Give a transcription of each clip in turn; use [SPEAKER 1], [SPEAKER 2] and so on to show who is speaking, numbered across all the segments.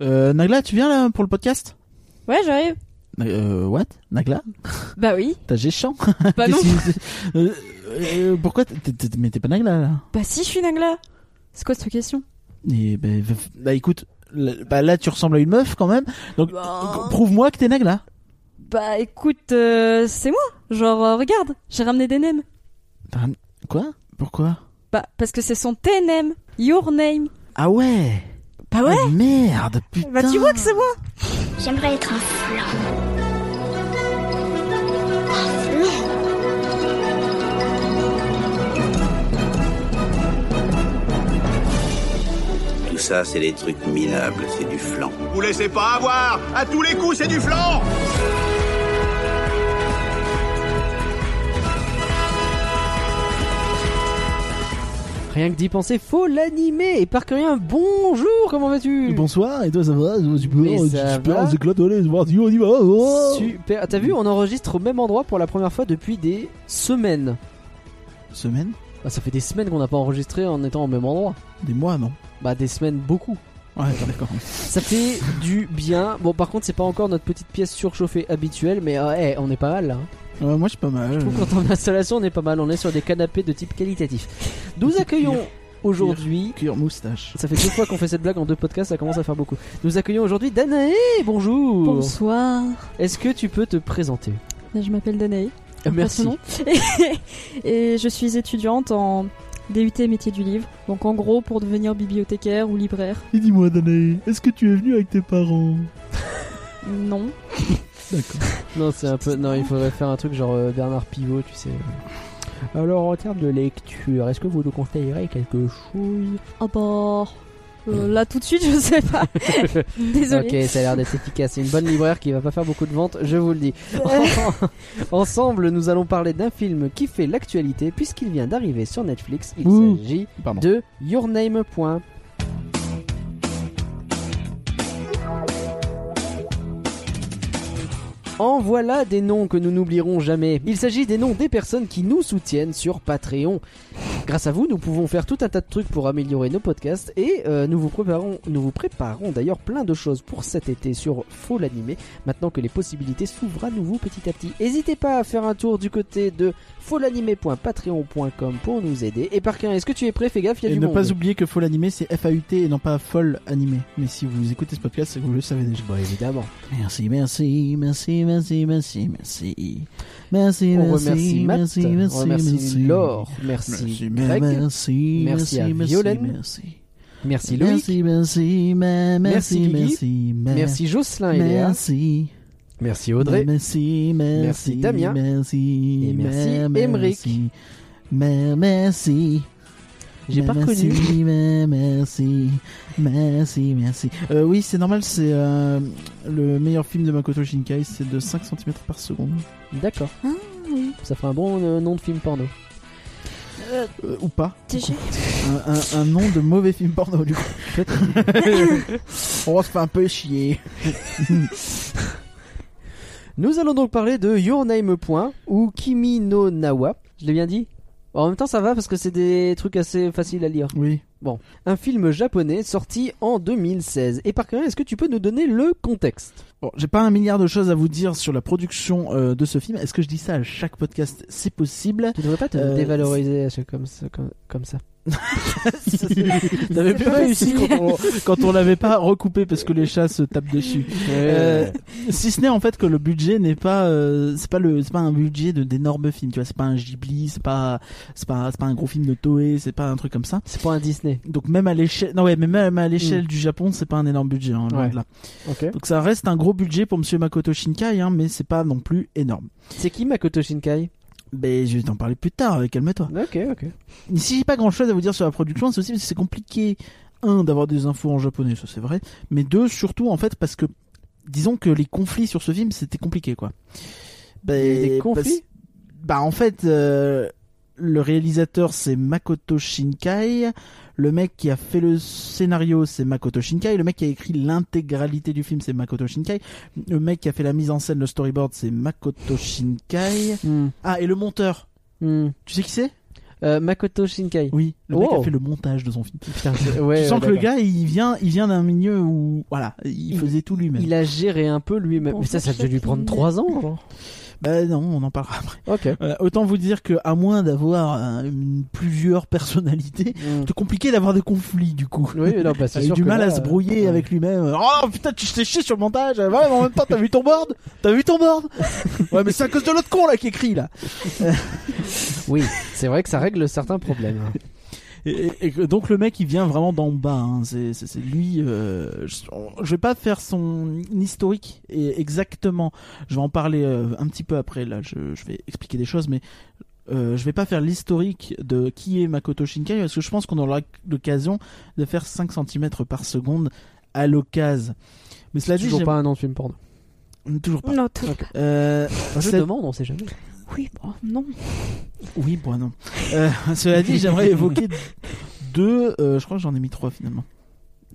[SPEAKER 1] Euh, Nagla, tu viens là pour le podcast
[SPEAKER 2] Ouais, j'arrive.
[SPEAKER 1] Na- euh, What Nagla
[SPEAKER 2] Bah oui.
[SPEAKER 1] T'as Géchamp
[SPEAKER 2] Bah non.
[SPEAKER 1] Qu'est-ce que- euh, euh, Pourquoi t'es- t'es- t'es- Mais t'es pas Nagla là
[SPEAKER 2] Bah si, je suis Nagla. C'est quoi cette question
[SPEAKER 1] Et ben, va- Bah écoute, là, bah, là, tu ressembles à une meuf quand même. Donc
[SPEAKER 2] Bah.
[SPEAKER 1] prouve-moi que t'es Nagla.
[SPEAKER 2] Bah écoute, euh, c'est moi. Genre, euh, regarde, j'ai ramené des nems.
[SPEAKER 1] T'as ram- Quoi Pourquoi
[SPEAKER 2] Bah, parce que c'est son TNM, your name.
[SPEAKER 1] Ah ouais
[SPEAKER 2] Bah ouais
[SPEAKER 1] Ah, Merde, putain
[SPEAKER 2] Bah tu vois que c'est moi
[SPEAKER 3] J'aimerais être un flan.
[SPEAKER 4] Tout ça, c'est des trucs minables, c'est du flan.
[SPEAKER 5] Vous laissez pas avoir À tous les coups, c'est du flanc
[SPEAKER 6] Rien que d'y penser, faut l'animer. Et par rien, bonjour, comment vas-tu
[SPEAKER 1] Bonsoir, et toi ça va Tu peux
[SPEAKER 6] Mais ça
[SPEAKER 1] tu peux-
[SPEAKER 6] va
[SPEAKER 1] on s'éclate, allez, c'est parti, on y va oh.
[SPEAKER 6] Super. Ah, T'as vu, on enregistre au même endroit pour la première fois depuis des semaines.
[SPEAKER 1] Semaine
[SPEAKER 6] Bah, ça fait des semaines qu'on n'a pas enregistré en étant au même endroit.
[SPEAKER 1] Des mois, non
[SPEAKER 6] Bah des semaines beaucoup.
[SPEAKER 1] Ouais, d'accord.
[SPEAKER 6] Ça fait du bien. Bon par contre c'est pas encore notre petite pièce surchauffée habituelle mais euh, eh, on est pas mal là.
[SPEAKER 1] Ouais, Euh, moi je suis pas mal.
[SPEAKER 6] Je trouve que quand on est installation on est pas mal, on est sur des canapés de type qualitatif. Nous accueillons aujourd'hui...
[SPEAKER 1] Cuir moustache.
[SPEAKER 6] Ça fait deux fois qu'on fait cette blague en deux podcasts, ça commence à faire beaucoup. Nous accueillons aujourd'hui Danae, bonjour
[SPEAKER 2] Bonsoir.
[SPEAKER 6] Est-ce que tu peux te présenter
[SPEAKER 2] Je m'appelle Danae.
[SPEAKER 6] Merci.
[SPEAKER 2] Pour ce nom. Et je suis étudiante en DUT métier du livre. Donc en gros, pour devenir bibliothécaire ou libraire.
[SPEAKER 1] Et dis-moi, Danae, est-ce que tu es venu avec tes parents
[SPEAKER 2] Non.
[SPEAKER 1] D'accord.
[SPEAKER 6] Non, c'est un peu. Non, il faudrait faire un truc genre euh, Bernard Pivot, tu sais. Alors, en termes de lecture, est-ce que vous nous conseillerez quelque chose
[SPEAKER 2] Ah bah... euh, là tout de suite, je sais pas. Désolée.
[SPEAKER 6] Ok, ça a l'air d'être efficace. C'est une bonne libraire qui va pas faire beaucoup de ventes, je vous le dis. Ensemble, nous allons parler d'un film qui fait l'actualité puisqu'il vient d'arriver sur Netflix. Il
[SPEAKER 1] Ouh.
[SPEAKER 6] s'agit
[SPEAKER 1] Pardon.
[SPEAKER 6] de Your Name. En voilà des noms que nous n'oublierons jamais. Il s'agit des noms des personnes qui nous soutiennent sur Patreon. Grâce à vous, nous pouvons faire tout un tas de trucs pour améliorer nos podcasts et euh, nous vous préparons, nous vous préparons d'ailleurs plein de choses pour cet été sur Faux l'animé. Maintenant que les possibilités s'ouvrent à nouveau petit à petit, n'hésitez pas à faire un tour du côté de faulanimé.patreon.com pour nous aider. Et Parkin, est-ce que tu es prêt Fais gaffe, il y a
[SPEAKER 1] Et
[SPEAKER 6] du
[SPEAKER 1] ne
[SPEAKER 6] monde.
[SPEAKER 1] pas oublier que Fall Animé, c'est F-A-U-T et non pas Folle Animé. Mais si vous écoutez ce podcast, c'est que vous le savez déjà.
[SPEAKER 6] Bah évidemment.
[SPEAKER 1] Merci, merci, merci, merci, merci, merci. Merci,
[SPEAKER 6] On
[SPEAKER 1] merci,
[SPEAKER 6] remercie Matt,
[SPEAKER 1] merci, merci,
[SPEAKER 6] on remercie
[SPEAKER 1] merci.
[SPEAKER 6] Laure, merci
[SPEAKER 1] Merci,
[SPEAKER 6] Greg, merci,
[SPEAKER 1] merci,
[SPEAKER 6] Merci à
[SPEAKER 1] merci,
[SPEAKER 6] Violaine.
[SPEAKER 1] merci.
[SPEAKER 6] Loïc, merci,
[SPEAKER 1] Merci, merci, ma-
[SPEAKER 6] Merci,
[SPEAKER 1] merci, merci,
[SPEAKER 6] Guigui.
[SPEAKER 1] ma-
[SPEAKER 6] Jocelyn et Léa,
[SPEAKER 1] merci.
[SPEAKER 6] merci Audrey,
[SPEAKER 1] Merci, merci,
[SPEAKER 6] Merci, Damien.
[SPEAKER 1] Merci,
[SPEAKER 6] Et merci,
[SPEAKER 1] ma-
[SPEAKER 6] Émeric.
[SPEAKER 1] merci. Ma- Merci.
[SPEAKER 6] j'ai
[SPEAKER 1] Ma-
[SPEAKER 6] pas reconnu.
[SPEAKER 1] Merci, ma- merci, merci, merci. Euh, oui, c'est normal, c'est euh, le meilleur film de Makoto Shinkai, c'est de 5 cm par seconde.
[SPEAKER 6] D'accord. Ça fera un bon euh, nom de film porno.
[SPEAKER 1] Euh, ou pas.
[SPEAKER 2] TG.
[SPEAKER 1] Un, un- un nom de mauvais film porno, du coup. On se fait un peu chier.
[SPEAKER 6] Nous allons donc parler de Your Name Point ou Kimi no Nawa. Je l'ai bien dit En même temps, ça va parce que c'est des trucs assez faciles à lire.
[SPEAKER 1] Oui.
[SPEAKER 6] Un film japonais sorti en 2016. Et par curiosité, est-ce que tu peux nous donner le contexte
[SPEAKER 1] Bon, j'ai pas un milliard de choses à vous dire sur la production euh, de ce film. Est-ce que je dis ça à chaque podcast C'est possible.
[SPEAKER 6] Tu devrais pas te
[SPEAKER 1] Euh,
[SPEAKER 6] dévaloriser à chaque- comme ça. Comme, comme ça.
[SPEAKER 1] T'avais bien
[SPEAKER 2] pas
[SPEAKER 1] réussi
[SPEAKER 2] possible.
[SPEAKER 1] quand on, quand on l'avait pas recoupé parce que les chats se tapent dessus. Euh, si ce n'est en fait que le budget n'est pas, euh, c'est pas le, c'est pas un budget de d'énormes films. Tu vois, c'est pas un Ghibli, c'est pas, c'est pas, c'est pas un gros film de Toei, c'est pas un truc comme ça.
[SPEAKER 6] C'est pas un Disney.
[SPEAKER 1] Donc même à l'échelle, non ouais, mais même à l'échelle du Japon, c'est pas un énorme budget. hein, loin
[SPEAKER 6] Ouais.
[SPEAKER 1] de là.
[SPEAKER 6] Ok.
[SPEAKER 1] Donc ça reste un gros budget pour Monsieur Makoto Shinkai, hein, mais c'est pas non plus énorme.
[SPEAKER 6] C'est qui Makoto Shinkai
[SPEAKER 1] Mais je vais t'en parler plus tard. euh, Calme-toi.
[SPEAKER 6] Ok, ok.
[SPEAKER 1] Si j'ai pas grand chose à vous dire sur la production, c'est aussi parce que c'est compliqué, un, d'avoir des infos en japonais, ça c'est vrai, mais deux, surtout en fait parce que, disons que les conflits sur ce film c'était compliqué quoi. Bah,
[SPEAKER 6] Il y a eu des
[SPEAKER 1] parce-
[SPEAKER 6] conflits
[SPEAKER 1] Bah en fait, euh, le réalisateur c'est Makoto Shinkai, le mec qui a fait le scénario c'est Makoto Shinkai, le mec qui a écrit l'intégralité du film c'est Makoto Shinkai, le mec qui a fait la mise en scène, le storyboard c'est Makoto Shinkai. Ah et le monteur, tu sais qui c'est
[SPEAKER 6] Hmm. Euh, Makoto Shinkai.
[SPEAKER 1] Oui, le mec
[SPEAKER 6] Wow.
[SPEAKER 1] a fait le montage de son film.
[SPEAKER 6] Oh. Putain, je- ouais,
[SPEAKER 1] tu sens
[SPEAKER 6] ouais,
[SPEAKER 1] que le
[SPEAKER 6] d'accord.
[SPEAKER 1] gars, il vient, il vient d'un milieu où, voilà, il,
[SPEAKER 6] Il-
[SPEAKER 1] faisait tout lui-même.
[SPEAKER 6] Il a géré un peu lui-même.
[SPEAKER 2] Pour
[SPEAKER 6] Mais ça, ça devait lui
[SPEAKER 2] chacune.
[SPEAKER 6] prendre 3 ans. alors.
[SPEAKER 1] Bah non, on en parlera après.
[SPEAKER 6] Ok.
[SPEAKER 1] Euh, autant vous dire que, à moins d'avoir euh, une- plusieurs personnalités,
[SPEAKER 6] Hmm.
[SPEAKER 1] c'est compliqué d'avoir des conflits du coup.
[SPEAKER 6] Oui, mais non, bah, c'est
[SPEAKER 1] Il a eu
[SPEAKER 6] sûr
[SPEAKER 1] du
[SPEAKER 6] que
[SPEAKER 1] mal
[SPEAKER 6] là,
[SPEAKER 1] à se brouiller
[SPEAKER 6] euh,
[SPEAKER 1] avec lui-même. Oh putain, tu t'es chié sur le montage. Ouais, mais en même temps, t'as vu ton board T'as vu ton board Ouais, mais c'est à cause de l'autre con là qui écrit là.
[SPEAKER 6] Oui, c'est vrai que ça règle certains problèmes. hein.
[SPEAKER 1] Et, et- et que- donc le mec, il vient vraiment d'en bas. hein. C'est c'est- c'est lui. euh, je, on- je vais pas faire son historique et exactement. Je vais en parler euh, un petit peu après. Là, je, je vais expliquer des choses, mais. Euh, je vais pas faire l'historique de qui est Makoto Shinkai parce que je pense qu'on aura l'occasion de faire 5 cm par seconde à l'occasion. Mais cela
[SPEAKER 6] C'est
[SPEAKER 1] dit,
[SPEAKER 6] toujours
[SPEAKER 1] j'aime-
[SPEAKER 6] pas un nom de film porno.
[SPEAKER 1] toujours pas.
[SPEAKER 2] Non, tout-
[SPEAKER 1] Euh,
[SPEAKER 6] Je
[SPEAKER 1] cette-
[SPEAKER 6] demande, on sait jamais.
[SPEAKER 2] oui, bon, non.
[SPEAKER 1] Oui, bon, non. Euh, cela dit, j'aimerais évoquer deux. euh, je crois que j'en ai mis trois finalement.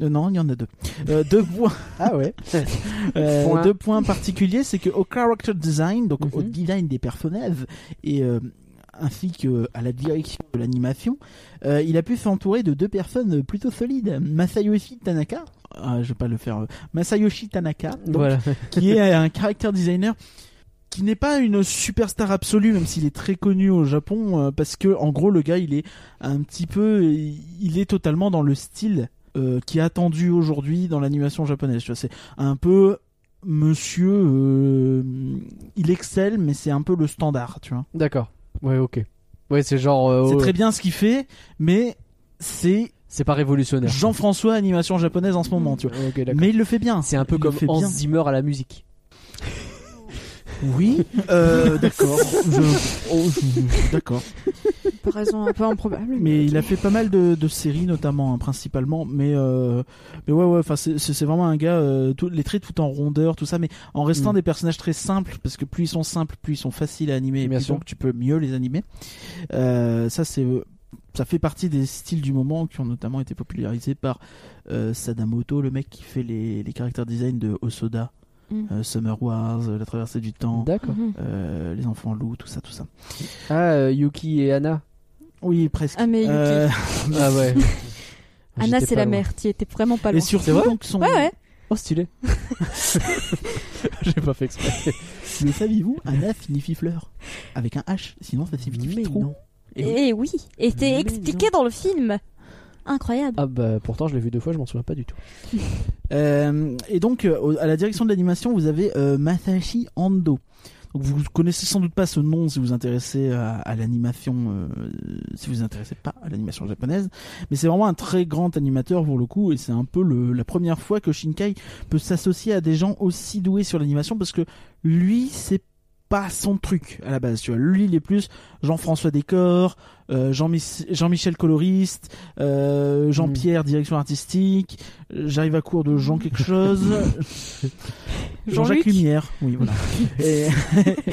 [SPEAKER 1] Euh, non, il y en a deux. Euh, deux, points,
[SPEAKER 6] Ah ouais.
[SPEAKER 1] euh,
[SPEAKER 6] Point.
[SPEAKER 1] deux points particuliers, c'est que au character design, donc au
[SPEAKER 6] Mhm.
[SPEAKER 1] design des personnages, et euh, ainsi que à la direction de l'animation, euh, il a pu s'entourer de deux personnes plutôt solides. Masayoshi Tanaka, ah, je vais pas le faire. euh, Masayoshi Tanaka, donc,
[SPEAKER 6] voilà.
[SPEAKER 1] qui est un character designer qui n'est pas une superstar absolue, même s'il est très connu au Japon, euh, parce que en gros le gars il est un petit peu, il est totalement dans le style euh, qui est attendu aujourd'hui dans l'animation japonaise. Tu vois, c'est un peu Monsieur, euh, il excelle, mais c'est un peu le standard, tu vois.
[SPEAKER 6] D'accord. Ouais, ok. Ouais, c'est genre. euh,
[SPEAKER 1] C'est
[SPEAKER 6] ouais.
[SPEAKER 1] très bien ce qu'il fait, mais c'est
[SPEAKER 6] C'est pas révolutionnaire.
[SPEAKER 1] Jean-François animation japonaise en ce moment, tu vois.
[SPEAKER 6] Ok, d'accord.
[SPEAKER 1] Mais il le fait bien.
[SPEAKER 6] C'est un peu
[SPEAKER 1] Il le
[SPEAKER 6] comme
[SPEAKER 1] fait
[SPEAKER 6] Hans
[SPEAKER 1] bien.
[SPEAKER 6] Zimmer à la musique.
[SPEAKER 1] Oui, euh, d'accord. Je- oh, je- D'accord.
[SPEAKER 2] Comparaison un peu improbable.
[SPEAKER 1] Mais il a fait pas mal de, de séries notamment, hein, principalement. Mais euh, mais ouais ouais, enfin c'est c'est- c'est vraiment un gars, euh, tout- les traits tout en rondeur, tout ça, mais en restant
[SPEAKER 6] Mm.
[SPEAKER 1] des personnages très simples parce que plus ils sont simples, plus ils sont faciles à animer, et
[SPEAKER 6] Bien
[SPEAKER 1] plus
[SPEAKER 6] sûr.
[SPEAKER 1] donc tu peux mieux les animer. Euh, ça c'est ça fait partie des styles du moment qui ont notamment été popularisés par euh, Sadamoto, le mec qui fait les les caractères design de Osoda,
[SPEAKER 2] Mm.
[SPEAKER 1] euh, Summer Wars, euh, La Traversée du Temps,
[SPEAKER 6] D'accord.
[SPEAKER 2] Mhm.
[SPEAKER 1] euh, Les Enfants Loups, tout ça, tout ça.
[SPEAKER 6] Ah, euh, Yuki et Anna.
[SPEAKER 1] Oui, presque.
[SPEAKER 2] Ah, mais Yuki.
[SPEAKER 1] Euh,
[SPEAKER 6] Ah ouais.
[SPEAKER 2] Anna,
[SPEAKER 6] J'étais
[SPEAKER 2] c'est
[SPEAKER 6] pas
[SPEAKER 2] la
[SPEAKER 6] loin.
[SPEAKER 2] mère, t'y étais vraiment pas
[SPEAKER 1] et
[SPEAKER 2] loin.
[SPEAKER 1] surtout
[SPEAKER 6] C'est vrai
[SPEAKER 1] donc son
[SPEAKER 2] Ouais, ouais.
[SPEAKER 6] Oh, stylé. J'ai pas fait exprès.
[SPEAKER 1] Le saviez-vous Anna signifie fleur. Avec un H, sinon ça signifie
[SPEAKER 6] Mais
[SPEAKER 1] trou.
[SPEAKER 6] non.
[SPEAKER 1] Et
[SPEAKER 2] Et oui, et
[SPEAKER 6] Mais
[SPEAKER 1] Ah,
[SPEAKER 2] t'es expliqué dans le film. Incroyable.
[SPEAKER 6] Ah bah pourtant, je l'ai vu deux fois, je m'en souviens pas du tout.
[SPEAKER 1] Euh, et donc, euh, au- à la direction de l'animation, vous avez euh, Masashi Ando. Donc, vous connaissez sans doute pas ce nom si vous vous intéressez à, à l'animation, euh, si vous vous intéressez pas à l'animation japonaise, mais c'est vraiment un très grand animateur pour le coup, et c'est un peu le- la première fois que Shinkai peut s'associer à des gens aussi doués sur l'animation parce que lui, c'est pas son truc à la base, tu vois. Lui, il est plus Jean-François Décor, euh, Jean-Mis- Jean-Michel coloriste, euh, Jean-Pierre direction artistique, J'arrive à court de Jean quelque chose. Jean-Jacques
[SPEAKER 2] Jean-Luc
[SPEAKER 1] Lumière. Oui, voilà. Et,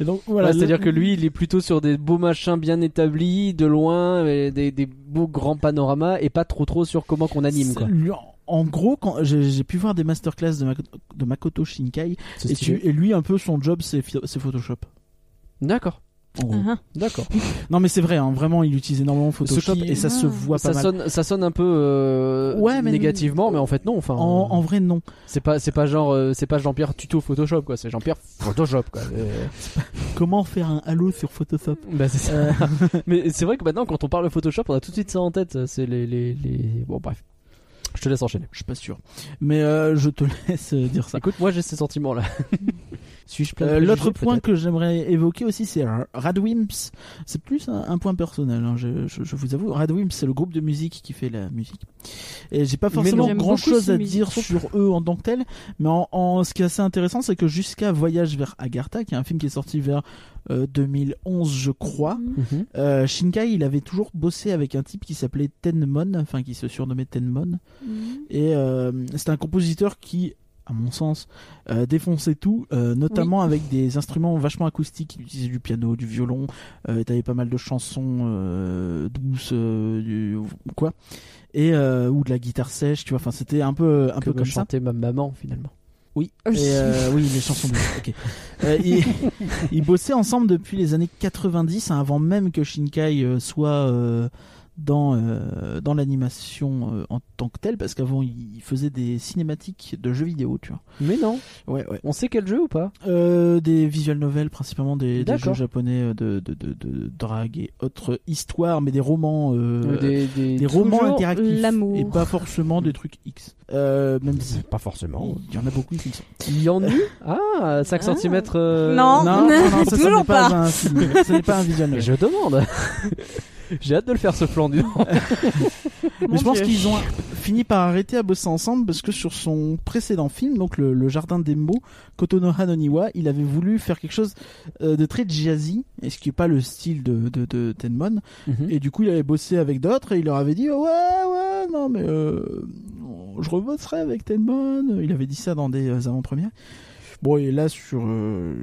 [SPEAKER 1] et donc voilà.
[SPEAKER 6] Ouais, C'est-à-dire
[SPEAKER 1] le-
[SPEAKER 6] que lui, il est plutôt sur des beaux machins bien établis, de loin, et des, des beaux grands panoramas, et pas trop trop sur comment qu'on anime, quoi.
[SPEAKER 1] c'est- lui, en- en gros, quand j'ai j'ai pu voir des masterclass de, Makoto- de Makoto Shinkai, et, tu- et lui, un peu, son job, c'est phi- c'est Photoshop.
[SPEAKER 6] D'accord,
[SPEAKER 1] en gros.
[SPEAKER 2] Ah, ah.
[SPEAKER 6] d'accord.
[SPEAKER 1] Non, mais c'est vrai, hein, vraiment, il utilise énormément Photoshop
[SPEAKER 6] Ce qui-
[SPEAKER 1] et ça se
[SPEAKER 2] Ah.
[SPEAKER 1] voit pas
[SPEAKER 6] Ça
[SPEAKER 1] mal.
[SPEAKER 6] sonne, ça sonne un peu euh,
[SPEAKER 1] Ouais, mais-
[SPEAKER 6] négativement, mais en fait non. Enfin, euh,
[SPEAKER 1] En, en vrai, non.
[SPEAKER 6] c'est pas, c'est pas genre, euh, c'est pas Jean-Pierre tuto Photoshop, quoi. C'est Jean-Pierre Photoshop, quoi. Euh,
[SPEAKER 1] Comment faire un halo sur Photoshop
[SPEAKER 6] bah, c'est ça.
[SPEAKER 1] Euh,
[SPEAKER 6] Mais c'est vrai que maintenant, quand on parle de Photoshop, on a tout de suite ça en tête. C'est les, les, les- bon, bref. Je te laisse enchaîner.
[SPEAKER 1] Je suis pas sûr. Mais euh, je te laisse euh, dire ça.
[SPEAKER 6] Écoute, moi j'ai ces sentiments-là. Suis-je plein de
[SPEAKER 1] Euh, L'autre
[SPEAKER 6] préjugés,
[SPEAKER 1] point
[SPEAKER 6] peut-être
[SPEAKER 1] que j'aimerais évoquer aussi, c'est R- Radwimps. C'est plus un, un point personnel, hein, je, je- je vous avoue. Radwimps, c'est le groupe de musique qui fait la musique. Et j'ai pas
[SPEAKER 6] Mais non.
[SPEAKER 1] forcément
[SPEAKER 2] J'aime
[SPEAKER 1] grand
[SPEAKER 2] beaucoup
[SPEAKER 1] chose
[SPEAKER 2] ces
[SPEAKER 1] à
[SPEAKER 2] musiques,
[SPEAKER 1] dire
[SPEAKER 2] trop
[SPEAKER 1] sur eux en tant que tels, mais en, en- ce qui est assez intéressant, c'est que jusqu'à Voyage vers Agartha, qui est un film qui est sorti vers euh, 2011, je crois,
[SPEAKER 6] Mhm.
[SPEAKER 1] euh, Shinkai, il avait toujours bossé avec un type qui s'appelait Tenmon, enfin qui se surnommait Tenmon.
[SPEAKER 2] Mhm.
[SPEAKER 1] Et euh, c'est un compositeur qui, à mon sens, euh, défonçait tout, euh, notamment avec des instruments vachement acoustiques. Il utilisait du piano, du violon, euh, t'avais pas mal de chansons euh, douces, euh, du- ou quoi, et euh, ou de la guitare sèche, tu vois. Enfin, c'était un peu, un
[SPEAKER 6] que
[SPEAKER 1] peu
[SPEAKER 6] me
[SPEAKER 1] comme ça.
[SPEAKER 6] chantait ma maman finalement.
[SPEAKER 1] Oui.
[SPEAKER 2] Ah Oui.
[SPEAKER 1] Et, euh, oui, les chansons de. Ok. Euh, ils, ils bossaient ensemble depuis les années 90, hein, avant même que Shinkai euh, soit euh, dans euh, dans l'animation euh, en tant que telle, parce qu'avant ils faisaient des cinématiques de jeux vidéo, tu vois.
[SPEAKER 6] Mais non,
[SPEAKER 1] Ouais, ouais.
[SPEAKER 6] on sait quel jeu ou pas
[SPEAKER 1] Euh, des visual novels, principalement des, des
[SPEAKER 6] D'accord.
[SPEAKER 1] jeux japonais euh, de, de, de, de drague et autres histoires, mais des romans. euh,
[SPEAKER 6] Des, des-
[SPEAKER 1] des romans
[SPEAKER 2] Toujours
[SPEAKER 1] interactifs
[SPEAKER 2] l'amour.
[SPEAKER 1] et pas forcément des trucs X. Euh, même si
[SPEAKER 6] Pas forcément.
[SPEAKER 1] il y en a beaucoup qui le sont.
[SPEAKER 6] Il y en a Ah, euh, 5
[SPEAKER 2] Ah.
[SPEAKER 6] cm.
[SPEAKER 2] Non.
[SPEAKER 1] Oh, non, non, non, ça, ça
[SPEAKER 2] Toujours
[SPEAKER 1] n'est pas, un film, ce n'est pas un visionnaire.
[SPEAKER 6] Mais je demande. J'ai hâte de le faire ce plan du
[SPEAKER 1] Mais je pense qu'ils ont fini par arrêter à bosser ensemble parce que sur son précédent film, donc le, le Jardin des mots, Kotono Hanoniwa, il avait voulu faire quelque chose euh, de très jazzy, et ce qui n'est pas le style de, de, de Tenmon.
[SPEAKER 6] Mhm.
[SPEAKER 1] Et du coup, il avait bossé avec d'autres et il leur avait dit oh, Ouais, ouais, non, mais euh, je rebosserai avec Tenmon. Il avait dit ça dans des euh, avant-premières. Bon, et là, sur euh,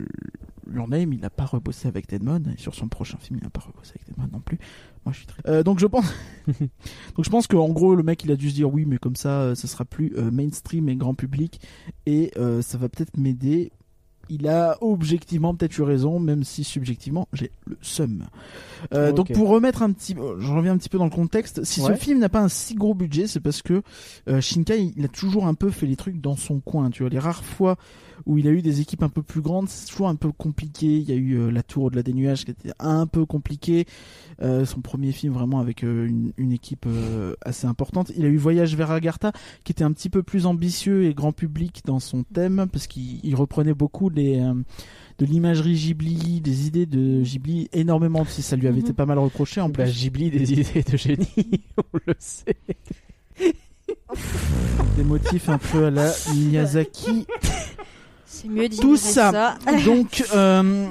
[SPEAKER 1] Your Name, il n'a pas rebossé avec Tenmon. Et sur son prochain film, il n'a pas rebossé avec Tenmon non plus. Moi, je suis très. Euh, donc, je pense. donc, je pense qu'en gros, le mec, il a dû se dire Oui, mais comme ça, euh, ça sera plus euh, mainstream et grand public. Et euh, ça va peut-être m'aider. Il a objectivement peut-être eu raison, même si subjectivement, j'ai le seum. Euh,
[SPEAKER 6] Ok.
[SPEAKER 1] Donc, pour remettre un petit, euh, je reviens un petit peu dans le contexte. Si ce
[SPEAKER 6] Ouais.
[SPEAKER 1] film n'a pas un si gros budget, c'est parce que euh, Shinkai, il a toujours un peu fait les trucs dans son coin. Tu vois, les rares fois où il a eu des équipes un peu plus grandes, c'est toujours un peu compliqué. Il y a eu euh, la tour au-delà des nuages qui était un peu compliqué. Euh, son premier film vraiment avec euh, une, une équipe euh, assez importante. Il a eu Voyage vers Agartha qui était un petit peu plus ambitieux et grand public dans son thème parce qu'il il reprenait beaucoup les euh, de l'imagerie Ghibli, des idées de Ghibli énormément. Si ça lui avait
[SPEAKER 2] Mhm.
[SPEAKER 1] été pas mal reproché en plus.
[SPEAKER 6] Bah, Ghibli des idées de génie, on le sait.
[SPEAKER 1] des motifs un peu à la Miyazaki.
[SPEAKER 2] C'est mieux d'ignorer
[SPEAKER 1] Tout ça. Donc, euh,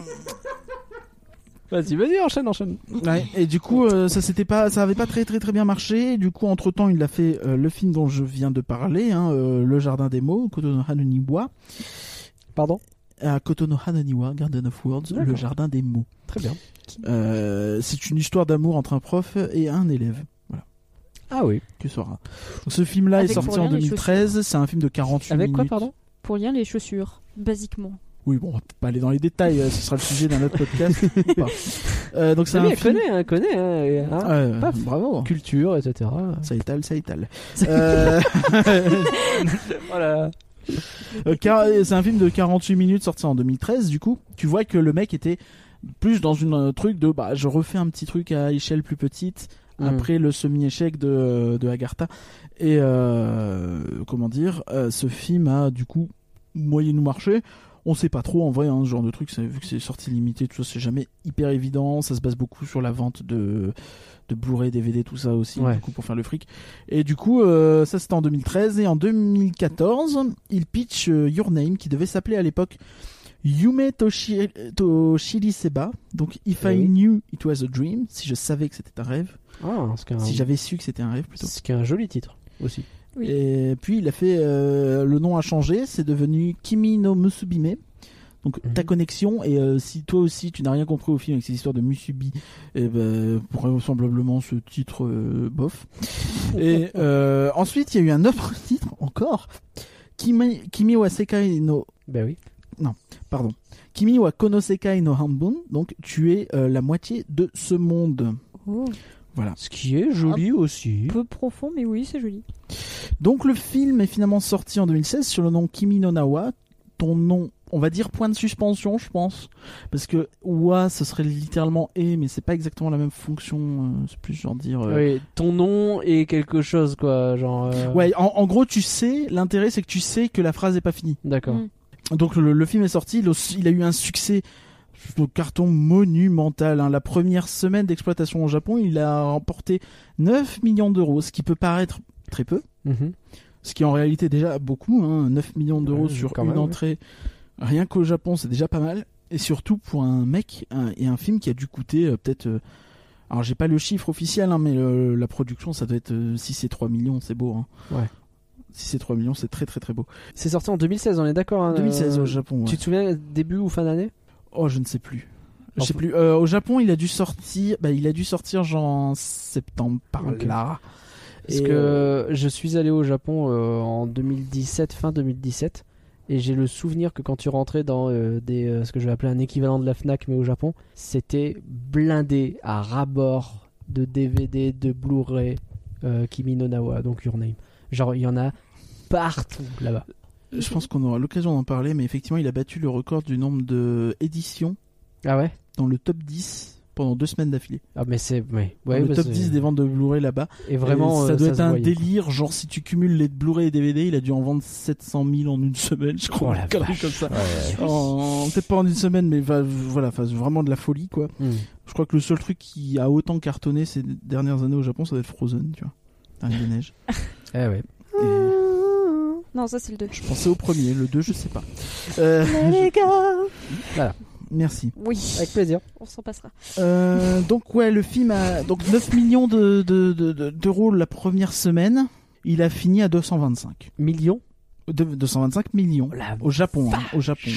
[SPEAKER 6] Vas-y, vas-y, enchaîne, enchaîne.
[SPEAKER 1] ouais, et du coup, euh, ça s'était pas, ça avait pas très très très bien marché. Et du coup, entre temps, il a fait euh, le film dont je viens de parler, hein, euh, Le Jardin des mots, Kotono Hanoniwa,
[SPEAKER 6] Pardon
[SPEAKER 1] à Kotono Hanoniwa, Garden of Words, Le
[SPEAKER 6] D'accord.
[SPEAKER 1] Jardin des mots.
[SPEAKER 6] Très bien.
[SPEAKER 1] Euh, c'est une histoire d'amour entre un prof et un élève.
[SPEAKER 6] Ah oui.
[SPEAKER 1] Que sera. Donc, ce film-là est
[SPEAKER 2] Avec
[SPEAKER 1] sorti
[SPEAKER 2] Florian
[SPEAKER 1] en
[SPEAKER 2] et les
[SPEAKER 1] 2013. C'est un film de 48
[SPEAKER 6] Avec quoi,
[SPEAKER 1] minutes.
[SPEAKER 6] pardon
[SPEAKER 2] Pour lire les chaussures, basiquement.
[SPEAKER 1] Oui, bon, on va peut-être pas aller dans les détails. euh, ce sera le sujet d'un autre podcast. ou pas. Euh, donc, c'est
[SPEAKER 6] Ça
[SPEAKER 1] un
[SPEAKER 6] bien,
[SPEAKER 1] film.
[SPEAKER 6] connaît, hein, connaît. Hein, et, hein,
[SPEAKER 1] Ouais,
[SPEAKER 6] Paf.
[SPEAKER 1] bravo.
[SPEAKER 6] Culture, etc.
[SPEAKER 1] Ça étale, ça étale. Euh,
[SPEAKER 6] Voilà.
[SPEAKER 1] euh, car- c'est un film de 48 minutes sorti en 2013. Du coup, tu vois que le mec était plus dans une euh, truc de bah je refais un petit truc à échelle plus petite
[SPEAKER 6] Mm.
[SPEAKER 1] après le semi-échec de euh, de Agartha et euh, comment dire euh, ce film a du coup moyennement marché. On sait pas trop en vrai hein, ce genre de truc c'est- vu que c'est sorti limité tout ça c'est jamais hyper évident ça se base beaucoup sur la vente de de Blu-ray DVD tout ça aussi
[SPEAKER 6] Ouais.
[SPEAKER 1] du coup pour faire le fric et du coup euh, ça c'était en 2013 et en 2014 il pitch euh, Your Name qui devait s'appeler à l'époque Yume Toshi- Toshiri Seba, donc If
[SPEAKER 6] Eh
[SPEAKER 1] I
[SPEAKER 6] oui.
[SPEAKER 1] Knew It Was a Dream, si je savais que c'était un rêve,
[SPEAKER 6] Ah, c'est qu'un
[SPEAKER 1] si j'avais su que c'était un rêve plutôt.
[SPEAKER 6] c'est qu'un joli titre aussi.
[SPEAKER 2] Oui.
[SPEAKER 1] Et puis il a fait, euh, le nom a changé, c'est devenu Kimi no Musubime. Donc
[SPEAKER 6] Mhm.
[SPEAKER 1] ta connexion, et euh, si toi aussi tu n'as rien compris au film avec ces histoires de Musubi, eh ben, vraisemblablement ce titre euh, bof. et euh, ensuite il y a eu un autre titre encore, Kimi, Kimi wa Sekai no
[SPEAKER 6] Bah oui.
[SPEAKER 1] pardon. Kimi wa konosekai no hanbun, donc tu es euh, la moitié de ce monde.
[SPEAKER 6] Ce qui est joli aussi.
[SPEAKER 2] Peu profond, mais oui, c'est joli.
[SPEAKER 1] Donc le film est finalement sorti en 2016 sur le nom Kimi no Nawa, ton nom, on va dire point de suspension, je pense, parce que wa ce serait littéralement et, mais c'est pas exactement la même fonction, euh, c'est plus genre dire. euh,
[SPEAKER 6] Oui, ton nom est quelque chose, quoi. Genre. euh,
[SPEAKER 1] Ouais, en, en gros, tu sais, l'intérêt c'est que tu sais que la phrase est pas finie.
[SPEAKER 6] D'accord.
[SPEAKER 2] Mm.
[SPEAKER 1] Donc le, le film est sorti, le- il a eu un succès de carton monumental. hein. La première semaine d'exploitation au Japon, il a remporté 9 millions d'euros, ce qui peut paraître très peu,
[SPEAKER 6] Mhm.
[SPEAKER 1] ce qui est en réalité déjà beaucoup, hein. 9 millions d'euros
[SPEAKER 6] Ouais,
[SPEAKER 1] sur
[SPEAKER 6] quand
[SPEAKER 1] une
[SPEAKER 6] même, ouais.
[SPEAKER 1] entrée, rien qu'au Japon, c'est déjà pas mal. Et surtout pour un mec un- et un film qui a dû coûter euh, peut-être... euh, alors j'ai pas le chiffre officiel, hein, mais euh, la production, ça doit être euh, si c'est 3 millions, c'est beau. Hein.
[SPEAKER 6] Ouais.
[SPEAKER 1] Si c'est 3 millions, c'est très très très beau.
[SPEAKER 6] C'est sorti en 2016, on est d'accord hein,
[SPEAKER 1] 2016
[SPEAKER 6] euh,
[SPEAKER 1] au Japon. ouais.
[SPEAKER 6] Tu te souviens début ou fin d'année
[SPEAKER 1] Oh, je ne sais plus. Je
[SPEAKER 6] Enfin-
[SPEAKER 1] sais plus. Euh, au Japon, il a dû sortir. Bah, il a dû sortir genre en septembre par
[SPEAKER 6] Ok.
[SPEAKER 1] là.
[SPEAKER 6] Parce
[SPEAKER 1] Et,
[SPEAKER 6] que
[SPEAKER 1] euh,
[SPEAKER 6] je suis allé au Japon euh, en 2017, fin 2017. Et j'ai le souvenir que quand tu rentrais dans euh, des, euh, ce que je vais appeler un équivalent de la Fnac, mais au Japon, c'était blindé à rabord de DVD, de Blu-ray, euh, Kimi no Nawa, donc Your Name. Genre, il y en a partout là-bas.
[SPEAKER 1] Je pense qu'on aura l'occasion d'en parler, mais effectivement, il a battu le record du nombre de éditions
[SPEAKER 6] Ah ouais
[SPEAKER 1] dans le top 10 pendant deux semaines d'affilée.
[SPEAKER 6] Ah, mais c'est. Ouais. Ouais,
[SPEAKER 1] Dans le
[SPEAKER 6] bah,
[SPEAKER 1] top
[SPEAKER 6] c'est-
[SPEAKER 1] 10 des ventes de Blu-ray là-bas.
[SPEAKER 6] Et vraiment,
[SPEAKER 1] Et ça
[SPEAKER 6] euh,
[SPEAKER 1] doit être
[SPEAKER 6] se
[SPEAKER 1] un
[SPEAKER 6] voyait, quoi.
[SPEAKER 1] délire. Genre, si tu cumules les Blu-ray et DVD, il a dû en vendre 700 000 en une semaine, je crois.
[SPEAKER 6] Oh la
[SPEAKER 1] Une connerie
[SPEAKER 6] vache.
[SPEAKER 1] comme ça.
[SPEAKER 7] Ouais.
[SPEAKER 1] En- Peut-être pas en une semaine, mais va- voilà, enfin, vraiment de la folie, quoi.
[SPEAKER 6] Hmm.
[SPEAKER 1] Je crois que le seul truc qui a autant cartonné ces dernières années au Japon, ça doit être Frozen, tu vois. Reine des neiges.
[SPEAKER 6] Eh ouais.
[SPEAKER 1] Et
[SPEAKER 2] Non, ça c'est le 2.
[SPEAKER 1] je pensais au premier, le 2, je sais pas. Euh, merci.
[SPEAKER 2] Oui,
[SPEAKER 6] Avec plaisir.
[SPEAKER 2] on s'en passera.
[SPEAKER 1] Euh, donc ouais, le film a donc 9 millions de- de- de- de- d'euros la première semaine. Il a fini à 225.
[SPEAKER 6] Millions Oh
[SPEAKER 1] De- 225 millions.
[SPEAKER 6] la
[SPEAKER 1] Au Japon, hein, au Japon.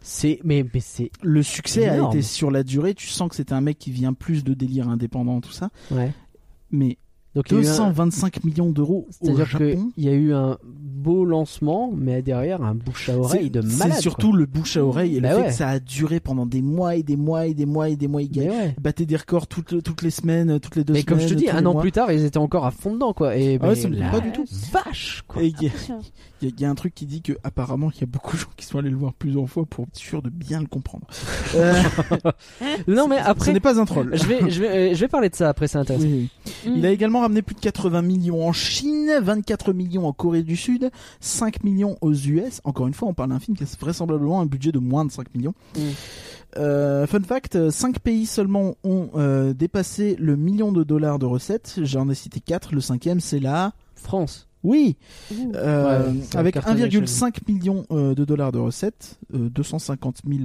[SPEAKER 6] C'est. Mais, mais c'est.
[SPEAKER 1] Le succès a
[SPEAKER 6] Énorme.
[SPEAKER 1] été sur la durée. Tu sens que c'était un mec qui vient plus de délire indépendant, tout ça.
[SPEAKER 6] Ouais.
[SPEAKER 1] Mais
[SPEAKER 6] Donc, il y a eu un-
[SPEAKER 1] 225 millions d'euros au
[SPEAKER 6] euh, C'est-à-dire
[SPEAKER 1] Japon.
[SPEAKER 6] qu'il y a eu un beau lancement, mais derrière un bouche à oreille de malade.
[SPEAKER 1] c'est surtout le bouche à oreille et
[SPEAKER 6] Bah
[SPEAKER 1] le fait
[SPEAKER 6] ouais.
[SPEAKER 1] que ça a duré pendant des mois et des mois et des mois et des mois. Il
[SPEAKER 6] quoi. Mais ouais.
[SPEAKER 1] battait des records toutes, toutes les semaines, toutes les deux
[SPEAKER 6] Mais
[SPEAKER 1] semaines.
[SPEAKER 6] comme je te dis,
[SPEAKER 1] tous
[SPEAKER 6] un
[SPEAKER 1] les
[SPEAKER 6] an
[SPEAKER 1] mois.
[SPEAKER 6] plus tard, ils étaient encore à fond dedans, quoi. Et
[SPEAKER 1] Ah ouais,
[SPEAKER 6] mais
[SPEAKER 1] ça me
[SPEAKER 6] la
[SPEAKER 1] plaît pas du tout.
[SPEAKER 6] Vache, quoi.
[SPEAKER 1] Et il y, a-
[SPEAKER 2] Tiens.
[SPEAKER 1] il y a- il y a un truc qui dit que apparemment il y a beaucoup de gens qui sont allés le voir plusieurs fois pour être sûr de bien le comprendre. Euh,
[SPEAKER 6] Non, mais
[SPEAKER 1] ce
[SPEAKER 6] après,
[SPEAKER 1] n'est pas un troll.
[SPEAKER 6] je Mm. vais, je vais, euh, je vais parler de ça après, c'est intéressant.
[SPEAKER 1] Oui, oui.
[SPEAKER 2] Mm.
[SPEAKER 1] Il a également ramené plus de 80 millions en Chine, 24 millions en Corée du Sud, 5 millions aux US. Encore une fois, on parle d'un film qui a vraisemblablement un budget de moins de 5 millions.
[SPEAKER 6] Mm.
[SPEAKER 1] Euh, fun fact, 5 pays seulement ont euh, dépassé le million de dollars de recettes. J'en ai cité 4. Le cinquième, c'est la...
[SPEAKER 6] France.
[SPEAKER 1] Oui,
[SPEAKER 2] Ouh.
[SPEAKER 1] euh,
[SPEAKER 6] Ouais, ça
[SPEAKER 1] avec
[SPEAKER 6] cartonne les
[SPEAKER 1] 1,5 million euh, de dollars de recettes, euh, 250 000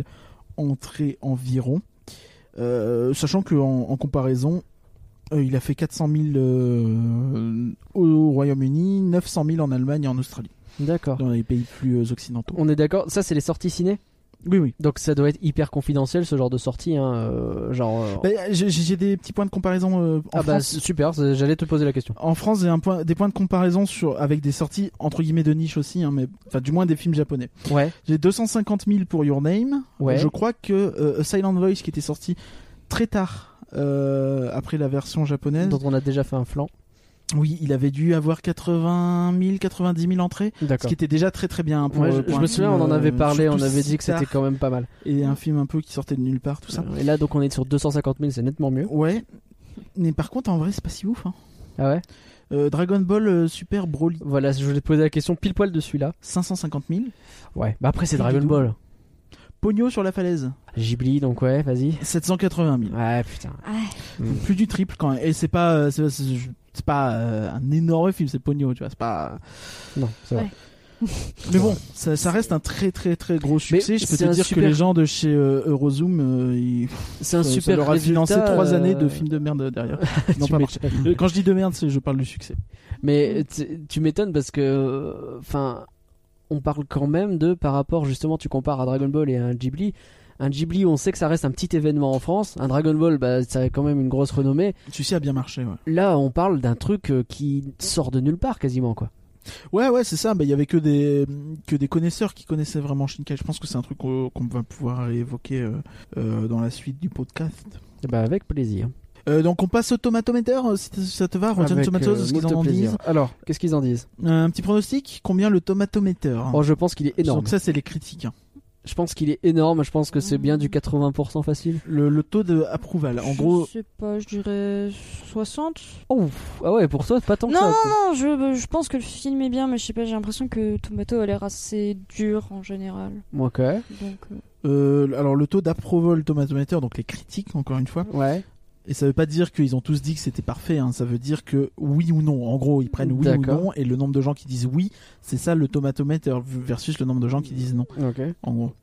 [SPEAKER 1] entrées environ. Euh, sachant que en, en comparaison, euh, il a fait 400 000 euh, au Royaume-Uni, 900 000 en Allemagne et en Australie,
[SPEAKER 6] D'accord.
[SPEAKER 1] dans les pays plus euh, occidentaux.
[SPEAKER 6] On est d'accord. Ça, c'est les sorties ciné.
[SPEAKER 1] Oui, oui.
[SPEAKER 6] Donc, ça doit être hyper confidentiel, ce genre de sortie, hein. euh, genre. euh,
[SPEAKER 1] Bah, J'ai j'ai des petits points de comparaison euh, en
[SPEAKER 6] ah bah
[SPEAKER 1] France.
[SPEAKER 6] super. c'est- J'allais te poser la question.
[SPEAKER 1] En France, j'ai un point, des points de comparaison sur, avec des sorties entre guillemets de niche aussi, hein, mais enfin du moins des films japonais.
[SPEAKER 6] Ouais.
[SPEAKER 1] J'ai 250 000 pour Your Name.
[SPEAKER 6] Ouais.
[SPEAKER 1] Je crois que euh, A Silent Voice, qui était sorti très tard euh, après la version japonaise,
[SPEAKER 6] Dont on a déjà fait un flanc.
[SPEAKER 1] oui, il avait dû avoir 80 000, 90 000 entrées, ce
[SPEAKER 6] D'accord.
[SPEAKER 1] qui était déjà très très bien. Pour,
[SPEAKER 6] Ouais, je,
[SPEAKER 1] euh, pour
[SPEAKER 6] je
[SPEAKER 1] un
[SPEAKER 6] me
[SPEAKER 1] film,
[SPEAKER 6] souviens, on en avait
[SPEAKER 1] euh,
[SPEAKER 6] parlé, on
[SPEAKER 1] surtout
[SPEAKER 6] avait
[SPEAKER 1] si
[SPEAKER 6] dit que c'était
[SPEAKER 1] tard,
[SPEAKER 6] quand même pas mal.
[SPEAKER 1] Et un film un peu qui sortait de nulle part, tout ça.
[SPEAKER 6] Et là, donc, on est sur 250 000, c'est nettement mieux.
[SPEAKER 1] Ouais. Mais par contre, en vrai, c'est pas si ouf. hein.
[SPEAKER 6] Ah ouais
[SPEAKER 1] Euh, Dragon Ball euh, Super Broly,
[SPEAKER 6] Voilà, je voulais te poser la question pile poil de celui-là.
[SPEAKER 1] 550 000.
[SPEAKER 6] Ouais, bah après,
[SPEAKER 1] Plus
[SPEAKER 6] c'est
[SPEAKER 1] du
[SPEAKER 6] Dragon
[SPEAKER 1] tout.
[SPEAKER 6] Ball.
[SPEAKER 1] Pogno sur la falaise,
[SPEAKER 6] Ghibli, donc ouais, vas-y.
[SPEAKER 1] 780 000.
[SPEAKER 6] Ouais, putain.
[SPEAKER 2] Ah,
[SPEAKER 1] Donc, plus du triple quand même. Et c'est pas, euh, c'est c'est- je- c'est pas euh, un énorme film, c'est Pogno, tu vois. C'est pas.
[SPEAKER 6] Non, c'est vrai.
[SPEAKER 2] Ouais.
[SPEAKER 1] Mais bon, ça, ça reste un très très très gros succès.
[SPEAKER 6] Mais
[SPEAKER 1] Je peux
[SPEAKER 6] c'est
[SPEAKER 1] te
[SPEAKER 6] un
[SPEAKER 1] dire
[SPEAKER 6] super-
[SPEAKER 1] que les gens de chez euh, Eurozoom, euh, ils...
[SPEAKER 6] C'est un
[SPEAKER 1] ça- ça
[SPEAKER 6] super
[SPEAKER 1] leur a
[SPEAKER 6] résultat,
[SPEAKER 1] financé trois
[SPEAKER 6] euh,
[SPEAKER 1] années de films de merde derrière. non,
[SPEAKER 6] tu
[SPEAKER 1] pas
[SPEAKER 6] m'étonnes.
[SPEAKER 1] marché. Euh, Quand je dis de merde, c'est je parle du succès.
[SPEAKER 6] Mais tu tu m'étonnes parce que. euh, Enfin, on parle quand même de. Par rapport, justement, tu compares à Dragon Ball et à un Ghibli. Un Ghibli, on sait que ça reste un petit événement en France. Un Dragon Ball, bah, ça a quand même une grosse renommée.
[SPEAKER 1] Celui-ci a bien marché. Ouais,
[SPEAKER 6] Là, on parle d'un truc euh, qui sort de nulle part quasiment, quoi.
[SPEAKER 1] ouais, ouais c'est ça. Mais il y avait que des que des connaisseurs qui connaissaient vraiment Shinkai. Je pense que c'est un truc qu'on qu'on va pouvoir évoquer euh, euh, dans la suite du podcast.
[SPEAKER 6] Et bah, avec plaisir.
[SPEAKER 1] Euh, donc on passe au Tomatometer, euh, si t- si ça te va, Rotten
[SPEAKER 6] Avec,
[SPEAKER 1] Tomatoes,
[SPEAKER 6] euh,
[SPEAKER 1] ce qu'ils
[SPEAKER 6] moult
[SPEAKER 1] en
[SPEAKER 6] plaisir.
[SPEAKER 1] disent.
[SPEAKER 6] Alors, qu'est-ce qu'ils en disent
[SPEAKER 1] Euh, Un petit pronostic, combien le Tomatometer
[SPEAKER 6] Oh, je pense qu'il est énorme.
[SPEAKER 1] Donc ça c'est les critiques. hein.
[SPEAKER 6] Je pense qu'il est énorme. Je pense que c'est bien du 80% facile.
[SPEAKER 1] Le, le taux d'approval, Euh, en gros...
[SPEAKER 2] Je sais pas, je dirais 60.
[SPEAKER 6] Oh, ah ouais, pour toi, pas tant que
[SPEAKER 2] Non,
[SPEAKER 6] ça.
[SPEAKER 2] non,
[SPEAKER 6] quoi.
[SPEAKER 2] non, je, je pense que le film est bien, mais je sais pas, j'ai l'impression que Tomato a l'air assez dur en général.
[SPEAKER 6] Ok.
[SPEAKER 2] Donc, euh,
[SPEAKER 1] Euh, alors le taux d'approval Tomatometer, donc les critiques encore une fois,
[SPEAKER 6] Ouais.
[SPEAKER 1] et ça veut pas dire qu'ils ont tous dit que c'était parfait, hein. ça veut dire que oui ou non, en gros ils prennent oui ou
[SPEAKER 6] D'accord.
[SPEAKER 1] non, et le nombre de gens qui disent oui, c'est ça le Tomatometer versus le nombre de gens qui disent non,
[SPEAKER 6] Ok.
[SPEAKER 1] en gros.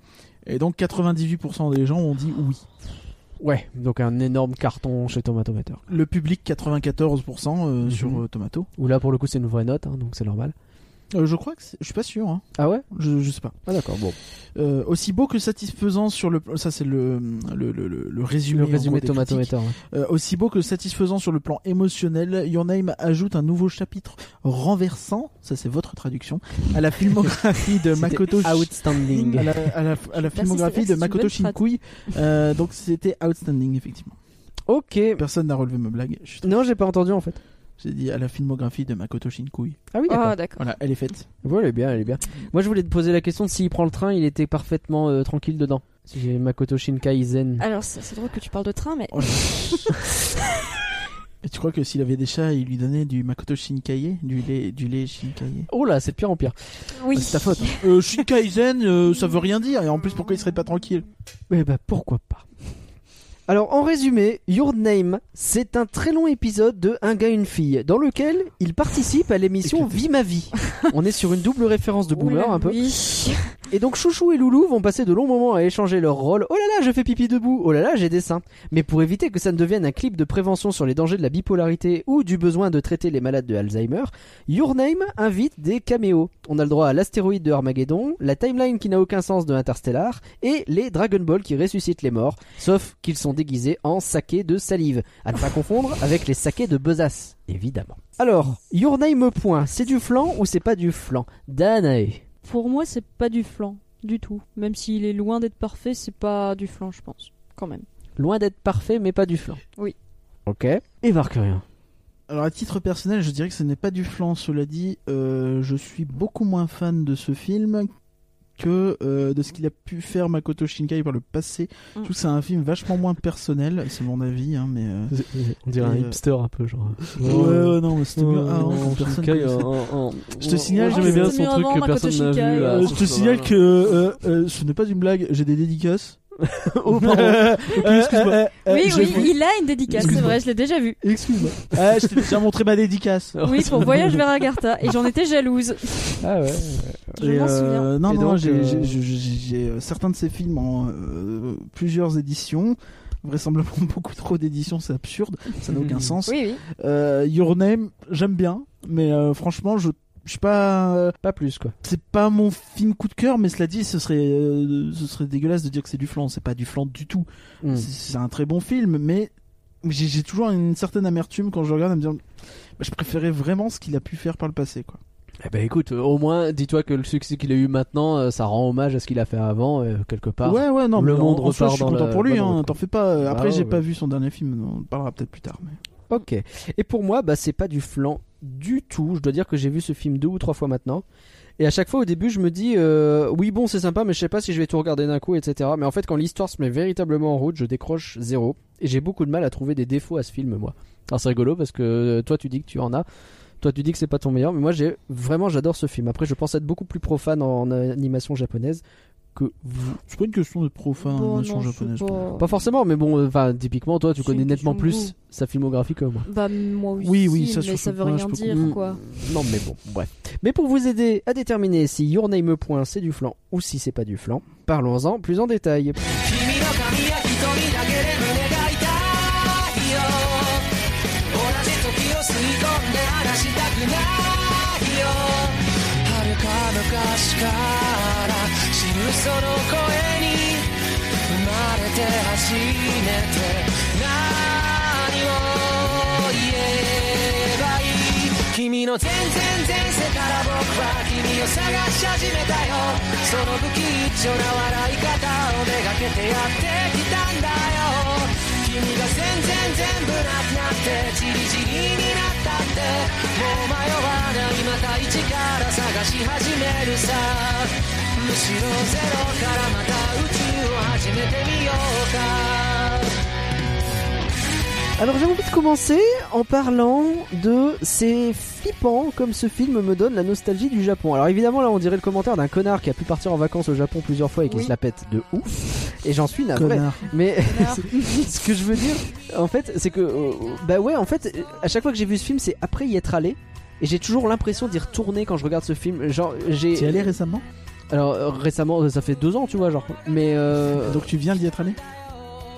[SPEAKER 1] Et donc 98% des gens ont dit oui.
[SPEAKER 6] Ouais. Donc un énorme carton chez Tomatometer.
[SPEAKER 1] Le public 94% euh,
[SPEAKER 6] Mhm.
[SPEAKER 1] sur euh, Tomato.
[SPEAKER 6] Ou là, pour le coup, c'est une vraie note, hein, donc c'est normal.
[SPEAKER 1] Euh, je crois que c'est- je suis pas sûr. hein.
[SPEAKER 6] Ah ouais
[SPEAKER 1] Je, je sais pas.
[SPEAKER 6] Ah d'accord, bon.
[SPEAKER 1] Euh, aussi beau que satisfaisant sur le ça c'est le le, le, le- le résumé
[SPEAKER 6] Le
[SPEAKER 1] en
[SPEAKER 6] résumé
[SPEAKER 1] gros des critiques.
[SPEAKER 6] Tomatometer. ouais.
[SPEAKER 1] Euh, aussi beau que satisfaisant sur le plan émotionnel, Your Name ajoute un nouveau chapitre renversant, ça c'est votre traduction, à la filmographie de
[SPEAKER 6] C'était
[SPEAKER 1] Makoto Shi-
[SPEAKER 6] Outstanding.
[SPEAKER 1] à la, à la- à la
[SPEAKER 2] si
[SPEAKER 1] filmographie
[SPEAKER 2] c'est-
[SPEAKER 1] de
[SPEAKER 2] c'est une
[SPEAKER 1] Makoto
[SPEAKER 2] bonne trad.
[SPEAKER 1] Shinkui. Euh, donc c'était outstanding effectivement.
[SPEAKER 6] Ok.
[SPEAKER 1] Personne n'a relevé ma blague. Je suis-
[SPEAKER 6] Non, j'ai pas entendu en fait.
[SPEAKER 1] J'ai dit à la filmographie de Makoto Shinkui.
[SPEAKER 6] Ah oui, d'accord.
[SPEAKER 2] Ah, d'accord.
[SPEAKER 1] Voilà, elle est faite.
[SPEAKER 6] Ouais, elle est bien, elle est bien. Moi, je voulais te poser la question de s'il prend le train, il était parfaitement euh, tranquille dedans. Si j'ai Makoto Shinkai Zen.
[SPEAKER 2] Alors, c'est c'est drôle que tu parles de train, mais
[SPEAKER 1] Oh là là. Et tu crois que s'il avait des chats, il lui donnait du Makoto Shinkaye Du lait, du lait Shinkaye
[SPEAKER 6] Oh là, c'est de pire en pire.
[SPEAKER 2] oui.
[SPEAKER 6] C'est ta faute.
[SPEAKER 1] euh, Shinkaizen, euh, ça veut rien dire. Et en plus, pourquoi il serait pas tranquille
[SPEAKER 6] Eh bah pourquoi pas. Alors en résumé, Your Name, c'est un très long épisode de Un gars une fille, dans lequel il participe à l'émission
[SPEAKER 1] Éclaté.
[SPEAKER 6] Vie ma vie. On est sur une double référence de
[SPEAKER 2] Ouh là
[SPEAKER 6] boomer un peu.
[SPEAKER 2] Oui.
[SPEAKER 6] Et donc Chouchou et Loulou vont passer de longs moments à échanger leurs rôles. Oh là là, je fais pipi debout. Oh là là, j'ai des seins. Mais pour éviter que ça ne devienne un clip de prévention sur les dangers de la bipolarité ou du besoin de traiter les malades de Alzheimer, Your Name invite des caméos. On a le droit à l'astéroïde de Armageddon, la timeline qui n'a aucun sens de Interstellar et les Dragon Ball qui ressuscitent les morts, sauf qu'ils sont déguisés en sakés de salive, à ne pas confondre avec les sakés de besace, évidemment. Alors, Your Name au point, c'est du flan ou c'est pas du flan Danae.
[SPEAKER 2] Pour moi, c'est pas du flan, du tout. Même s'il est loin d'être parfait, c'est pas du flan, je pense. Quand même.
[SPEAKER 6] Loin d'être parfait, mais pas du flan.
[SPEAKER 2] Oui.
[SPEAKER 6] Ok. Et Varkurien.
[SPEAKER 1] Alors, à titre personnel, je dirais que ce n'est pas du flan. Cela dit, euh, je suis beaucoup moins fan de ce film que euh, de ce qu'il a pu faire Makoto Shinkai par le passé. Je
[SPEAKER 2] Mm.
[SPEAKER 1] trouve que c'est un film vachement moins personnel. C'est mon avis, hein, mais. euh,
[SPEAKER 6] On
[SPEAKER 1] dirait un
[SPEAKER 6] hipster un peu, genre.
[SPEAKER 1] Ouais, ouais, non, mais c'était mieux. Ah, non, personne connaissait. Je te signale, j'aimais
[SPEAKER 2] bien son truc que personne n'a vu, là.
[SPEAKER 1] Euh, je te signale que euh, euh, ce n'est pas une blague, j'ai des dédicaces.
[SPEAKER 6] Oh, pardon.
[SPEAKER 1] Euh,
[SPEAKER 6] excuse-moi.
[SPEAKER 1] euh, euh,
[SPEAKER 2] oui,
[SPEAKER 1] je
[SPEAKER 2] oui,
[SPEAKER 1] vous-
[SPEAKER 2] il a une dédicace, c'est vrai, je l'ai déjà vu.
[SPEAKER 1] Excuse-moi. Ah, je t'ai déjà montré ma dédicace.
[SPEAKER 2] Oui, pour Voyage vers Agartha, et j'en étais jalouse.
[SPEAKER 6] Ah ouais.
[SPEAKER 2] Je
[SPEAKER 1] Et,
[SPEAKER 2] m'en souviens.
[SPEAKER 1] euh, non,
[SPEAKER 6] Et
[SPEAKER 1] non,
[SPEAKER 6] donc,
[SPEAKER 1] j'ai
[SPEAKER 6] euh,
[SPEAKER 1] j'ai- j'ai- j'ai- j'ai, euh, certains de ces films en euh, plusieurs éditions. Vraisemblablement beaucoup trop d'éditions, c'est absurde, ça n'a aucun
[SPEAKER 6] Mhm.
[SPEAKER 1] sens.
[SPEAKER 2] Oui, oui.
[SPEAKER 1] Euh, Your Name, j'aime bien, mais euh, franchement, je je suis pas. euh,
[SPEAKER 6] Pas plus, quoi.
[SPEAKER 1] C'est pas mon film coup de cœur, mais cela dit, ce serait, euh, ce serait dégueulasse de dire que c'est du flan. C'est pas du flan du tout.
[SPEAKER 6] Hmm.
[SPEAKER 1] C'est c'est un très bon film, mais j'ai j'ai toujours une certaine amertume quand je le regarde à me dire, bah, je préférais vraiment ce qu'il a pu faire par le passé. Quoi.
[SPEAKER 6] Eh ben écoute, euh, au moins, dis-toi que le succès qu'il a eu maintenant, euh, ça rend hommage à ce qu'il a fait avant, euh, quelque part.
[SPEAKER 1] ouais, ouais, non,
[SPEAKER 6] le
[SPEAKER 1] mais
[SPEAKER 6] monde
[SPEAKER 1] en, en soi,
[SPEAKER 6] repart
[SPEAKER 1] je suis
[SPEAKER 6] dans
[SPEAKER 1] content
[SPEAKER 6] la
[SPEAKER 1] pour lui.
[SPEAKER 6] bonne
[SPEAKER 1] Hein,
[SPEAKER 6] route.
[SPEAKER 1] T'en fais pas. euh,
[SPEAKER 6] Bah
[SPEAKER 1] Après,
[SPEAKER 6] ouais,
[SPEAKER 1] j'ai
[SPEAKER 6] ouais.
[SPEAKER 1] pas vu son dernier film. On en parlera peut-être plus tard. mais-
[SPEAKER 6] Ok. Et pour moi, bah, c'est pas du flan du tout. Je dois dire que j'ai vu ce film deux ou trois fois maintenant. Et à chaque fois, au début, je me dis, euh, oui, bon, c'est sympa, mais je sais pas si je vais tout regarder d'un coup, etc. Mais en fait, quand l'histoire se met véritablement en route, je décroche zéro. Et j'ai beaucoup de mal à trouver des défauts à ce film, moi. Alors, c'est rigolo parce que euh, toi, tu dis que tu en as. Toi, tu dis que c'est pas ton meilleur. Mais moi, j'ai vraiment, j'adore ce film. Après, je pense être beaucoup plus profane en, en animation japonaise que vous.
[SPEAKER 1] C'est pas une question de profane
[SPEAKER 2] Bon,
[SPEAKER 1] animation
[SPEAKER 2] non, je
[SPEAKER 1] japonaise.
[SPEAKER 2] sais pas.
[SPEAKER 6] Pas forcément, mais bon, euh, enfin, typiquement, toi, tu
[SPEAKER 2] C'est une
[SPEAKER 6] connais nettement
[SPEAKER 2] question de
[SPEAKER 6] plus sa filmographie que moi.
[SPEAKER 2] Bah, moi aussi.
[SPEAKER 1] Oui, oui, ça,
[SPEAKER 2] mais
[SPEAKER 1] sur ce
[SPEAKER 2] ça veut
[SPEAKER 1] point,
[SPEAKER 2] rien
[SPEAKER 1] je peux Mm.
[SPEAKER 2] dire,
[SPEAKER 1] comprendre.
[SPEAKER 2] quoi.
[SPEAKER 6] Hmm. Non, mais bon, bref. Mais pour vous aider à déterminer si Your Name e Point c'est du flan ou si c'est pas du flan, parlons-en plus en détail. Alors j'ai envie de commencer en parlant de ces flippants comme ce film me donne la nostalgie du Japon. Alors évidemment là on dirait le commentaire d'un connard qui a pu partir en vacances au Japon plusieurs fois et qui se la pète de ouf. Et j'en suis navré.
[SPEAKER 1] Connard.
[SPEAKER 6] Mais ce que je veux dire, en fait, c'est que. euh, bah ouais, en fait, euh, à chaque fois que j'ai vu ce film, c'est après y être allé. Et j'ai toujours l'impression d'y retourner quand je regarde ce film. Genre, j'ai.
[SPEAKER 1] T'y es allé récemment
[SPEAKER 6] Alors, euh, récemment, ça fait deux ans, tu vois, genre. Mais. Euh...
[SPEAKER 1] Donc tu viens d'y être allé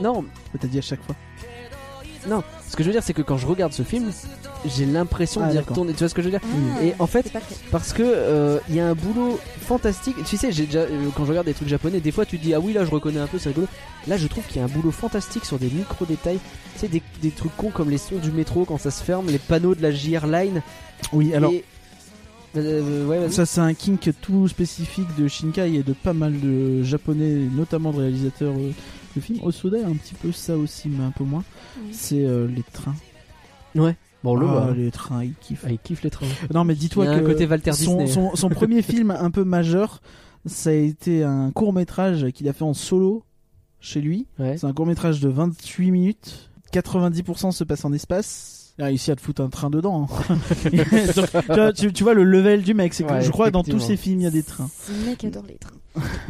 [SPEAKER 6] non,
[SPEAKER 1] Bah, T'as dit à chaque fois.
[SPEAKER 6] Non, ce que je veux dire, c'est que quand je regarde ce film, j'ai l'impression
[SPEAKER 1] Ah,
[SPEAKER 6] d'y
[SPEAKER 1] d'accord.
[SPEAKER 6] retourner. Tu vois ce que je veux dire
[SPEAKER 2] Ah,
[SPEAKER 6] Et en fait,
[SPEAKER 2] c'est pas clair.
[SPEAKER 6] parce que euh, il y a un boulot fantastique. Tu sais, j'ai déjà euh, quand je regarde des trucs japonais, des fois tu te dis ah oui là je reconnais un peu, c'est rigolo. Là je trouve qu'il y a un boulot fantastique sur des micro détails. Tu sais des, des trucs cons comme les sons du métro quand ça se ferme, les panneaux de la JR Line.
[SPEAKER 1] Oui, alors
[SPEAKER 6] Et- Euh, ouais, vas-y.
[SPEAKER 1] ça c'est un kink tout spécifique de Shinkai et de pas mal de japonais, notamment de réalisateurs euh, de films. Osoda a un petit peu ça aussi, mais un peu moins. C'est euh, les trains.
[SPEAKER 6] Bon le
[SPEAKER 1] Ah,
[SPEAKER 6] bah,
[SPEAKER 1] les trains, ils kiffent.
[SPEAKER 6] ah, il kiffe les trains.
[SPEAKER 1] Non, mais
[SPEAKER 6] Il
[SPEAKER 1] dis-toi
[SPEAKER 6] y a
[SPEAKER 1] que
[SPEAKER 6] un côté Walter
[SPEAKER 1] son,
[SPEAKER 6] Disney.
[SPEAKER 1] son- son premier film un peu majeur, ça a été un court métrage qu'il a fait en solo chez lui.
[SPEAKER 6] Ouais.
[SPEAKER 1] C'est un court métrage de 28 minutes. 90% se passe en espace. Il a réussi à te foutre un train dedans. hein. Donc, tu, vois, tu- tu vois le level du mec, c'est que
[SPEAKER 6] Ouais,
[SPEAKER 1] je crois que dans tous
[SPEAKER 6] effectivement.
[SPEAKER 1] ses films il y a des trains.
[SPEAKER 2] Ce mec adore les trains.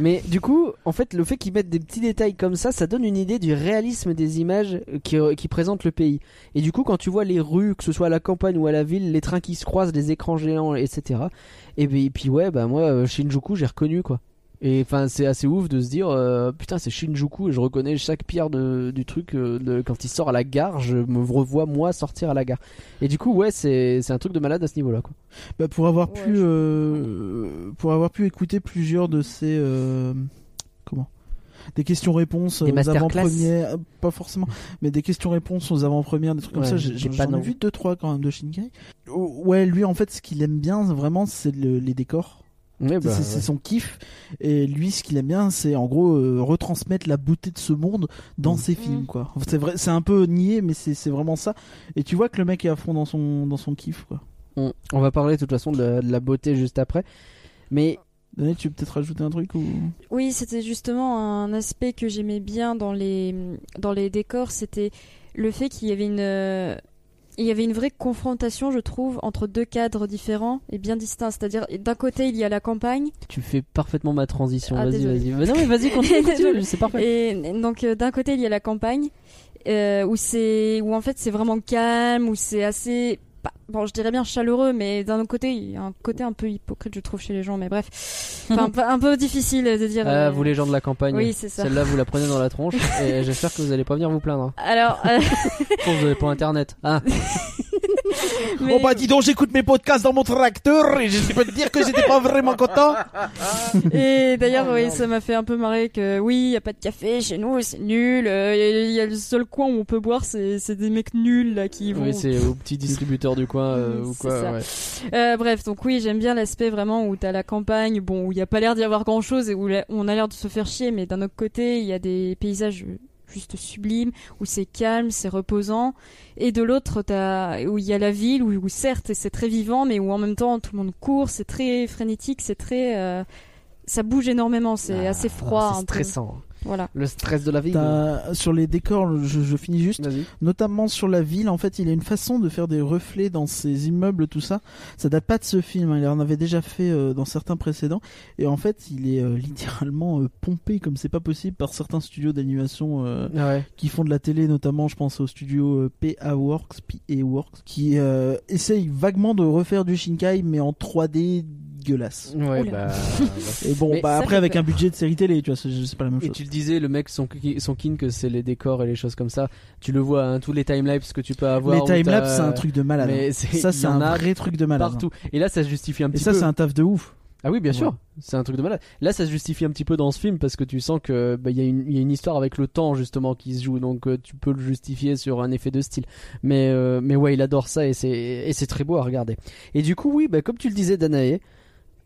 [SPEAKER 6] Mais du coup, en fait, le fait qu'ils mettent des petits détails comme ça, ça donne une idée du réalisme des images qui, euh, qui présentent le pays. Et du coup, quand tu vois les rues, que ce soit à la campagne ou à la ville, les trains qui se croisent, les écrans géants, etc. Et puis, puis ouais, bah moi, euh, Shinjuku, j'ai reconnu quoi. Et enfin, c'est assez ouf de se dire, euh, putain, c'est Shinjuku et je reconnais chaque pierre de, du truc. euh, de- quand il sort à la gare, je me revois moi sortir à la gare. Et du coup, ouais, c'est c'est un truc de malade à ce niveau-là. quoi.
[SPEAKER 1] Bah, pour avoir
[SPEAKER 2] Ouais,
[SPEAKER 1] pu
[SPEAKER 2] je-
[SPEAKER 1] euh, pour avoir pu écouter plusieurs de ces euh, comment des questions-réponses
[SPEAKER 6] Des
[SPEAKER 1] aux
[SPEAKER 6] masterclass.
[SPEAKER 1] avant-premières, euh, pas forcément, mais des questions-réponses aux avant-premières, des trucs
[SPEAKER 6] Ouais,
[SPEAKER 1] comme ça. j'ai-
[SPEAKER 6] des
[SPEAKER 1] J'en j'en
[SPEAKER 6] panneaux.
[SPEAKER 1] ai vu deux trois quand même de Shinkai. Oh, Ouais, lui en fait, ce qu'il aime bien vraiment, c'est le- les décors.
[SPEAKER 6] Ouais,
[SPEAKER 1] C'est-
[SPEAKER 6] bah,
[SPEAKER 1] c'est
[SPEAKER 6] ouais.
[SPEAKER 1] son kiff. Et lui, ce qu'il aime bien, c'est en gros euh, retransmettre la beauté de ce monde dans
[SPEAKER 6] Mm.
[SPEAKER 1] ses films, quoi. C'est vrai, c'est un peu nié, mais c'est c'est vraiment ça. Et tu vois que le mec est à fond dans son dans son kiff, quoi.
[SPEAKER 6] On, on va parler de toute façon de la, de la beauté juste après. Mais
[SPEAKER 1] Daniel, tu veux peut-être rajouter un truc ou
[SPEAKER 2] Oui, c'était justement un aspect que j'aimais bien dans les, dans les décors, c'était le fait qu'il y avait une... euh, Il y avait une vraie confrontation, je trouve, entre deux cadres différents et bien distincts. C'est-à-dire, d'un côté, il y a la campagne,
[SPEAKER 6] tu fais parfaitement ma transition.
[SPEAKER 2] Ah,
[SPEAKER 6] vas-y,
[SPEAKER 2] désolée.
[SPEAKER 6] vas-y. Mais non, mais vas-y, continue, continue, c'est parfait.
[SPEAKER 2] Et donc euh, d'un côté il y a la campagne euh, où c'est où en fait c'est vraiment calme où c'est assez pas- bon je dirais bien chaleureux mais d'un autre côté il y a un côté un peu hypocrite je trouve chez les gens mais bref enfin, un, peu, un peu difficile de dire
[SPEAKER 6] Ah,
[SPEAKER 2] euh,
[SPEAKER 6] vous les gens de la campagne.
[SPEAKER 2] oui c'est ça
[SPEAKER 6] Celle-là, vous la prenez dans la tronche. et j'espère que vous allez pas venir vous plaindre. hein.
[SPEAKER 2] alors euh,
[SPEAKER 6] Je pense que vous allez pour internet. Ah,
[SPEAKER 2] mais-
[SPEAKER 1] Oh bah, donc, j'écoute mes podcasts dans mon tracteur et je peux te dire que j'étais pas vraiment content.
[SPEAKER 6] Oh
[SPEAKER 2] et d'ailleurs oui ça m'a fait un peu marrer que oui il y a pas de café chez nous c'est nul euh, il y, a- il y a le seul coin où on peut boire c'est c'est des mecs nuls là qui vont
[SPEAKER 6] oui, c'est au petit distributeur du coin euh, ou
[SPEAKER 2] C'est
[SPEAKER 6] quoi.
[SPEAKER 2] ça.
[SPEAKER 6] ouais.
[SPEAKER 2] Euh, bref, donc oui, j'aime bien l'aspect vraiment où t'as la campagne, bon, où il n'y a pas l'air d'y avoir grand chose et où la- on a l'air de se faire chier, mais d'un autre côté, il y a des paysages euh, juste sublimes, où c'est calme, c'est reposant, et de l'autre, t'as, où il y a la ville, où, où certes, c'est très vivant, mais où en même temps, tout le monde court, c'est très frénétique, c'est très, euh, ça bouge énormément, c'est
[SPEAKER 6] Ah,
[SPEAKER 2] assez froid.
[SPEAKER 6] C'est
[SPEAKER 2] un peu.
[SPEAKER 6] stressant.
[SPEAKER 1] hein.
[SPEAKER 2] Voilà.
[SPEAKER 6] Le stress de la vie.
[SPEAKER 1] T'as- Sur les décors, je, je finis juste.
[SPEAKER 6] Vas-y.
[SPEAKER 1] Notamment sur la ville, en fait, il y a une façon de faire des reflets dans ces immeubles, tout ça. Ça date pas de ce film. hein. Il en avait déjà fait euh, dans certains précédents. Et en fait, il est euh, littéralement euh, pompé comme c'est pas possible par certains studios d'animation. euh,
[SPEAKER 6] Ah ouais.
[SPEAKER 1] qui font de la télé, notamment je pense au studio euh, PA Works, PA Works, qui euh, essaye vaguement de refaire du Shinkai mais en 3D dégueulasse.
[SPEAKER 6] Ouais,
[SPEAKER 2] Oula.
[SPEAKER 6] bah, bah,
[SPEAKER 1] Et bon,
[SPEAKER 6] Mais
[SPEAKER 1] bah
[SPEAKER 2] ça
[SPEAKER 1] après
[SPEAKER 2] fait
[SPEAKER 1] avec
[SPEAKER 2] peur.
[SPEAKER 1] un budget de série télé, tu vois, c'est c'est pas la même
[SPEAKER 6] Et
[SPEAKER 1] chose.
[SPEAKER 6] tu le disais, le mec, son, son kink, c'est les décors et les choses comme ça. Tu le vois, hein, tous les timelapses que tu peux avoir.
[SPEAKER 1] Les
[SPEAKER 6] où t'as-
[SPEAKER 1] timelapses, c'est un truc de malade.
[SPEAKER 6] euh, Mais
[SPEAKER 1] hein.
[SPEAKER 6] c'est-
[SPEAKER 1] Ça,
[SPEAKER 6] il
[SPEAKER 1] c'est
[SPEAKER 6] y en
[SPEAKER 1] un
[SPEAKER 6] a
[SPEAKER 1] vrai truc de malade. hein.
[SPEAKER 6] partout. Et là, ça se justifie un
[SPEAKER 1] Et
[SPEAKER 6] petit
[SPEAKER 1] ça,
[SPEAKER 6] peu.
[SPEAKER 1] c'est un taf de ouf.
[SPEAKER 6] Ah oui, bien sûr.
[SPEAKER 1] Ouais.
[SPEAKER 6] C'est un truc de malade. Là, ça se justifie un petit peu dans ce film parce que tu sens que bah, il y, a une- il y a une histoire avec le temps justement qui se joue, donc euh, tu peux le justifier sur un effet de style. Mais euh, mais ouais, il adore ça et c'est et c'est très beau à regarder. Et du coup, oui, bah, comme tu le disais, Danae.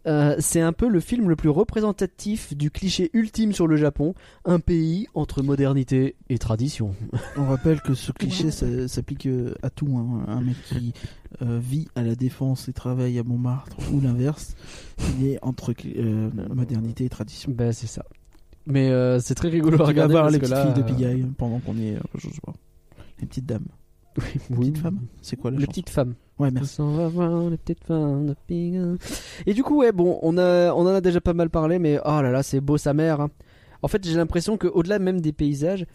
[SPEAKER 6] euh, c'est un peu le film le plus représentatif du cliché ultime sur le Japon, un pays entre modernité et tradition.
[SPEAKER 1] On rappelle que ce cliché
[SPEAKER 2] Ouais.
[SPEAKER 1] ça- s'applique euh, à tout. hein. Un mec qui euh, vit à la Défense et travaille à Montmartre ou l'inverse, il est entre euh, modernité et tradition.
[SPEAKER 6] Bah c'est ça. Mais euh, c'est très rigolo à
[SPEAKER 1] Il va
[SPEAKER 6] regarder.
[SPEAKER 1] voir
[SPEAKER 6] parce
[SPEAKER 1] les
[SPEAKER 6] que
[SPEAKER 1] petites
[SPEAKER 6] là,
[SPEAKER 1] filles de
[SPEAKER 6] euh,
[SPEAKER 1] Pigaille pendant qu'on est, euh, je sais pas, les petites dames.
[SPEAKER 6] oui,
[SPEAKER 1] Les
[SPEAKER 6] oui.
[SPEAKER 1] petites femmes C'est quoi la
[SPEAKER 6] Les
[SPEAKER 1] chanson
[SPEAKER 6] petites femmes.
[SPEAKER 1] Ouais, merci.
[SPEAKER 6] On s'en va voir les petites femmes de Pigalle. hein. Et du coup, ouais, bon, on, a, on en a déjà pas mal parlé, mais oh là là, c'est beau sa mère. hein. En fait, j'ai l'impression que au delà même des paysages,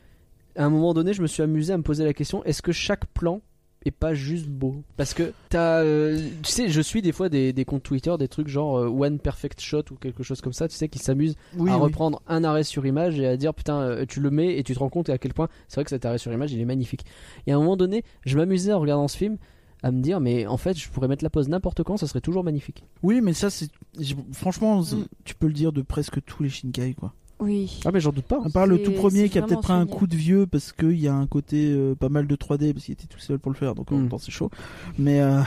[SPEAKER 6] à un moment donné, je me suis amusé à me poser la question est-ce que chaque plan et pas juste beau. Parce que t'as, euh, tu sais, je suis des fois des, des comptes Twitter, des trucs genre euh, One Perfect Shot ou quelque chose comme ça, tu sais, qui s'amusent
[SPEAKER 1] Oui,
[SPEAKER 6] à
[SPEAKER 1] oui.
[SPEAKER 6] reprendre un arrêt sur image et à dire putain, euh, tu le mets et tu te rends compte à quel point c'est vrai que cet arrêt sur image il est magnifique. Et à un moment donné, je m'amusais en regardant ce film à me dire mais en fait je pourrais mettre la pause n'importe quand ça serait toujours magnifique
[SPEAKER 1] Oui, mais ça, c'est j'ai- franchement, c'est-
[SPEAKER 2] Mm.
[SPEAKER 1] tu peux le dire de presque tous les Shinkai, quoi.
[SPEAKER 2] Oui.
[SPEAKER 6] ah mais j'en doute pas
[SPEAKER 1] À part le
[SPEAKER 2] C'est-
[SPEAKER 1] tout premier
[SPEAKER 2] c'est
[SPEAKER 1] qui a peut-être
[SPEAKER 2] vraiment
[SPEAKER 1] pris un
[SPEAKER 2] génial.
[SPEAKER 1] coup de vieux parce qu'il y a un côté euh, pas mal de 3D parce qu'il était tout seul pour le faire, donc en
[SPEAKER 6] Mm.
[SPEAKER 1] même temps c'est chaud. Mais euh,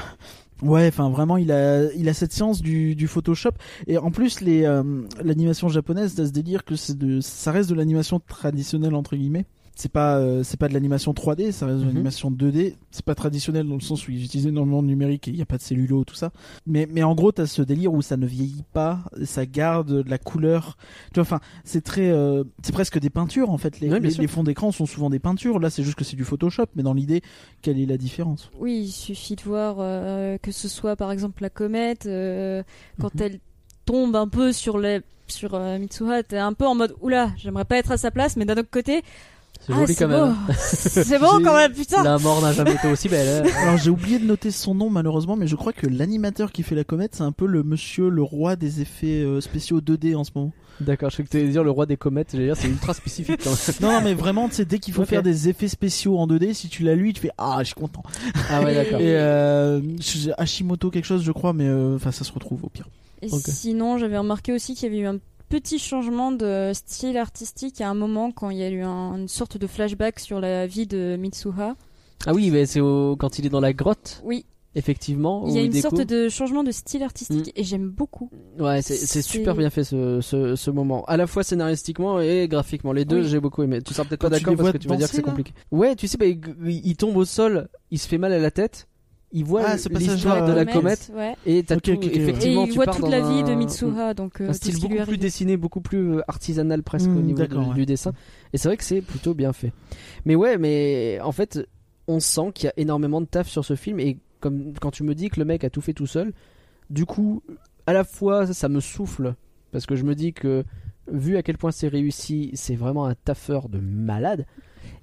[SPEAKER 1] ouais, enfin vraiment, il a, il a cette science du, du Photoshop et en plus les euh, l'animation japonaise, ça se délire que c'est de, ça reste de l'animation traditionnelle entre guillemets. C'est pas euh, c'est pas de l'animation 3D, ça reste de
[SPEAKER 6] Mhm.
[SPEAKER 1] l'animation 2D. C'est pas traditionnel dans le sens où ils utilisent énormément de numérique et il y a pas de cellulo tout ça. Mais mais en gros, t'as ce délire où ça ne vieillit pas, ça garde de la couleur. Tu vois, enfin, c'est très euh, c'est presque des peintures en fait. Les,
[SPEAKER 6] Ouais, bien
[SPEAKER 1] les-
[SPEAKER 6] sûr.
[SPEAKER 1] les fonds d'écran sont souvent des peintures. Là, c'est juste que c'est du Photoshop, mais dans l'idée, quelle est la différence
[SPEAKER 2] Oui, il suffit de voir euh, que ce soit par exemple la comète, euh, quand
[SPEAKER 6] Mhm.
[SPEAKER 2] elle tombe un peu sur les sur euh, Mitsuha, t'es un peu en mode oula, j'aimerais pas être à sa place, mais d'un autre côté,
[SPEAKER 6] c'est
[SPEAKER 2] ah,
[SPEAKER 6] joli
[SPEAKER 2] c'est
[SPEAKER 6] quand même hein.
[SPEAKER 2] beau, c'est beau quand même, putain.
[SPEAKER 6] la mort n'a jamais été aussi belle hein.
[SPEAKER 1] Alors, j'ai oublié de noter son nom malheureusement, mais je crois que l'animateur qui fait la comète, c'est un peu le monsieur, le roi des effets euh, spéciaux 2D en ce moment.
[SPEAKER 6] d'accord je crois que t'allais dire le roi des comètes j'allais dire c'est ultra spécifique quand même.
[SPEAKER 1] Non, non, mais vraiment, c'est dès qu'il faut
[SPEAKER 6] Ok.
[SPEAKER 1] faire des effets spéciaux en 2D, si tu l'as lui, tu fais ah, je suis content.
[SPEAKER 6] ah ouais d'accord
[SPEAKER 1] Et euh, je- Hashimoto quelque chose, je crois, mais euh, enfin, ça se retrouve au pire.
[SPEAKER 2] Et
[SPEAKER 6] Ok.
[SPEAKER 2] sinon, j'avais remarqué aussi qu'il y avait eu un petit changement de style artistique à un moment quand il y a eu un- une sorte de flashback sur la vie de Mitsuha.
[SPEAKER 6] Ah oui, mais c'est au- quand il est dans la grotte,
[SPEAKER 2] Oui,
[SPEAKER 6] effectivement.
[SPEAKER 2] il
[SPEAKER 6] où
[SPEAKER 2] y a une
[SPEAKER 6] découvre-
[SPEAKER 2] sorte de changement de style artistique
[SPEAKER 6] Mm.
[SPEAKER 2] et j'aime beaucoup.
[SPEAKER 6] Ouais, c'est c'est super
[SPEAKER 2] c'est-
[SPEAKER 6] bien fait ce, ce, ce moment. À la fois scénaristiquement et graphiquement. Les deux,
[SPEAKER 2] Oui.
[SPEAKER 6] j'ai beaucoup aimé. Tu seras peut-être pas
[SPEAKER 1] Quand tu
[SPEAKER 6] d'accord
[SPEAKER 1] les
[SPEAKER 6] parce
[SPEAKER 1] vois
[SPEAKER 6] que tu vas dire que c'est
[SPEAKER 1] danser, là
[SPEAKER 6] compliqué. Ouais, tu sais, bah, il, il tombe au sol, il se fait mal à la tête, il voit
[SPEAKER 1] Ah, ce
[SPEAKER 6] l'histoire
[SPEAKER 1] passage-là,
[SPEAKER 6] de la
[SPEAKER 1] euh,
[SPEAKER 6] comète,
[SPEAKER 2] ouais.
[SPEAKER 6] et t'as
[SPEAKER 1] Ok,
[SPEAKER 6] tout-
[SPEAKER 1] ok, ok, ouais.
[SPEAKER 2] Et
[SPEAKER 6] effectivement,
[SPEAKER 2] il
[SPEAKER 6] tu
[SPEAKER 2] voit
[SPEAKER 6] pars
[SPEAKER 2] toute
[SPEAKER 6] dans
[SPEAKER 2] la vie de
[SPEAKER 6] un- mm,
[SPEAKER 2] Mitsuha, donc euh,
[SPEAKER 6] un
[SPEAKER 2] tout
[SPEAKER 6] style
[SPEAKER 2] ce qui
[SPEAKER 6] beaucoup
[SPEAKER 2] lui
[SPEAKER 6] plus
[SPEAKER 2] arrive.
[SPEAKER 6] dessiné, beaucoup plus euh, artisanal presque
[SPEAKER 1] Mm,
[SPEAKER 6] au niveau
[SPEAKER 1] d'accord,
[SPEAKER 6] du,
[SPEAKER 1] ouais.
[SPEAKER 6] du dessin. Et c'est vrai que c'est plutôt bien fait. Mais ouais, mais en fait, on sent qu'il y a énormément de taf sur ce film et comme quand tu me dis que le mec a tout fait tout seul, du coup, à la fois ça, ça me souffle parce que je me dis que vu à quel point c'est réussi, c'est vraiment un taffeur de malade.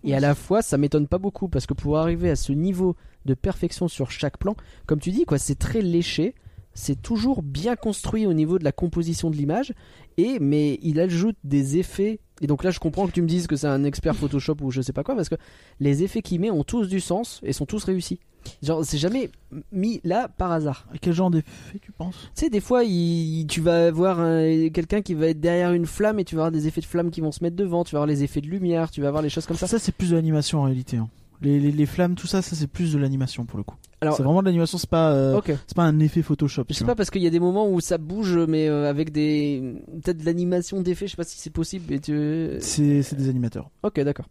[SPEAKER 6] Et à la fois, ça m'étonne pas beaucoup parce que pour arriver à ce niveau de perfection sur chaque plan, comme tu dis quoi, c'est très léché, c'est toujours bien construit au niveau de la composition de l'image et mais il ajoute des effets et donc là je comprends que tu me dises que c'est un expert Photoshop ou je sais pas quoi parce que les effets qu'il met ont tous du sens et sont tous réussis. Genre c'est jamais mis là par hasard.
[SPEAKER 1] Quel genre d'effet tu penses
[SPEAKER 6] Tu sais, des fois, il- tu vas avoir un- quelqu'un qui va être derrière une flamme et tu vas avoir des effets de flamme qui vont se mettre devant, tu vas avoir les effets de lumière, tu vas avoir les choses comme ça.
[SPEAKER 1] Ça, c'est plus de l'animation en réalité. hein. Les, les, les flammes, tout ça, ça c'est plus de l'animation pour le coup.
[SPEAKER 6] Alors-
[SPEAKER 1] c'est vraiment de l'animation, c'est pas euh,
[SPEAKER 6] Ok.
[SPEAKER 1] c'est pas un effet Photoshop.
[SPEAKER 6] Je
[SPEAKER 1] tu
[SPEAKER 6] sais
[SPEAKER 1] vois.
[SPEAKER 6] pas parce qu'il y a des moments où ça bouge, mais euh, avec des peut-être de l'animation d'effets, je sais pas si c'est possible. Et tu...
[SPEAKER 1] C'est c'est des animateurs.
[SPEAKER 6] Ok, d'accord.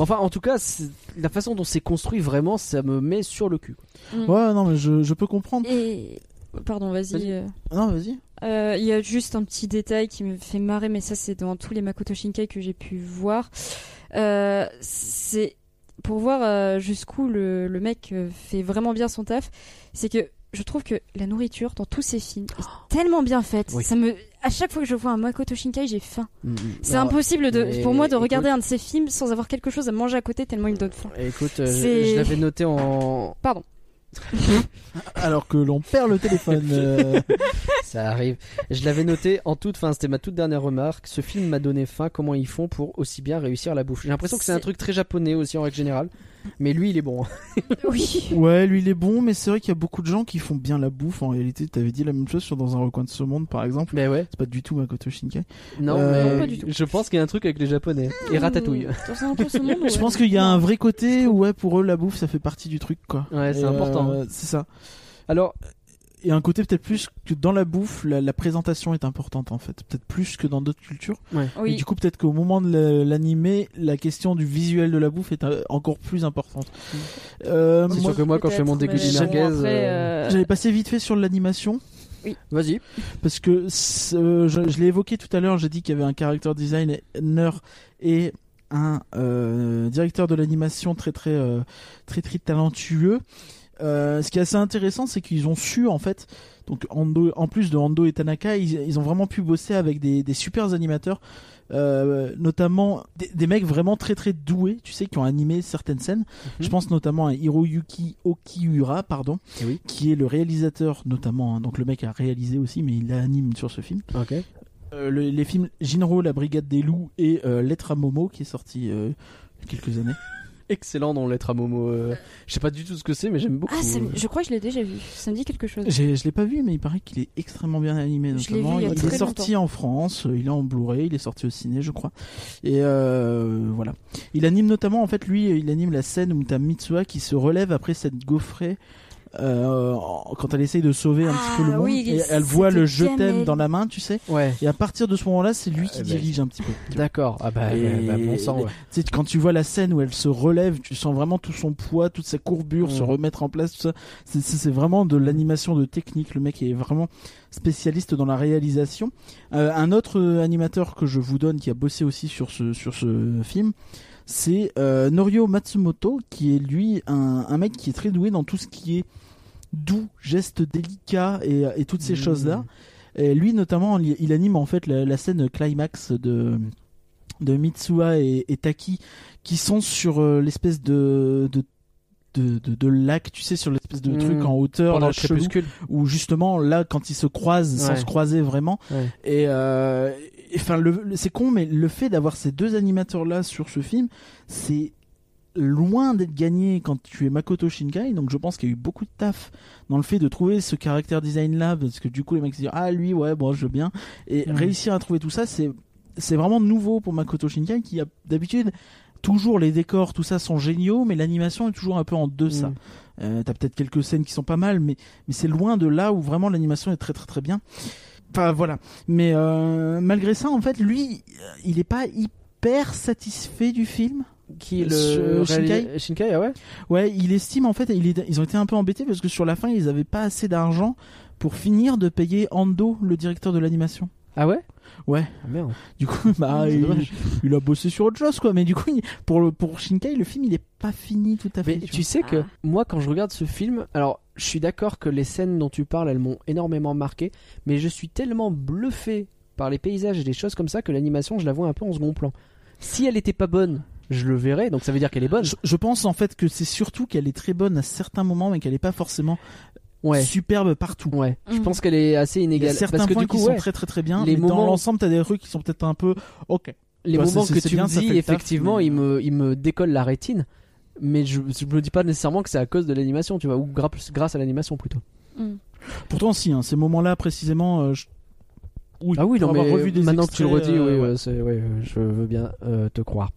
[SPEAKER 6] Enfin, en tout cas, c'est- la façon dont c'est construit vraiment, ça me met sur le cul.
[SPEAKER 2] Mm.
[SPEAKER 1] Ouais, non, mais je, je peux comprendre.
[SPEAKER 2] Et pardon,
[SPEAKER 6] Vas-y.
[SPEAKER 2] vas-y. euh,
[SPEAKER 1] Non, vas-y.
[SPEAKER 2] Euh, Il y a juste un petit détail qui me fait marrer, mais ça c'est dans tous les Makoto Shinkai que j'ai pu voir. Euh, c'est pour voir euh, jusqu'où le, le mec euh, fait vraiment bien son taf. C'est que je trouve que la nourriture dans tous ces films est tellement bien faite.
[SPEAKER 6] Oui.
[SPEAKER 2] Ça me, à chaque fois que je vois un Makoto Shinkai, j'ai faim.
[SPEAKER 1] Mm,
[SPEAKER 2] C'est
[SPEAKER 6] Alors,
[SPEAKER 2] impossible de,
[SPEAKER 6] mais
[SPEAKER 2] pour moi de
[SPEAKER 6] écoute-
[SPEAKER 2] regarder un de ces films sans avoir quelque chose à manger à côté tellement il me donne faim.
[SPEAKER 6] Écoute, euh, je,
[SPEAKER 2] C'est-
[SPEAKER 6] je l'avais noté en.
[SPEAKER 2] Pardon.
[SPEAKER 1] Alors que l'on perd le téléphone. euh,
[SPEAKER 6] Ça arrive. Je l'avais noté en toute fin, c'était ma toute dernière remarque. Ce film m'a donné faim. Comment ils font pour aussi bien réussir la bouffe J'ai l'impression que c'est un
[SPEAKER 2] C'est-
[SPEAKER 6] truc très japonais aussi en règle générale. Mais lui, il est bon. hein.
[SPEAKER 2] Oui.
[SPEAKER 1] Ouais, lui il est bon, mais c'est vrai qu'il y a beaucoup de gens qui font bien la bouffe. En réalité, t'avais dit la même chose sur Dans un recoin de ce monde, par exemple.
[SPEAKER 6] Mais ouais.
[SPEAKER 1] C'est pas du tout Makoto Shinkai.
[SPEAKER 6] Non,
[SPEAKER 1] Ben Euh,
[SPEAKER 6] mais
[SPEAKER 2] pas du tout.
[SPEAKER 6] je pense qu'il y a un truc avec les japonais. Et ratatouille.
[SPEAKER 2] Mmh. Dans un peu ce monde,
[SPEAKER 1] Je
[SPEAKER 2] ouais.
[SPEAKER 1] pense qu'il y a un vrai côté où, ouais, pour eux, la bouffe, ça fait partie du truc, quoi.
[SPEAKER 2] Mm.
[SPEAKER 6] Ouais, c'est
[SPEAKER 1] Et,
[SPEAKER 6] important.
[SPEAKER 1] euh, c'est ça.
[SPEAKER 6] Alors,
[SPEAKER 1] Et un côté peut-être plus que dans la bouffe, la, la présentation est importante, en fait. Peut-être plus que dans d'autres cultures. Et
[SPEAKER 2] Oui.
[SPEAKER 1] du coup, peut-être qu'au moment de la- l'animé, la question du visuel de la bouffe est euh, encore plus importante. Euh,
[SPEAKER 6] Mm. c'est
[SPEAKER 1] moi,
[SPEAKER 6] sûr que moi, quand je fais mon
[SPEAKER 2] Peut-être,
[SPEAKER 6] dégoût
[SPEAKER 2] mais
[SPEAKER 6] de
[SPEAKER 2] bon,
[SPEAKER 6] merguez.
[SPEAKER 2] après,
[SPEAKER 6] euh,
[SPEAKER 2] euh,
[SPEAKER 1] J'avais passé vite fait sur l'animation.
[SPEAKER 6] Vas-y.
[SPEAKER 1] parce que ce- euh, je, je l'ai évoqué tout à l'heure, j'ai dit qu'il y avait un character designer et un euh, directeur de l'animation très très euh, très très talentueux. Euh, ce qui est assez intéressant, c'est qu'ils ont su en fait. Donc Ando- en plus de Ando et Tanaka, ils, ils ont vraiment pu bosser avec des, des super animateurs, euh, notamment des, des mecs vraiment très très doués, tu sais, qui ont animé certaines scènes. Je pense notamment à Hiroyuki Okiura, pardon,
[SPEAKER 6] Eh oui.
[SPEAKER 1] qui est le réalisateur, notamment. hein, donc le mec a réalisé aussi, mais il anime sur ce film.
[SPEAKER 6] Ok.
[SPEAKER 1] Euh, le- les films Jinro, La Brigade des Loups et euh, Lettre à Momo, qui est sorti euh, il y a quelques années.
[SPEAKER 6] Excellent dans Lettre à Momo. euh, je sais pas du tout ce que c'est, mais j'aime beaucoup. euh.
[SPEAKER 2] Ah, ça me- je crois que je l'ai déjà vu. Ça me dit quelque chose.
[SPEAKER 1] J'ai- Je l'ai pas vu, mais il paraît qu'il est extrêmement bien animé.
[SPEAKER 2] Je l'ai
[SPEAKER 1] notamment.
[SPEAKER 2] vu il y
[SPEAKER 1] il
[SPEAKER 2] a très
[SPEAKER 1] est sorti en France, euh, il est en Blu-ray, il est sorti au ciné, je crois. Et euh, voilà. Il anime notamment, en fait, lui, euh, il anime la scène où t'as Mitsuha qui se relève après cette gaufrée. euh, en- quand elle essaye de sauver un
[SPEAKER 2] Ah,
[SPEAKER 1] petit peu le monde,
[SPEAKER 2] oui,
[SPEAKER 1] et elle voit le je
[SPEAKER 2] c'était bien
[SPEAKER 1] t'aime
[SPEAKER 2] elle.
[SPEAKER 1] dans la main, tu sais.
[SPEAKER 6] Ouais.
[SPEAKER 1] Et à partir de ce moment-là, c'est lui qui
[SPEAKER 6] Eh ben,
[SPEAKER 1] dirige un petit peu.
[SPEAKER 6] D'accord. Ah bah,
[SPEAKER 1] Et-
[SPEAKER 6] bah, bah, bon sang.
[SPEAKER 1] et-
[SPEAKER 6] ouais.
[SPEAKER 1] Tu sais, quand tu vois la scène où elle se relève, tu sens vraiment tout son poids, toute sa courbure
[SPEAKER 6] Mm.
[SPEAKER 1] se remettre en place, tout ça. C'est- C'est c'est vraiment de l'animation de technique. Le mec est vraiment spécialiste dans la réalisation. Euh, un autre euh, animateur que je vous donne qui a bossé aussi sur ce, sur ce film, c'est euh, Norio Matsumoto, qui est lui un, un mec qui est très doué dans tout ce qui est doux, gestes délicats et, euh, et toutes ces
[SPEAKER 6] Mm.
[SPEAKER 1] choses-là. Et lui, notamment, il, il anime en fait la, la scène climax de, de Mitsuha et, et Taki qui sont sur euh, l'espèce de, de, de, de- de lac, tu sais, sur l'espèce de
[SPEAKER 6] Mm.
[SPEAKER 1] truc en hauteur,
[SPEAKER 6] Pendant
[SPEAKER 1] là,
[SPEAKER 6] le
[SPEAKER 1] chelou,
[SPEAKER 6] crépuscule.
[SPEAKER 1] où justement là, quand ils se croisent sans
[SPEAKER 6] Ouais.
[SPEAKER 1] se croiser vraiment,
[SPEAKER 6] Ouais.
[SPEAKER 1] et euh, et- enfin, le- le- c'est con, mais le fait d'avoir ces deux animateurs là sur ce film, c'est loin d'être gagné quand tu es Makoto Shinkai. Donc, je pense qu'il y a eu beaucoup de taf dans le fait de trouver ce caractère design là, parce que du coup, les mecs se disent ah lui ouais bon je veux bien, et
[SPEAKER 6] Mhm.
[SPEAKER 1] réussir à trouver tout ça, c'est c'est vraiment nouveau pour Makoto Shinkai qui a d'habitude toujours les décors, tout ça sont géniaux, mais l'animation est toujours un peu en deçà.
[SPEAKER 6] Mhm.
[SPEAKER 1] Euh, T'as peut-être quelques scènes qui sont pas mal, mais, mais c'est loin de là où vraiment l'animation est très très très bien. Enfin voilà. Mais euh, malgré ça, en fait, lui, euh, il est pas hyper satisfait du film.
[SPEAKER 6] Qui
[SPEAKER 1] Euh,
[SPEAKER 6] le
[SPEAKER 1] Shinkai
[SPEAKER 6] Shinkai, ah ouais.
[SPEAKER 1] Ouais, il estime en fait, il est- ils ont été un peu embêtés parce que sur la fin, ils avaient pas assez d'argent pour finir de payer Ando, le directeur de l'animation.
[SPEAKER 6] Ah ouais.
[SPEAKER 1] Ouais.
[SPEAKER 6] Ah merde.
[SPEAKER 1] Du coup, bah,
[SPEAKER 6] C'est
[SPEAKER 1] il,
[SPEAKER 6] dommage.
[SPEAKER 1] il a bossé sur autre chose, quoi. Mais du coup, il- pour, le, pour Shinkai, le film, il est pas fini tout à fait.
[SPEAKER 6] Mais
[SPEAKER 1] tu
[SPEAKER 6] tu sais que
[SPEAKER 2] Ah.
[SPEAKER 6] moi, quand je regarde ce film, alors je suis d'accord que les scènes dont tu parles, elles m'ont énormément marqué, mais je suis tellement bluffé par les paysages et les choses comme ça que l'animation, je la vois un peu en second plan. Si elle était pas bonne, je le verrais, donc ça veut dire qu'elle est bonne.
[SPEAKER 1] Je, je pense en fait que c'est surtout qu'elle est très bonne à certains moments, mais qu'elle est pas forcément
[SPEAKER 6] Ouais,
[SPEAKER 1] superbe partout.
[SPEAKER 6] ouais. Je
[SPEAKER 2] Mm.
[SPEAKER 6] pense qu'elle est assez
[SPEAKER 1] Il y a
[SPEAKER 6] inégale.
[SPEAKER 1] certains
[SPEAKER 6] Parce que
[SPEAKER 1] points
[SPEAKER 6] du coup,
[SPEAKER 1] qui
[SPEAKER 6] ouais,
[SPEAKER 1] sont très très très bien,
[SPEAKER 6] les
[SPEAKER 1] mais dans
[SPEAKER 6] moments-
[SPEAKER 1] l'ensemble, t'as des trucs qui sont peut-être un peu ok.
[SPEAKER 6] les
[SPEAKER 1] Bah,
[SPEAKER 6] moments
[SPEAKER 1] c'est-
[SPEAKER 6] que
[SPEAKER 1] c'est
[SPEAKER 6] tu
[SPEAKER 1] bien,
[SPEAKER 6] me
[SPEAKER 1] ça
[SPEAKER 6] dis,
[SPEAKER 1] fait le taf,
[SPEAKER 6] effectivement,
[SPEAKER 1] mais- euh,
[SPEAKER 6] ils me, ils me décollent la rétine. Mais je, je me dis pas nécessairement que c'est à cause de l'animation, tu vois, ou gra- grâce à l'animation plutôt.
[SPEAKER 2] Hmm.
[SPEAKER 1] Pourtant, si, hein, ces moments-là précisément. euh, je- où-
[SPEAKER 6] Ah oui,
[SPEAKER 1] pour
[SPEAKER 6] non,
[SPEAKER 1] avoir
[SPEAKER 6] mais
[SPEAKER 1] revu des
[SPEAKER 6] maintenant que tu le redis,
[SPEAKER 1] extraits,
[SPEAKER 6] oui,
[SPEAKER 1] euh, ouais.
[SPEAKER 6] ouais, c'est- ouais, euh, je veux bien euh, te croire.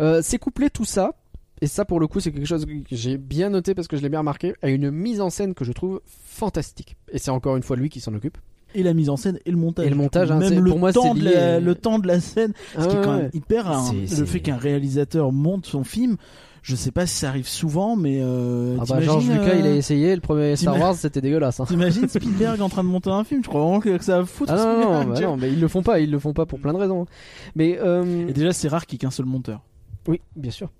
[SPEAKER 6] Euh, c'est couplé tout ça, et ça pour le coup, c'est quelque chose que j'ai bien noté parce que je l'ai bien remarqué, à une mise en scène que je trouve fantastique. Et c'est encore une fois lui qui s'en occupe.
[SPEAKER 1] Et la mise en scène et le montage.
[SPEAKER 6] Et le montage, hein,
[SPEAKER 1] Même
[SPEAKER 6] c'est-
[SPEAKER 1] le,
[SPEAKER 6] pour moi,
[SPEAKER 1] temps
[SPEAKER 6] c'est
[SPEAKER 1] de la-
[SPEAKER 6] lié. Ah
[SPEAKER 1] le temps de la scène, ce qui est quand même hyper rare. hein.
[SPEAKER 6] C'est-
[SPEAKER 1] Le
[SPEAKER 6] c'est-
[SPEAKER 1] fait qu'un réalisateur monte son film, je sais pas si ça arrive souvent, mais. Euh,
[SPEAKER 6] Ah bah,
[SPEAKER 1] t'imagines,
[SPEAKER 6] George Lucas, il a
[SPEAKER 1] euh,
[SPEAKER 6] essayé, le premier Star
[SPEAKER 1] t'imagines-
[SPEAKER 6] Wars, c'était dégueulasse. hein.
[SPEAKER 1] T'imagines Spielberg en train de monter un film Je crois vraiment que ça va foutre.
[SPEAKER 6] Ah
[SPEAKER 1] ce
[SPEAKER 6] non, non,
[SPEAKER 1] mec,
[SPEAKER 6] non, bah
[SPEAKER 1] tu vois.
[SPEAKER 6] non, mais ils le font pas, ils le font pas pour plein de raisons. Mais euh,
[SPEAKER 1] Et déjà, c'est rare qu'il y ait qu'un seul monteur.
[SPEAKER 6] Oui, bien sûr.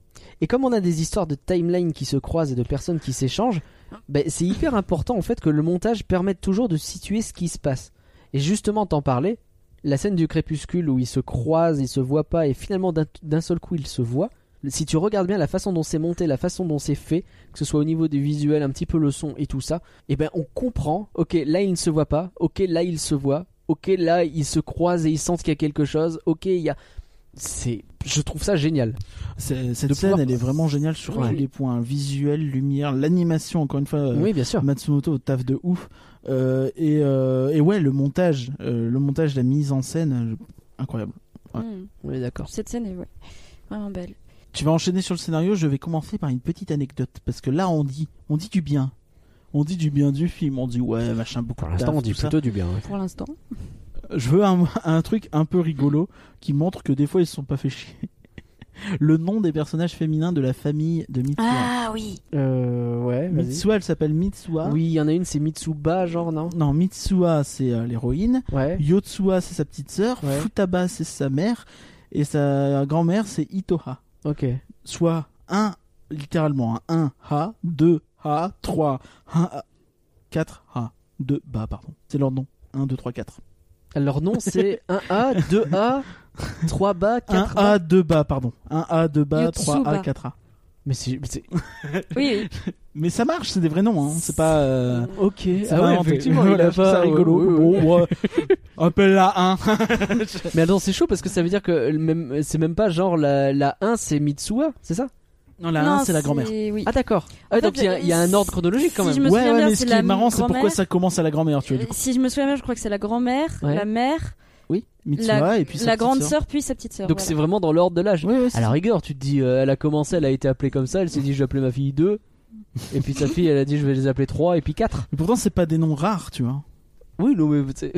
[SPEAKER 6] Et comme on a des histoires de timeline qui se croisent et de personnes qui s'échangent, ben, c'est hyper important en fait que le montage permette toujours de situer ce qui se passe. Et justement, t'en parlais, la scène du crépuscule où ils se croisent, ils se voient pas et finalement d'un- d'un seul coup ils se voient. Si tu regardes bien la façon dont c'est monté, la façon dont c'est fait, que ce soit au niveau du visuel, un petit peu le son et tout ça, et ben on comprend, ok là ils ne se voient pas, ok là ils se voient, ok là ils se croisent et ils sentent qu'il y a quelque chose, ok il y a... C'est... Je trouve ça génial.
[SPEAKER 1] C'est- Cette
[SPEAKER 6] De
[SPEAKER 1] scène,
[SPEAKER 6] pouvoir-
[SPEAKER 1] elle est vraiment géniale sur
[SPEAKER 6] Ouais.
[SPEAKER 1] tous les points visuel, lumière, l'animation, encore une fois. euh,
[SPEAKER 6] oui, bien sûr.
[SPEAKER 1] Matsumoto, taf de ouf. Euh, et, euh, et ouais, le montage, euh, le montage, la mise en scène, euh, incroyable. Ouais.
[SPEAKER 2] Hmm.
[SPEAKER 6] Oui, d'accord.
[SPEAKER 2] Cette scène est ouais, vraiment belle.
[SPEAKER 1] Tu vas enchaîner sur le scénario. Je vais commencer par une petite anecdote parce que là, on dit, on dit du bien. On dit du bien du film, on dit ouais machin beaucoup.
[SPEAKER 6] Pour
[SPEAKER 1] de
[SPEAKER 6] l'instant,
[SPEAKER 1] taf,
[SPEAKER 6] on dit
[SPEAKER 1] tout ça.
[SPEAKER 6] plutôt du bien.
[SPEAKER 2] Pour l'instant.
[SPEAKER 1] Je veux un, un truc un peu rigolo qui montre que des fois ils se sont pas fait chier. Le nom des personnages féminins de la famille de Mitsuha.
[SPEAKER 2] Ah oui.
[SPEAKER 6] Euh, ouais,
[SPEAKER 1] Mitsuha, elle s'appelle Mitsuha.
[SPEAKER 6] Oui, il y en a une, c'est Mitsuba, genre, non
[SPEAKER 1] Non, Mitsuha, c'est euh, l'héroïne.
[SPEAKER 6] Ouais.
[SPEAKER 1] Yotsuha, c'est sa petite sœur.
[SPEAKER 6] Ouais.
[SPEAKER 1] Futaba, c'est sa mère. Et sa grand-mère, c'est Itoha.
[SPEAKER 6] Ok.
[SPEAKER 1] Soit un, littéralement, un, un ha, deux A, 3, 1, 4, A, 2, bah, pardon. C'est leur nom. 1, 2, 3, 4.
[SPEAKER 6] Leur nom c'est 1A, 2A, 3B,
[SPEAKER 1] 1
[SPEAKER 6] 4A.
[SPEAKER 1] A, 2 bas, pardon. 1 A, 2 bas, 3 A,
[SPEAKER 2] Yotsuba.
[SPEAKER 1] 4 A.
[SPEAKER 6] Mais c'est. mais c'est-
[SPEAKER 2] Oui,
[SPEAKER 1] Mais ça marche, c'est des vrais noms, hein. C'est pas. euh,
[SPEAKER 6] Ok,
[SPEAKER 1] c'est
[SPEAKER 6] ah
[SPEAKER 1] pas
[SPEAKER 6] ouais,
[SPEAKER 1] inventé.
[SPEAKER 6] effectivement,
[SPEAKER 1] Voilà,
[SPEAKER 6] il a
[SPEAKER 1] je trouve
[SPEAKER 6] pas.
[SPEAKER 1] ça rigolo.
[SPEAKER 6] ouais, ouais, ouais.
[SPEAKER 1] Bon, ouais. Appelle-la 1.
[SPEAKER 6] Mais attends, c'est chaud parce que ça veut dire que le même- c'est même pas genre la, la 1 c'est Mitsuha, c'est ça
[SPEAKER 1] Non, la
[SPEAKER 2] Non,
[SPEAKER 1] 1, c'est la grand-mère.
[SPEAKER 2] oui.
[SPEAKER 6] Ah d'accord. Ah,
[SPEAKER 2] En
[SPEAKER 6] donc
[SPEAKER 2] fait,
[SPEAKER 6] il y, a- il y a un
[SPEAKER 2] si
[SPEAKER 6] ordre chronologique quand
[SPEAKER 2] je
[SPEAKER 6] même.
[SPEAKER 2] me
[SPEAKER 1] ouais,
[SPEAKER 2] souviens
[SPEAKER 1] ouais,
[SPEAKER 2] bien,
[SPEAKER 1] mais
[SPEAKER 2] c'est
[SPEAKER 1] ce qui
[SPEAKER 2] la
[SPEAKER 1] est marrant, c'est
[SPEAKER 2] grand-mère. Euh,
[SPEAKER 1] pourquoi ça commence à la grand-mère, tu vois, du coup.
[SPEAKER 2] si je me souviens bien, je crois que c'est la grand-mère,
[SPEAKER 6] Ouais.
[SPEAKER 2] la mère,
[SPEAKER 1] Mitsuha
[SPEAKER 2] la,
[SPEAKER 1] et puis sa
[SPEAKER 2] la
[SPEAKER 1] petite
[SPEAKER 2] grande
[SPEAKER 1] sœur.
[SPEAKER 2] sœur, puis sa petite sœur.
[SPEAKER 6] Donc
[SPEAKER 2] voilà.
[SPEAKER 6] c'est vraiment dans l'ordre de l'âge.
[SPEAKER 1] Ouais, ouais,
[SPEAKER 6] À
[SPEAKER 1] c'est-
[SPEAKER 6] la rigueur, tu te dis, euh, elle a commencé, elle a été appelée comme ça, elle s'est dit, je vais appeler ma fille 2. Et puis sa fille, elle a dit, je vais les appeler 3 et puis 4.
[SPEAKER 1] Mais pourtant, c'est pas des noms rares, tu vois.
[SPEAKER 6] Oui, non, mais c'est-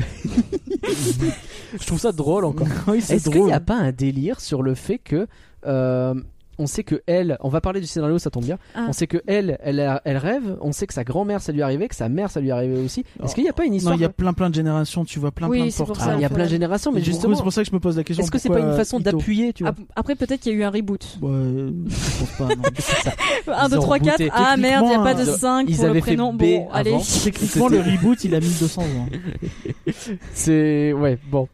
[SPEAKER 6] je trouve ça drôle encore.
[SPEAKER 1] oui,
[SPEAKER 6] Est-ce qu'il n'y a pas un délire sur le fait que. euh, on sait que elle, on va parler du scénario, ça tombe bien.
[SPEAKER 2] Ah.
[SPEAKER 6] On sait que elle, elle, a- elle rêve. On sait que sa grand-mère, ça lui arrivait, que sa mère, ça lui arrivait aussi. Est-ce qu'il n'y a pas une
[SPEAKER 1] Non,
[SPEAKER 6] histoire
[SPEAKER 1] il y a plein plein de générations, tu vois, plein
[SPEAKER 2] Oui,
[SPEAKER 1] plein de
[SPEAKER 2] c'est pour
[SPEAKER 1] portraits.
[SPEAKER 6] Ah,
[SPEAKER 2] ça.
[SPEAKER 6] il y a
[SPEAKER 2] Voilà.
[SPEAKER 6] plein de générations, mais
[SPEAKER 1] Et du coup,
[SPEAKER 6] justement,
[SPEAKER 1] c'est pour ça que je me pose la question.
[SPEAKER 6] est-ce que c'est pas une
[SPEAKER 1] pourquoi,
[SPEAKER 6] façon
[SPEAKER 1] euh, Ito
[SPEAKER 6] d'appuyer, tu vois
[SPEAKER 2] Ap- Après, peut-être qu'il y a eu un reboot.
[SPEAKER 1] Ouais, euh, je pense pas. non.
[SPEAKER 6] Ils
[SPEAKER 2] 1, 2,
[SPEAKER 6] ont
[SPEAKER 2] 3, 4.
[SPEAKER 6] rebooté.
[SPEAKER 2] Ah merde, il n'y a pas de
[SPEAKER 1] Techniquement,
[SPEAKER 2] 5
[SPEAKER 6] ils
[SPEAKER 2] pour le
[SPEAKER 6] avaient fait
[SPEAKER 2] prénom.
[SPEAKER 6] B
[SPEAKER 2] Bon,
[SPEAKER 6] avant.
[SPEAKER 2] allez.
[SPEAKER 1] Techniquement, le reboot, il a 1200 ans. hein.
[SPEAKER 6] C'est ouais bon.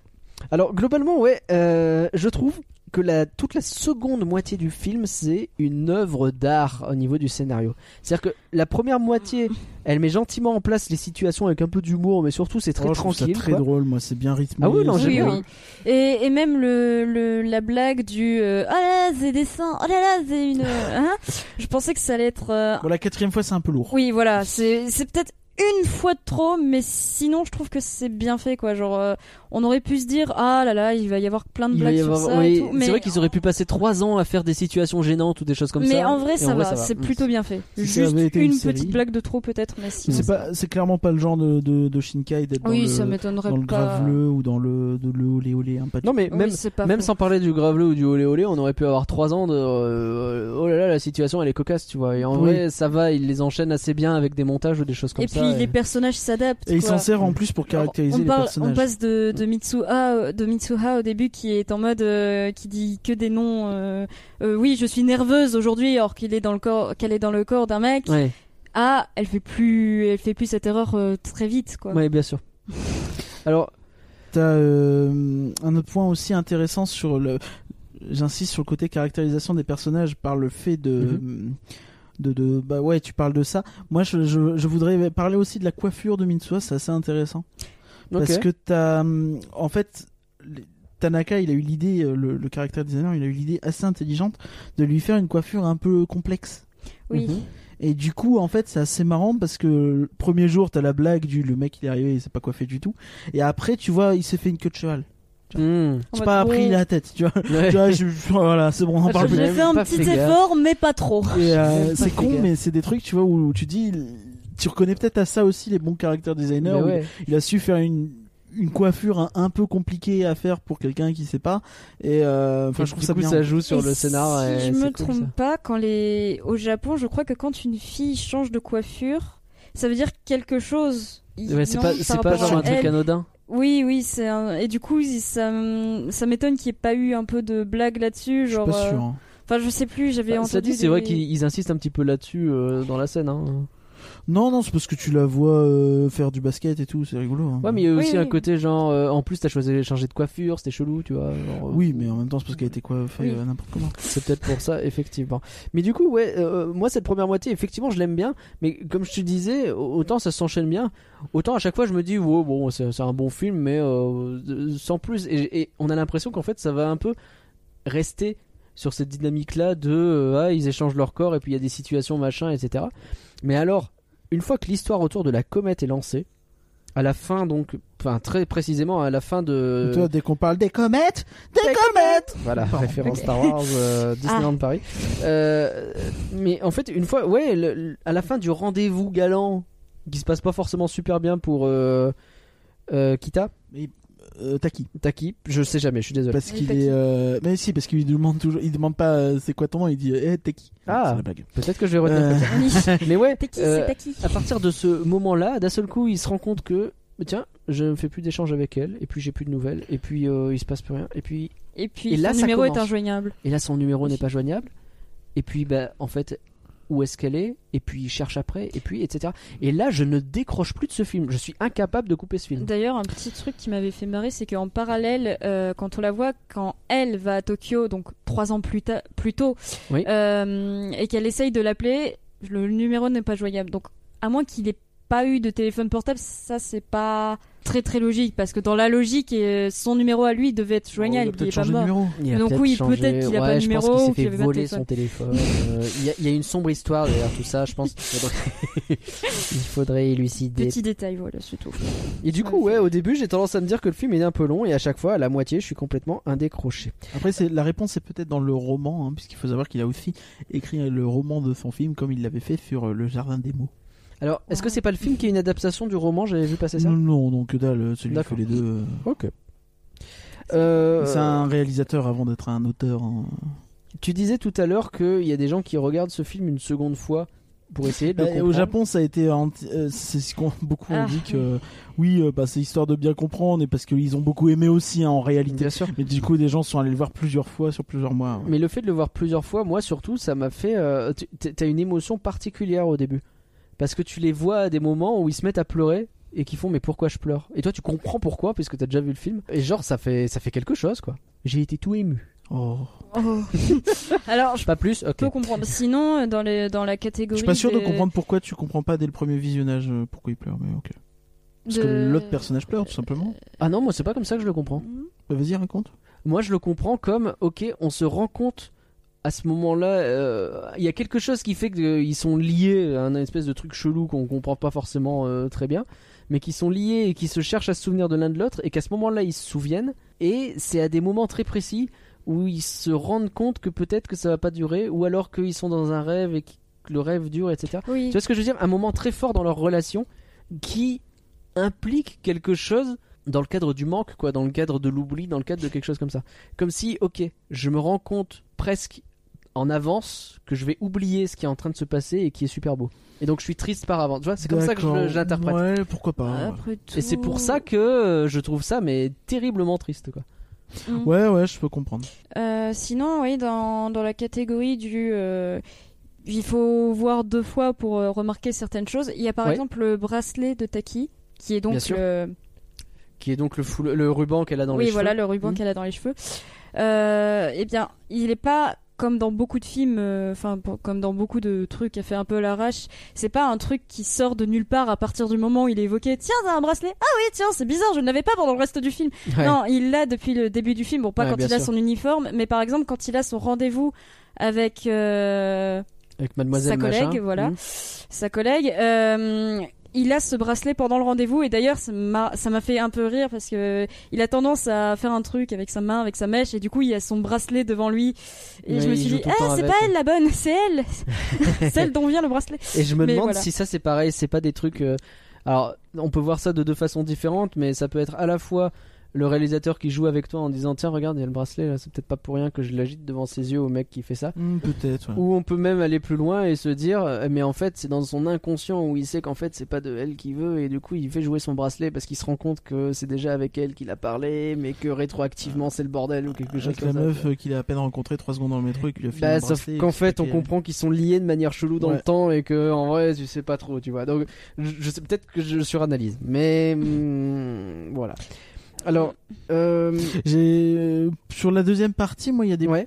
[SPEAKER 6] Alors globalement ouais, euh, je trouve que la toute la seconde moitié du film c'est une œuvre d'art au niveau du scénario. C'est-à-dire que la première moitié, elle met gentiment en place les situations avec un peu d'humour, mais surtout c'est très
[SPEAKER 1] Oh, je trouve ça
[SPEAKER 6] tranquille.
[SPEAKER 1] très
[SPEAKER 6] quoi.
[SPEAKER 1] drôle, moi, c'est bien rythmé.
[SPEAKER 6] Ah oui, non,
[SPEAKER 1] c'est-
[SPEAKER 6] j'aime
[SPEAKER 2] Oui,
[SPEAKER 6] bien.
[SPEAKER 2] oui. Et, et même le, le- la blague du euh, oh là là c'est des seins oh là là c'est une euh, hein je pensais que ça allait être euh,
[SPEAKER 1] Bon, la quatrième fois, c'est un peu lourd.
[SPEAKER 2] oui voilà c'est c'est peut-être une fois de trop mais sinon je trouve que c'est bien fait quoi genre euh, on aurait pu se dire ah là là il va y avoir plein de
[SPEAKER 6] Il va
[SPEAKER 2] blagues
[SPEAKER 6] y
[SPEAKER 2] sur
[SPEAKER 6] avoir-
[SPEAKER 2] ça
[SPEAKER 6] oui,
[SPEAKER 2] et tout, mais
[SPEAKER 6] c'est vrai qu'ils auraient pu passer trois ans à faire des situations gênantes ou des choses comme
[SPEAKER 2] mais
[SPEAKER 6] ça.
[SPEAKER 2] en vrai
[SPEAKER 6] et
[SPEAKER 2] ça va c'est
[SPEAKER 6] Mm.
[SPEAKER 2] plutôt bien fait
[SPEAKER 1] Si ça
[SPEAKER 2] juste
[SPEAKER 1] avait été une
[SPEAKER 2] une,
[SPEAKER 1] série.
[SPEAKER 2] petite blague de trop peut-être mais
[SPEAKER 1] Mais
[SPEAKER 2] sinon
[SPEAKER 1] C'est pas, c'est clairement pas le genre de, de, de Shinkai d'être dans
[SPEAKER 2] oui ça
[SPEAKER 1] le,
[SPEAKER 2] m'étonnerait
[SPEAKER 1] dans le
[SPEAKER 2] pas
[SPEAKER 1] graveleux ou dans le, de le olé olé. Hein, pas du
[SPEAKER 6] Non mais
[SPEAKER 2] Oui,
[SPEAKER 6] même
[SPEAKER 2] c'est pas
[SPEAKER 6] même
[SPEAKER 2] faux.
[SPEAKER 6] sans parler du graveleux ou du olé olé, on aurait pu avoir trois ans de euh, oh là là la situation elle est cocasse tu vois. Et en
[SPEAKER 1] Oui.
[SPEAKER 6] vrai ça va, ils les enchaînent assez bien avec des montages ou des choses comme
[SPEAKER 2] et
[SPEAKER 6] ça.
[SPEAKER 2] puis les personnages s'adaptent
[SPEAKER 1] Et il
[SPEAKER 2] quoi.
[SPEAKER 1] s'en sert en plus pour caractériser
[SPEAKER 2] on,
[SPEAKER 1] les
[SPEAKER 2] parle-
[SPEAKER 1] personnages.
[SPEAKER 2] on passe de, de, Mitsuha, euh, de Mitsuha au début qui est en mode euh, qui dit que des noms. euh, euh, oui, je suis nerveuse aujourd'hui, alors qu'il est dans le corps, qu'elle est dans le corps d'un mec.
[SPEAKER 6] Ouais,
[SPEAKER 2] Ah, elle fait plus, elle fait plus cette erreur euh, très vite, quoi.
[SPEAKER 6] ouais, bien sûr. Alors,
[SPEAKER 1] T'as euh, un autre point aussi intéressant sur le. J'insiste sur le côté caractérisation des personnages par le fait de. euh, De, de bah ouais tu parles de ça moi je, je, je voudrais parler aussi de la coiffure de Mitsuha c'est assez intéressant parce
[SPEAKER 6] ok.
[SPEAKER 1] que t'as hum, en fait les- Tanaka il a eu l'idée euh, le, le caractère designer il a eu l'idée assez intelligente de lui faire une coiffure un peu complexe
[SPEAKER 2] Oui.
[SPEAKER 6] Mhm.
[SPEAKER 1] et du coup, en fait, c'est assez marrant parce que le premier jour, t'as la blague du le mec il est arrivé, il s'est pas coiffé du tout. Et après, tu vois, il s'est fait une queue de cheval.
[SPEAKER 2] En
[SPEAKER 6] Hmm.
[SPEAKER 1] J'ai
[SPEAKER 2] mode,
[SPEAKER 1] pas
[SPEAKER 2] bon,
[SPEAKER 1] appris la tête, tu vois.
[SPEAKER 6] Ouais.
[SPEAKER 1] tu vois, je- je- voilà, c'est bon, on en
[SPEAKER 6] Ah,
[SPEAKER 1] parle
[SPEAKER 6] je-
[SPEAKER 1] plus.
[SPEAKER 2] J'ai
[SPEAKER 6] Même
[SPEAKER 2] fait un
[SPEAKER 6] pas
[SPEAKER 2] petit
[SPEAKER 6] fait gaffe.
[SPEAKER 2] effort, mais pas trop.
[SPEAKER 1] Et,
[SPEAKER 6] J'ai
[SPEAKER 1] euh,
[SPEAKER 6] même pas
[SPEAKER 1] c'est
[SPEAKER 6] fait
[SPEAKER 1] con,
[SPEAKER 6] gaffe.
[SPEAKER 1] mais c'est des trucs, tu vois, où tu dis, tu reconnais peut-être à ça aussi les bons caractères designers.
[SPEAKER 6] Mais
[SPEAKER 1] où
[SPEAKER 6] ouais.
[SPEAKER 1] Il a su faire une une coiffure un, un peu compliquée à faire pour quelqu'un qui sait pas. Et euh, enfin, je trouve
[SPEAKER 6] du
[SPEAKER 1] ça
[SPEAKER 6] coup,
[SPEAKER 1] bien.
[SPEAKER 6] ça joue sur
[SPEAKER 2] Et
[SPEAKER 6] le scénar.
[SPEAKER 2] Si
[SPEAKER 6] et
[SPEAKER 2] je
[SPEAKER 6] c'est
[SPEAKER 2] me
[SPEAKER 6] cool,
[SPEAKER 2] trompe
[SPEAKER 6] ça.
[SPEAKER 2] pas, quand les au Japon, je crois que quand une fille change de coiffure, ça veut dire quelque chose. Il-
[SPEAKER 6] Ouais, c'est
[SPEAKER 2] non,
[SPEAKER 6] pas,
[SPEAKER 2] par
[SPEAKER 6] c'est pas
[SPEAKER 2] rapport
[SPEAKER 6] genre
[SPEAKER 2] à
[SPEAKER 6] un truc
[SPEAKER 2] elle.
[SPEAKER 6] anodin.
[SPEAKER 2] Oui, oui, c'est un... et du coup, il- ça, m- ça m'étonne qu'il n'y ait pas eu un peu de blague là-dessus,
[SPEAKER 1] Je suis
[SPEAKER 2] genre.
[SPEAKER 1] pas sûr.
[SPEAKER 2] euh,
[SPEAKER 1] hein.
[SPEAKER 2] Enfin, je sais plus, j'avais
[SPEAKER 6] Bah,
[SPEAKER 2] entendu.
[SPEAKER 6] ça dit, c'est
[SPEAKER 2] des-
[SPEAKER 6] vrai qu'ils ils insistent un petit peu là-dessus euh, dans la scène. hein.
[SPEAKER 1] Non, non, c'est parce que tu la vois euh, faire du basket et tout, c'est rigolo. hein.
[SPEAKER 6] Ouais, mais il y a
[SPEAKER 2] Oui,
[SPEAKER 6] aussi
[SPEAKER 2] oui.
[SPEAKER 6] un côté genre, euh, en plus t'as choisi changer de coiffure, c'était chelou, tu vois. genre, euh,
[SPEAKER 1] Oui, mais en même temps, c'est parce qu'elle a été coiffée
[SPEAKER 2] Oui.
[SPEAKER 1] euh, n'importe comment.
[SPEAKER 6] C'est peut-être pour ça, effectivement. Mais du coup, ouais, euh, moi, cette première moitié, effectivement, je l'aime bien. Mais comme je te disais, au- autant ça s'enchaîne bien, autant à chaque fois, je me dis, wow, bon, c'est c'est un bon film, mais euh, sans plus. Et, et on a l'impression qu'en fait, ça va un peu rester sur cette dynamique-là de, euh, ah, ils échangent leur corps, et puis il y a des situations, machin, etc. Mais alors, une fois que l'histoire autour de la comète est lancée, à la fin, donc, enfin, très précisément, à la fin de.
[SPEAKER 1] Et Toi, dès qu'on parle des comètes, des, comètes
[SPEAKER 6] Voilà,
[SPEAKER 1] Pardon.
[SPEAKER 6] référence Star Wars, euh, Disneyland Paris. Euh, mais en fait, une fois, ouais, le- le- à la fin du rendez-vous galant, qui se passe pas forcément super bien pour euh, euh, Kita,
[SPEAKER 1] euh, Taki,
[SPEAKER 6] Taki, je sais jamais, je suis désolé.
[SPEAKER 1] parce qu'il
[SPEAKER 2] Taki.
[SPEAKER 1] est. euh, Mais si, parce qu'il demande toujours. Il demande pas euh, c'est quoi ton nom, il dit eh, Taki.
[SPEAKER 6] Ah.
[SPEAKER 1] C'est la blague.
[SPEAKER 6] Peut-être que je vais retenir.
[SPEAKER 1] Euh,
[SPEAKER 6] comme ça. mais ouais,
[SPEAKER 2] T'es qui
[SPEAKER 6] euh,
[SPEAKER 2] C'est t'as qui
[SPEAKER 6] à partir de ce moment-là, d'un seul coup, il se rend compte que bah, tiens, je ne fais plus d'échanges avec elle, et puis j'ai plus de nouvelles, et puis euh, il se passe plus rien, et puis
[SPEAKER 2] Et puis
[SPEAKER 6] et là,
[SPEAKER 2] son
[SPEAKER 6] ça
[SPEAKER 2] numéro
[SPEAKER 6] commence.
[SPEAKER 2] est injoignable.
[SPEAKER 6] et là son numéro n'est pas joignable, et puis bah en fait où est-ce qu'elle est, et puis il cherche après, et puis etc. Et là, je ne décroche plus de ce film. Je suis incapable de couper ce film.
[SPEAKER 2] D'ailleurs, un petit truc qui m'avait fait marrer, c'est qu'en parallèle, euh, quand on la voit, quand elle va à Tokyo, donc trois ans plus, ta- plus tôt,
[SPEAKER 6] Oui.
[SPEAKER 2] euh, et qu'elle essaye de l'appeler, le numéro n'est pas joignable. Donc, à moins qu'il ait pas eu de téléphone portable, ça c'est pas très très logique, parce que dans la logique, euh, son numéro à lui devait être
[SPEAKER 1] Oh,
[SPEAKER 2] joignable, il est pas mort.
[SPEAKER 6] Il a
[SPEAKER 2] Donc
[SPEAKER 6] peut-être
[SPEAKER 2] oui,
[SPEAKER 6] changé.
[SPEAKER 2] peut-être qu'il a
[SPEAKER 6] Ouais,
[SPEAKER 2] pas de
[SPEAKER 6] je pense
[SPEAKER 2] numéro
[SPEAKER 6] qu'il
[SPEAKER 2] ou
[SPEAKER 6] s'est
[SPEAKER 2] qu'il
[SPEAKER 6] fait
[SPEAKER 2] avait pas de
[SPEAKER 6] voler son téléphone. Euh, Il y, a- il y a une sombre histoire derrière tout ça, je pense. qu'il faudrait- Il faudrait élucider.
[SPEAKER 2] Petit détail, voilà, c'est tout.
[SPEAKER 6] Et du coup, ouais, au début, j'ai tendance à me dire que le film est un peu long et à chaque fois, à la moitié, je suis complètement indécroché.
[SPEAKER 1] Après, c'est la réponse est peut-être dans le roman, hein, puisqu'il faut savoir qu'il a aussi écrit le roman de son film comme il l'avait fait sur euh, Le Jardin des mots.
[SPEAKER 6] Alors, est-ce que c'est pas le film qui est une adaptation du roman J'avais vu passer ça.
[SPEAKER 1] Non, non, donc euh, dalle, celui qui fait
[SPEAKER 6] D'accord.
[SPEAKER 1] les deux. euh,
[SPEAKER 6] Ok. Euh,
[SPEAKER 1] C'est un réalisateur avant d'être un auteur. hein.
[SPEAKER 6] Tu disais tout à l'heure qu'il y a des gens qui regardent ce film une seconde fois pour essayer de
[SPEAKER 1] Bah,
[SPEAKER 6] le
[SPEAKER 1] au
[SPEAKER 6] comprendre.
[SPEAKER 1] Japon, ça a été anti- euh, c'est ce qu'on beaucoup
[SPEAKER 2] Ah.
[SPEAKER 1] ont dit que euh, oui, euh, bah, c'est histoire de bien comprendre et parce qu'ils ont beaucoup aimé aussi hein, en réalité.
[SPEAKER 6] Bien sûr.
[SPEAKER 1] Mais du coup, des gens sont allés le voir plusieurs fois sur plusieurs mois. ouais.
[SPEAKER 6] Mais le fait de le voir plusieurs fois, moi surtout, ça m'a fait. euh, tu- t'as- T'as une émotion particulière au début. Parce que tu les vois à des moments où ils se mettent à pleurer et qui font mais pourquoi je pleure Et toi tu comprends pourquoi puisque t'as déjà vu le film. Et genre ça fait ça fait quelque chose quoi. J'ai été tout ému.
[SPEAKER 1] Oh.
[SPEAKER 2] Oh. Alors, je
[SPEAKER 6] Pas plus. Ok.
[SPEAKER 2] peux comprendre. Sinon, euh, dans, les, dans la
[SPEAKER 1] Je
[SPEAKER 2] catégorie.
[SPEAKER 1] suis pas sûr de
[SPEAKER 6] euh,
[SPEAKER 2] des-
[SPEAKER 1] comprendre pourquoi tu comprends pas dès le premier visionnage euh, pourquoi il pleure, mais ok. Parce que
[SPEAKER 2] de-
[SPEAKER 1] l'autre personnage pleure tout simplement.
[SPEAKER 6] Ah non moi c'est pas comme ça que je le comprends.
[SPEAKER 1] Bah, Vas-y, raconte.
[SPEAKER 6] Moi je le comprends comme ok on se rend compte à ce moment-là euh, il y a quelque chose qui fait qu'ils sont liés à un espèce de truc chelou qu'on comprend pas forcément euh, très bien mais qui sont liés et qui se cherchent à se souvenir de l'un de l'autre et qu'à ce moment-là ils se souviennent et c'est à des moments très précis où ils se rendent compte que peut-être que ça va pas durer ou alors qu'ils sont dans un rêve et que le rêve dure etc.
[SPEAKER 2] Oui.
[SPEAKER 6] Tu vois ce que je veux dire Un moment très fort dans leur relation qui implique quelque chose dans le cadre du manque, quoi, dans le cadre de l'oubli, dans le cadre de quelque chose comme ça. Comme si, ok, je me rends compte presque en avance que je vais oublier ce qui est en train de se passer et qui est super beau. Et donc je suis triste par avance. Tu vois, c'est comme ça que je,
[SPEAKER 1] D'accord.
[SPEAKER 6] le- je l'interprète. Ah,
[SPEAKER 1] Ouais, pourquoi pas. ouais.
[SPEAKER 2] Après tout.
[SPEAKER 6] Et c'est pour ça que euh, je trouve ça mais terriblement triste quoi.
[SPEAKER 2] Mm.
[SPEAKER 1] Ouais, ouais, je peux comprendre.
[SPEAKER 2] Euh, sinon, oui, dans, dans la catégorie du. euh, il faut voir deux fois pour euh, remarquer certaines choses. Il y a par
[SPEAKER 6] Ouais.
[SPEAKER 2] exemple le bracelet de Taki, qui est donc
[SPEAKER 6] Bien sûr.
[SPEAKER 2] le.
[SPEAKER 6] Qui est donc le, foul- le ruban qu'elle a dans
[SPEAKER 2] oui,
[SPEAKER 6] les
[SPEAKER 2] voilà,
[SPEAKER 6] cheveux.
[SPEAKER 2] le ruban
[SPEAKER 6] Mhm.
[SPEAKER 2] qu'elle a dans les cheveux. Euh, eh bien, il n'est pas comme dans beaucoup de films, euh, enfin pour- comme dans beaucoup de trucs, elle fait un peu à l'arrache. C'est pas un truc qui sort de nulle part à partir du moment où il est évoqué. Tiens, t'as un bracelet Ah oui, tiens, c'est bizarre, je ne l'avais pas pendant le reste du film.
[SPEAKER 6] Ouais.
[SPEAKER 2] Non, il l'a depuis le début du film. Bon, pas
[SPEAKER 6] Ouais,
[SPEAKER 2] quand
[SPEAKER 6] bien
[SPEAKER 2] il a
[SPEAKER 6] sûr.
[SPEAKER 2] son uniforme, mais par exemple quand il a son rendez-vous avec euh,
[SPEAKER 6] Avec mademoiselle
[SPEAKER 2] sa collègue,
[SPEAKER 6] machin.
[SPEAKER 2] voilà,
[SPEAKER 6] Mhm.
[SPEAKER 2] sa collègue. euh, il a ce bracelet pendant le rendez-vous et d'ailleurs ça m'a ça m'a fait un peu rire parce que euh, il a tendance à faire un truc avec sa main, avec sa mèche et du coup il a son bracelet devant lui et
[SPEAKER 6] Ouais,
[SPEAKER 2] je me
[SPEAKER 6] il
[SPEAKER 2] suis
[SPEAKER 6] joue
[SPEAKER 2] dit
[SPEAKER 6] tout le temps
[SPEAKER 2] ah c'est
[SPEAKER 6] avec,
[SPEAKER 2] pas
[SPEAKER 6] ouais.
[SPEAKER 2] elle la bonne, c'est elle, celle dont vient le bracelet.
[SPEAKER 6] Et je me
[SPEAKER 2] Mais
[SPEAKER 6] demande
[SPEAKER 2] voilà.
[SPEAKER 6] si ça c'est pareil, c'est pas des trucs. euh, Alors, on peut voir ça de deux façons différentes, mais ça peut être à la fois le réalisateur qui joue avec toi en disant tiens regarde il y a le bracelet là, c'est peut-être pas pour rien que je l'agite devant ses yeux au mec qui fait ça.
[SPEAKER 1] Hmm, Peut-être. ouais.
[SPEAKER 6] Ou on peut même aller plus loin et se dire euh, mais en fait c'est dans son inconscient où il sait qu'en fait c'est pas de elle qu'il veut et du coup il fait jouer son bracelet parce qu'il se rend compte que c'est déjà avec elle qu'il a parlé mais que rétroactivement c'est le bordel ou quelque chose
[SPEAKER 1] Avec la
[SPEAKER 6] comme ça.
[SPEAKER 1] meuf euh, qu'il a à peine rencontrée 3 secondes dans le métro et qui lui a filé un
[SPEAKER 6] Bah, sauf
[SPEAKER 1] bracelet et
[SPEAKER 6] qu'en
[SPEAKER 1] qui s'est
[SPEAKER 6] fait, on
[SPEAKER 1] tapé,
[SPEAKER 6] comprend qu'ils sont liés de manière chelou dans
[SPEAKER 1] Ouais.
[SPEAKER 6] le temps et que en vrai, tu sais pas trop, tu vois. Donc, je, je sais peut-être que je suranalyse, mais hum, voilà. Alors, euh,
[SPEAKER 1] euh. J'ai euh, sur la deuxième partie, moi, il y a des
[SPEAKER 6] ouais,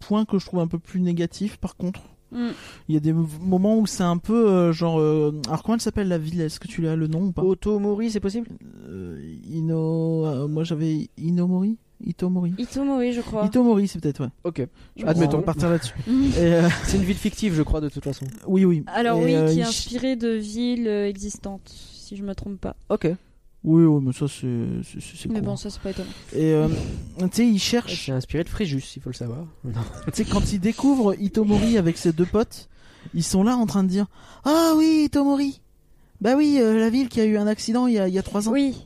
[SPEAKER 1] points que je trouve un peu plus négatifs. Par contre,
[SPEAKER 6] Hmm.
[SPEAKER 2] Mm.
[SPEAKER 1] il y a des mov- moments où c'est un peu euh, genre. euh, alors comment elle s'appelle la ville Est-ce que tu l'as le nom ou pas
[SPEAKER 6] Oh. Otomori, c'est possible
[SPEAKER 1] Euh, Ino. euh, moi, j'avais Inomori, Itomori.
[SPEAKER 2] Itomori je crois.
[SPEAKER 1] Itomori, c'est peut-être ouais.
[SPEAKER 6] Ok,
[SPEAKER 2] Je
[SPEAKER 1] On
[SPEAKER 6] admettons.
[SPEAKER 1] va partir là-dessus.
[SPEAKER 2] Mm.
[SPEAKER 1] Et, euh,
[SPEAKER 6] C'est une ville fictive, je crois, de toute façon.
[SPEAKER 1] oui, oui.
[SPEAKER 2] Alors
[SPEAKER 1] Et,
[SPEAKER 2] oui,
[SPEAKER 1] euh,
[SPEAKER 2] qui est
[SPEAKER 1] Ishi-
[SPEAKER 2] inspiré de villes euh, existantes, si je me trompe pas.
[SPEAKER 6] Ok.
[SPEAKER 1] Oui, oui, mais ça c'est c'est- c'est
[SPEAKER 2] Mais
[SPEAKER 1] cool.
[SPEAKER 2] bon, ça c'est pas étonnant.
[SPEAKER 1] Et euh, tu sais, il cherche.
[SPEAKER 6] J'ai inspiré de Fréjus, il faut le savoir.
[SPEAKER 1] Tu sais, quand ils découvrent Itomori avec ses deux potes, ils sont là en train de dire Ah oui, Itomori Bah oui, euh, la ville qui a eu un accident il y a, il y a trois ans.
[SPEAKER 2] Oui.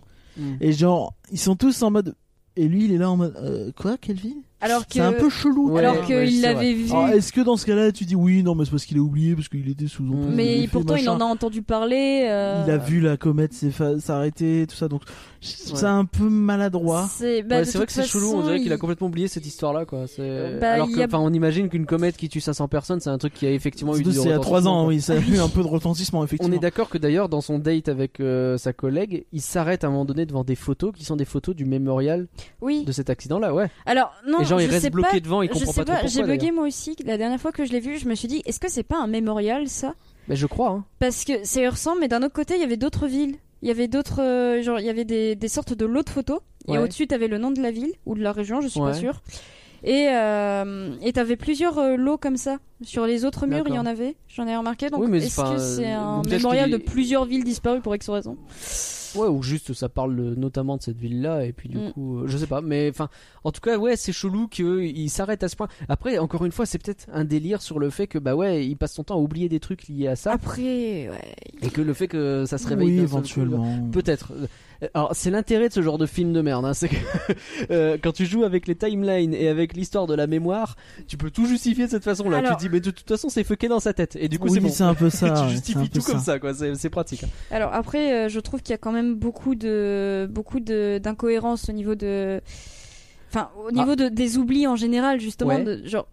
[SPEAKER 1] Et genre, ils sont tous en mode. Et lui, il est là en mode Euh, Quoi, quelle ville
[SPEAKER 2] Alors que
[SPEAKER 1] C'est un peu chelou.
[SPEAKER 6] Ouais,
[SPEAKER 2] alors qu'il
[SPEAKER 6] ouais, c'est Ah,
[SPEAKER 2] l'avait vu.
[SPEAKER 1] Alors, est-ce que dans ce cas-là, tu dis oui, non, mais c'est parce qu'il a oublié, parce qu'il était sous emprise.
[SPEAKER 2] mais
[SPEAKER 1] de
[SPEAKER 2] pourtant,
[SPEAKER 1] l'effet,
[SPEAKER 2] il en a
[SPEAKER 1] machin.
[SPEAKER 2] entendu parler. euh,
[SPEAKER 1] Il a vu la comète s'effa- s'arrêter, tout ça, donc c'est
[SPEAKER 6] Ouais.
[SPEAKER 1] un peu maladroit.
[SPEAKER 2] C'est bah,
[SPEAKER 6] Ouais,
[SPEAKER 2] de
[SPEAKER 6] c'est
[SPEAKER 2] toute
[SPEAKER 6] vrai que c'est
[SPEAKER 2] façon,
[SPEAKER 6] chelou, on dirait qu'il a
[SPEAKER 2] il-
[SPEAKER 6] complètement oublié cette histoire-là quoi. C'est-
[SPEAKER 2] Bah,
[SPEAKER 6] Alors
[SPEAKER 2] il
[SPEAKER 6] que,
[SPEAKER 2] y a-
[SPEAKER 6] enfin, on imagine qu'une comète qui tue 500 personnes, c'est un truc qui a effectivement eu
[SPEAKER 1] Surtout,
[SPEAKER 6] du
[SPEAKER 1] C'est il y a 3 ans,
[SPEAKER 6] retentissement,
[SPEAKER 1] oui, ça a eu un peu de retentissement,
[SPEAKER 6] On
[SPEAKER 1] effectivement.
[SPEAKER 6] est d'accord que d'ailleurs, dans son date avec euh, sa collègue, il s'arrête à un moment donné devant des photos qui sont des photos du mémorial
[SPEAKER 2] Oui.
[SPEAKER 6] de cet accident-là, ouais.
[SPEAKER 2] Alors non,
[SPEAKER 6] et genre,
[SPEAKER 2] je
[SPEAKER 6] il reste
[SPEAKER 2] sais
[SPEAKER 6] bloqué
[SPEAKER 2] pas.
[SPEAKER 6] devant, il
[SPEAKER 2] je
[SPEAKER 6] comprend
[SPEAKER 2] sais
[SPEAKER 6] pas,
[SPEAKER 2] pas,
[SPEAKER 6] trop
[SPEAKER 2] j'ai
[SPEAKER 6] pourquoi.
[SPEAKER 2] bugué
[SPEAKER 6] d'ailleurs.
[SPEAKER 2] moi aussi. La dernière fois que je l'ai vu, je me suis dit, est-ce que c'est pas un mémorial ça
[SPEAKER 6] Mais je crois, hein.
[SPEAKER 2] Parce que ça y ressemble, mais d'un autre côté, il y avait d'autres villes. Il y avait d'autres, euh, genre, il y avait des, des sortes de lots de photos.
[SPEAKER 6] Ouais.
[SPEAKER 2] Et au-dessus, t'avais le nom de la ville ou de la région, je suis
[SPEAKER 6] Ouais.
[SPEAKER 2] pas sûre. Et euh, et t'avais plusieurs euh, lots comme ça. Sur les autres murs, il y en avait. J'en ai remarqué. Donc,
[SPEAKER 6] Oui, mais
[SPEAKER 2] est-ce
[SPEAKER 6] enfin,
[SPEAKER 2] que c'est
[SPEAKER 6] euh,
[SPEAKER 2] un
[SPEAKER 6] peut-être qu'il
[SPEAKER 2] mémorial
[SPEAKER 6] est-
[SPEAKER 2] de plusieurs villes disparues pour X raison
[SPEAKER 6] Ouais, ou juste ça parle euh, notamment de cette ville-là, et puis du
[SPEAKER 2] Mm.
[SPEAKER 6] coup, euh, je sais pas, mais enfin, en tout cas, ouais, c'est chelou qu'il s'arrête à ce point. Après, encore une fois, c'est peut-être un délire sur le fait que, bah ouais, il passe son temps à oublier des trucs liés à
[SPEAKER 2] Ah,
[SPEAKER 6] ça,
[SPEAKER 2] Après, ouais.
[SPEAKER 6] et que le fait que ça se réveille
[SPEAKER 1] Oui,
[SPEAKER 6] d'un seul coup,
[SPEAKER 1] éventuellement.
[SPEAKER 6] Peut-être. Euh, Alors, c'est l'intérêt de ce genre de film de merde, hein, c'est que euh, quand tu joues avec les timelines et avec l'histoire de la mémoire, tu peux tout justifier de cette façon-là.
[SPEAKER 2] Alors-
[SPEAKER 6] Tu dis, mais de toute façon, c'est fucké dans sa tête, et du coup,
[SPEAKER 1] oui,
[SPEAKER 6] c'est bon.
[SPEAKER 1] un peu ça. ouais,
[SPEAKER 6] tu
[SPEAKER 1] c'est un
[SPEAKER 6] justifies
[SPEAKER 1] peu
[SPEAKER 6] tout comme ça, quoi. C'est c'est pratique. hein.
[SPEAKER 2] Alors après, euh, je trouve qu'il y a quand même beaucoup de beaucoup de d'incohérences au niveau de, enfin au niveau de des oublis en général justement.
[SPEAKER 6] Ah. Ouais.
[SPEAKER 2] De, genre,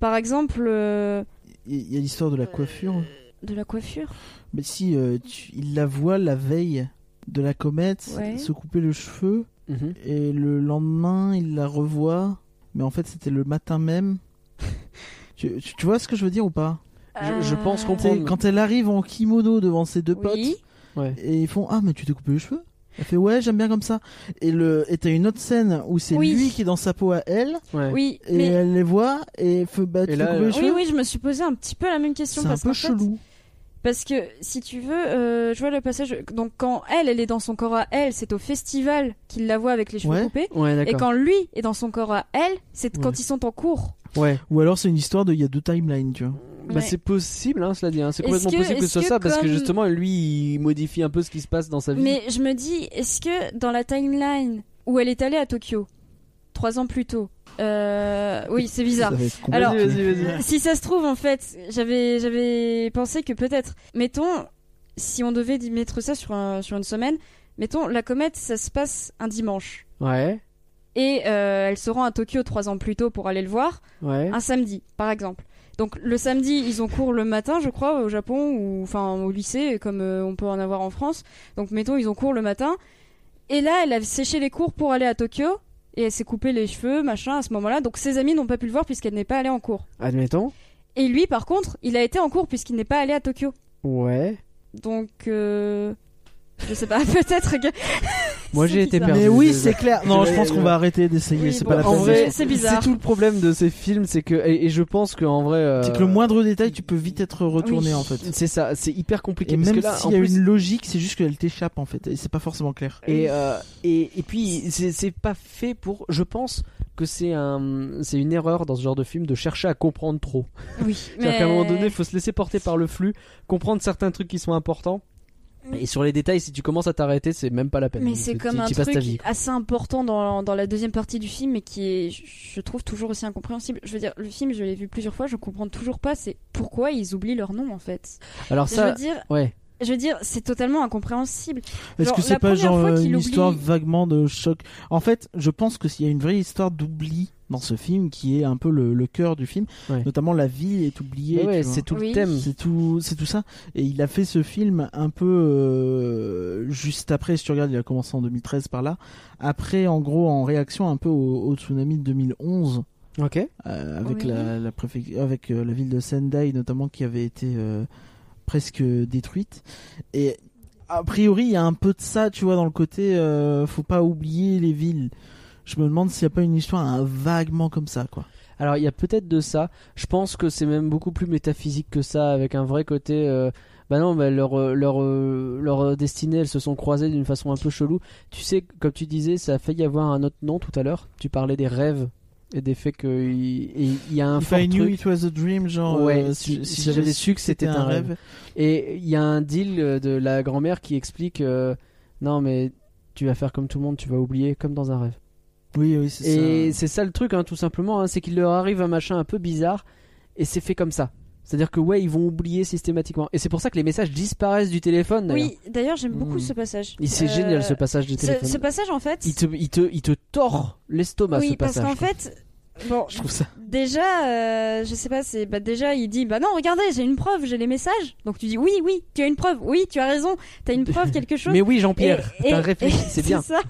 [SPEAKER 2] par exemple, euh,
[SPEAKER 1] Il y a l'histoire de la coiffure.
[SPEAKER 2] de la coiffure.
[SPEAKER 1] Mais si euh, tu- il la voit la veille de la comète
[SPEAKER 2] Ouais.
[SPEAKER 1] se couper le cheveu et le lendemain il la revoit, mais en fait c'était le matin même. tu, tu- tu vois ce que je veux dire ou pas
[SPEAKER 6] Je- je pense
[SPEAKER 2] Euh,
[SPEAKER 6] comprendre.
[SPEAKER 1] C'est Quand elle arrive en kimono devant ses deux
[SPEAKER 2] Oui.
[SPEAKER 1] potes et ils font ah mais tu t'es coupé les cheveux. Elle fait ouais j'aime bien comme ça. Et le et t'as une autre scène où c'est
[SPEAKER 2] Oui.
[SPEAKER 1] lui qui est dans sa peau à elle
[SPEAKER 6] Ouais.
[SPEAKER 2] Oui,
[SPEAKER 1] et euh,
[SPEAKER 2] mais
[SPEAKER 1] elle les voit et fait bah tu
[SPEAKER 6] Et
[SPEAKER 1] t'es
[SPEAKER 6] là,
[SPEAKER 1] coupé
[SPEAKER 6] euh,
[SPEAKER 1] les
[SPEAKER 2] oui,
[SPEAKER 1] cheveux.
[SPEAKER 2] oui, je me suis posé un petit peu la même question
[SPEAKER 1] c'est un
[SPEAKER 2] parce
[SPEAKER 1] peu
[SPEAKER 2] qu'en fait-
[SPEAKER 1] chelou.
[SPEAKER 2] parce que si tu veux, euh, je vois le passage. Donc quand elle, elle est dans son corps à elle, c'est au festival qu'il la voit avec les cheveux
[SPEAKER 1] Ouais.
[SPEAKER 2] coupés.
[SPEAKER 6] Ouais,
[SPEAKER 2] Et
[SPEAKER 6] d'accord.
[SPEAKER 2] quand lui est dans son corps à elle, c'est
[SPEAKER 6] Ouais.
[SPEAKER 2] quand ils sont en cours.
[SPEAKER 6] Ouais.
[SPEAKER 1] Ou alors c'est une histoire de il y a deux timelines tu vois.
[SPEAKER 6] Bah,
[SPEAKER 2] Ouais.
[SPEAKER 6] c'est possible, hein, cela dit. hein. C'est
[SPEAKER 2] Est-ce
[SPEAKER 6] complètement
[SPEAKER 2] que-
[SPEAKER 6] possible que ce soit
[SPEAKER 2] est-ce
[SPEAKER 6] ça,
[SPEAKER 2] que
[SPEAKER 6] parce que
[SPEAKER 2] comme-
[SPEAKER 6] justement, lui, il modifie un peu ce qui se passe dans sa vie.
[SPEAKER 2] Mais je me dis, est-ce que dans la timeline où elle est allée à Tokyo, trois ans plus tôt, euh, oui, c'est bizarre.
[SPEAKER 1] Ça va être
[SPEAKER 2] Alors- euh,
[SPEAKER 1] compliqué.
[SPEAKER 2] Si ça se trouve, en fait, j'avais, j'avais pensé que peut-être, mettons, si on devait y mettre ça sur, un- sur une semaine, mettons, la comète, ça se passe un dimanche.
[SPEAKER 6] Ouais,
[SPEAKER 2] Et euh, elle se rend à Tokyo trois ans plus tôt pour aller le voir,
[SPEAKER 6] ouais.
[SPEAKER 2] un samedi, par exemple. Donc le samedi, ils ont cours le matin, je crois, au Japon ou enfin au lycée, comme euh, on peut en avoir en France. Donc mettons, ils ont cours le matin. Et là, elle a séché les cours pour aller à Tokyo et elle s'est coupé les cheveux, machin, à ce moment-là. Donc ses amis n'ont pas pu le voir puisqu'elle n'est pas allée en cours.
[SPEAKER 6] Admettons.
[SPEAKER 2] Et lui, par contre, il a été en cours puisqu'il n'est pas allé à Tokyo.
[SPEAKER 6] Ouais.
[SPEAKER 2] Donc euh... je sais pas, peut-être que
[SPEAKER 6] Moi,
[SPEAKER 2] C'est
[SPEAKER 6] j'ai été
[SPEAKER 2] bizarre.
[SPEAKER 6] perdu.
[SPEAKER 1] Mais oui,
[SPEAKER 6] désolé.
[SPEAKER 1] c'est clair. Non, je pense qu'on va arrêter d'essayer.
[SPEAKER 2] Oui,
[SPEAKER 1] c'est
[SPEAKER 2] bon,
[SPEAKER 1] pas la
[SPEAKER 6] En
[SPEAKER 1] peine.
[SPEAKER 6] vrai,
[SPEAKER 2] c'est
[SPEAKER 6] C'est
[SPEAKER 2] bizarre.
[SPEAKER 6] tout le problème de ces films, c'est que, et, et je pense qu'en vrai. euh,
[SPEAKER 1] C'est que le moindre détail, tu peux vite être retourné
[SPEAKER 2] Oui.
[SPEAKER 1] en fait.
[SPEAKER 6] C'est ça, c'est hyper compliqué.
[SPEAKER 1] Et
[SPEAKER 6] parce
[SPEAKER 1] même
[SPEAKER 6] que là,
[SPEAKER 1] s'il
[SPEAKER 6] en
[SPEAKER 1] y a
[SPEAKER 6] plus,
[SPEAKER 1] une logique, c'est juste qu'elle t'échappe en fait. Et c'est pas forcément clair.
[SPEAKER 6] Et, euh, et, et puis, c'est c'est pas fait pour. Je pense que c'est un, c'est une erreur dans ce genre de film de chercher à comprendre trop.
[SPEAKER 2] Oui,
[SPEAKER 6] C'est-à-dire
[SPEAKER 2] mais
[SPEAKER 6] qu'à un moment donné, il faut se laisser porter par le flux, comprendre certains trucs qui sont importants. Et sur les détails, si tu commences à t'arrêter, c'est même pas la peine.
[SPEAKER 2] Mm. Mais c'est
[SPEAKER 6] Tu-
[SPEAKER 2] comme
[SPEAKER 6] tu
[SPEAKER 2] un
[SPEAKER 6] y passes
[SPEAKER 2] truc
[SPEAKER 6] ta vie, quoi.
[SPEAKER 2] assez important dans, dans la deuxième partie du film et qui est, je- je trouve, toujours aussi incompréhensible. Je veux dire, le film, je l'ai vu plusieurs fois, je comprends toujours pas, c'est pourquoi ils oublient leur nom en fait.
[SPEAKER 6] Alors
[SPEAKER 2] je
[SPEAKER 6] ça,
[SPEAKER 2] veux dire,
[SPEAKER 6] ouais.
[SPEAKER 2] je veux dire, c'est totalement incompréhensible.
[SPEAKER 1] Est-ce
[SPEAKER 2] genre,
[SPEAKER 1] que c'est
[SPEAKER 2] la
[SPEAKER 1] pas
[SPEAKER 2] première
[SPEAKER 1] genre
[SPEAKER 2] fois
[SPEAKER 1] euh,
[SPEAKER 2] qu'il
[SPEAKER 1] une
[SPEAKER 2] oublie-
[SPEAKER 1] histoire vaguement de choc En fait, je pense que s'il y a une vraie histoire d'oubli dans ce film, qui est un peu le, le cœur du film,
[SPEAKER 6] Ouais.
[SPEAKER 1] notamment la vie est oubliée.
[SPEAKER 6] Ouais, ouais,
[SPEAKER 1] tu vois.
[SPEAKER 6] c'est tout le
[SPEAKER 2] Oui.
[SPEAKER 6] thème.
[SPEAKER 1] C'est tout, c'est tout ça. Et il a fait ce film un peu euh, juste après. Si tu regardes, il a commencé en 2013 par là. Après, en gros, en réaction un peu au, au tsunami de 2011,
[SPEAKER 6] Ok.
[SPEAKER 1] euh, avec
[SPEAKER 2] Oui.
[SPEAKER 1] la, la préfec- avec euh, la ville de Sendai notamment qui avait été euh, presque détruite. Et a priori, il y a un peu de ça, tu vois, dans le côté. euh, faut pas oublier les villes. Je me demande s'il n'y a pas une histoire un vaguement comme ça, quoi.
[SPEAKER 6] Alors il y a peut-être de ça. Je pense que c'est même beaucoup plus métaphysique que ça, avec un vrai côté. euh, Bah non, bah leur euh, leur euh, leur destinée, elles se sont croisées d'une façon un peu chelou. Tu sais, comme tu disais, ça a failli avoir un autre nom tout à l'ure. Tu parlais des rêves et des faits qu'il il il y a un
[SPEAKER 1] If
[SPEAKER 6] fort
[SPEAKER 1] I knew
[SPEAKER 6] truc.
[SPEAKER 1] it was a dream, genre.
[SPEAKER 6] Ouais,
[SPEAKER 1] euh,
[SPEAKER 6] si- si j'avais su que c'était un rêve. Et il y a un deal euh, de la grand-mère qui explique euh, Non, mais tu vas faire comme tout le monde, tu vas oublier comme dans un rêve.
[SPEAKER 1] Oui, oui, c'est ça.
[SPEAKER 6] Et c'est ça le truc, hein, tout simplement, hein, c'est qu'il leur arrive un machin un peu bizarre et c'est fait comme ça. C'est-à-dire que ouais, ils vont oublier systématiquement. Et c'est pour ça que les messages disparaissent du téléphone. d'ailleurs. Hmm.
[SPEAKER 2] Oui, d'ailleurs, j'aime beaucoup
[SPEAKER 1] Mm.
[SPEAKER 2] ce passage.
[SPEAKER 6] Et C'est
[SPEAKER 2] Euh,
[SPEAKER 6] génial ce passage du
[SPEAKER 2] ce-
[SPEAKER 6] téléphone.
[SPEAKER 2] ce passage, en fait.
[SPEAKER 6] Il te, il te, il te tord l'estomac
[SPEAKER 2] oui,
[SPEAKER 6] ce
[SPEAKER 2] parce
[SPEAKER 6] passage.
[SPEAKER 2] qu'en
[SPEAKER 6] quoi.
[SPEAKER 2] fait, bon,
[SPEAKER 6] je trouve ça.
[SPEAKER 2] déjà, euh, je sais pas, c'est bah déjà il dit bah non, regardez, j'ai une preuve, j'ai les messages. Donc tu dis oui, oui, tu as une preuve, oui, tu as raison, t'as une preuve, quelque chose.
[SPEAKER 6] Mais oui, Jean-Pierre,
[SPEAKER 2] Et-
[SPEAKER 6] t'as
[SPEAKER 2] et-
[SPEAKER 6] réfléchi,
[SPEAKER 2] et-
[SPEAKER 6] c'est bien.
[SPEAKER 2] ça.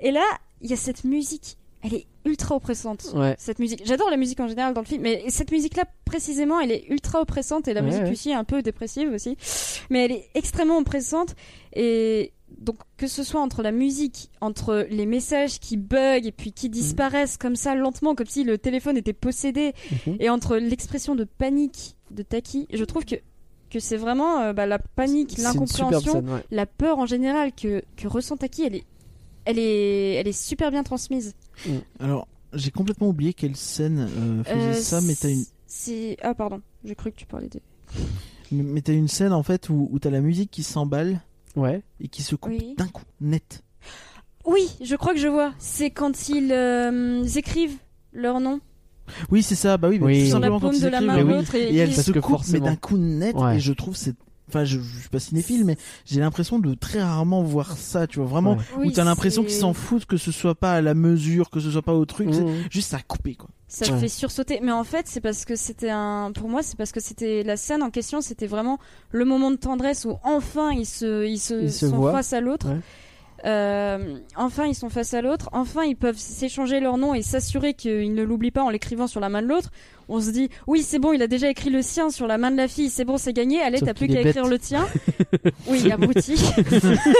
[SPEAKER 2] et là, il y a cette musique, elle est ultra oppressante.
[SPEAKER 6] Ouais.
[SPEAKER 2] Cette musique, j'adore la musique en général dans le film, mais cette musique-là précisément, elle est ultra oppressante et la
[SPEAKER 6] Ouais,
[SPEAKER 2] musique
[SPEAKER 6] ouais.
[SPEAKER 2] Lucie est un peu dépressive aussi, mais elle est extrêmement oppressante et donc que ce soit entre la musique, entre les messages qui bug et puis qui
[SPEAKER 6] Mhm.
[SPEAKER 2] disparaissent comme ça lentement, comme si le téléphone était possédé,
[SPEAKER 6] Mhm.
[SPEAKER 2] et entre l'expression de panique de Taki, je trouve que que c'est vraiment euh, bah, la panique,
[SPEAKER 6] C'est une superbe
[SPEAKER 2] l'incompréhension
[SPEAKER 6] scène, ouais.
[SPEAKER 2] la peur en général que, que ressent Taki, elle est, elle, est, elle est super bien transmise.
[SPEAKER 1] Alors, j'ai complètement oublié quelle scène euh, faisait
[SPEAKER 2] Euh,
[SPEAKER 1] ça, mais t'as une,
[SPEAKER 2] c'est- Ah, pardon, j'ai cru que tu parlais de.
[SPEAKER 1] mais- mais t'as une scène en fait où, où t'as la musique qui s'emballe
[SPEAKER 6] Ouais.
[SPEAKER 1] et qui se coupe
[SPEAKER 2] Oui.
[SPEAKER 1] d'un coup, net.
[SPEAKER 2] Oui, je crois que je vois. C'est quand ils, euh, ils écrivent leur nom
[SPEAKER 1] Oui, c'est ça. Bah oui, mais
[SPEAKER 6] Oui.
[SPEAKER 1] tout
[SPEAKER 2] sur la
[SPEAKER 1] simplement
[SPEAKER 2] paume
[SPEAKER 1] quand
[SPEAKER 2] de
[SPEAKER 1] ils
[SPEAKER 2] la
[SPEAKER 1] écrivent,
[SPEAKER 2] main
[SPEAKER 1] mais
[SPEAKER 2] de
[SPEAKER 1] oui.
[SPEAKER 2] l'autre. Et,
[SPEAKER 1] Et elle
[SPEAKER 2] et-
[SPEAKER 6] Parce
[SPEAKER 1] se
[SPEAKER 6] que
[SPEAKER 1] coupe,
[SPEAKER 6] forcément-
[SPEAKER 1] mais d'un coup net.
[SPEAKER 6] Ouais.
[SPEAKER 1] Et je trouve c'est, enfin, je, je suis pas cinéphile, mais j'ai l'impression de très rarement voir ça. Tu vois vraiment
[SPEAKER 6] Ouais.
[SPEAKER 2] oui,
[SPEAKER 1] où t'as l'impression
[SPEAKER 2] c'est-
[SPEAKER 1] qu'ils s'en foutent, que ce soit pas à la mesure, que ce soit pas au
[SPEAKER 2] Mmh.
[SPEAKER 1] truc. c'est
[SPEAKER 6] Mhm.
[SPEAKER 1] Juste ça a coupé quoi.
[SPEAKER 2] Ça te
[SPEAKER 6] Ouais.
[SPEAKER 2] fait sursauter. Mais en fait, c'est parce que c'était un. Pour moi, c'est parce que c'était la scène en question. C'était vraiment le moment de tendresse où enfin ils se, ils se,
[SPEAKER 6] Ils se
[SPEAKER 2] sont
[SPEAKER 6] voient.
[SPEAKER 2] face à l'autre.
[SPEAKER 6] Ouais.
[SPEAKER 2] Euh, enfin, ils sont face à l'autre. Enfin, ils peuvent s'échanger leur nom et s'assurer qu'ils ne l'oublient pas en l'écrivant sur la main de l'autre. On se dit, oui, c'est bon, il a déjà écrit le sien sur la main de la fille. C'est bon, c'est gagné. Allez,
[SPEAKER 6] Sauf
[SPEAKER 2] t'as plus
[SPEAKER 6] qu'il
[SPEAKER 2] qu'à
[SPEAKER 6] est
[SPEAKER 2] écrire
[SPEAKER 6] bête.
[SPEAKER 2] le tien. oui, abruti,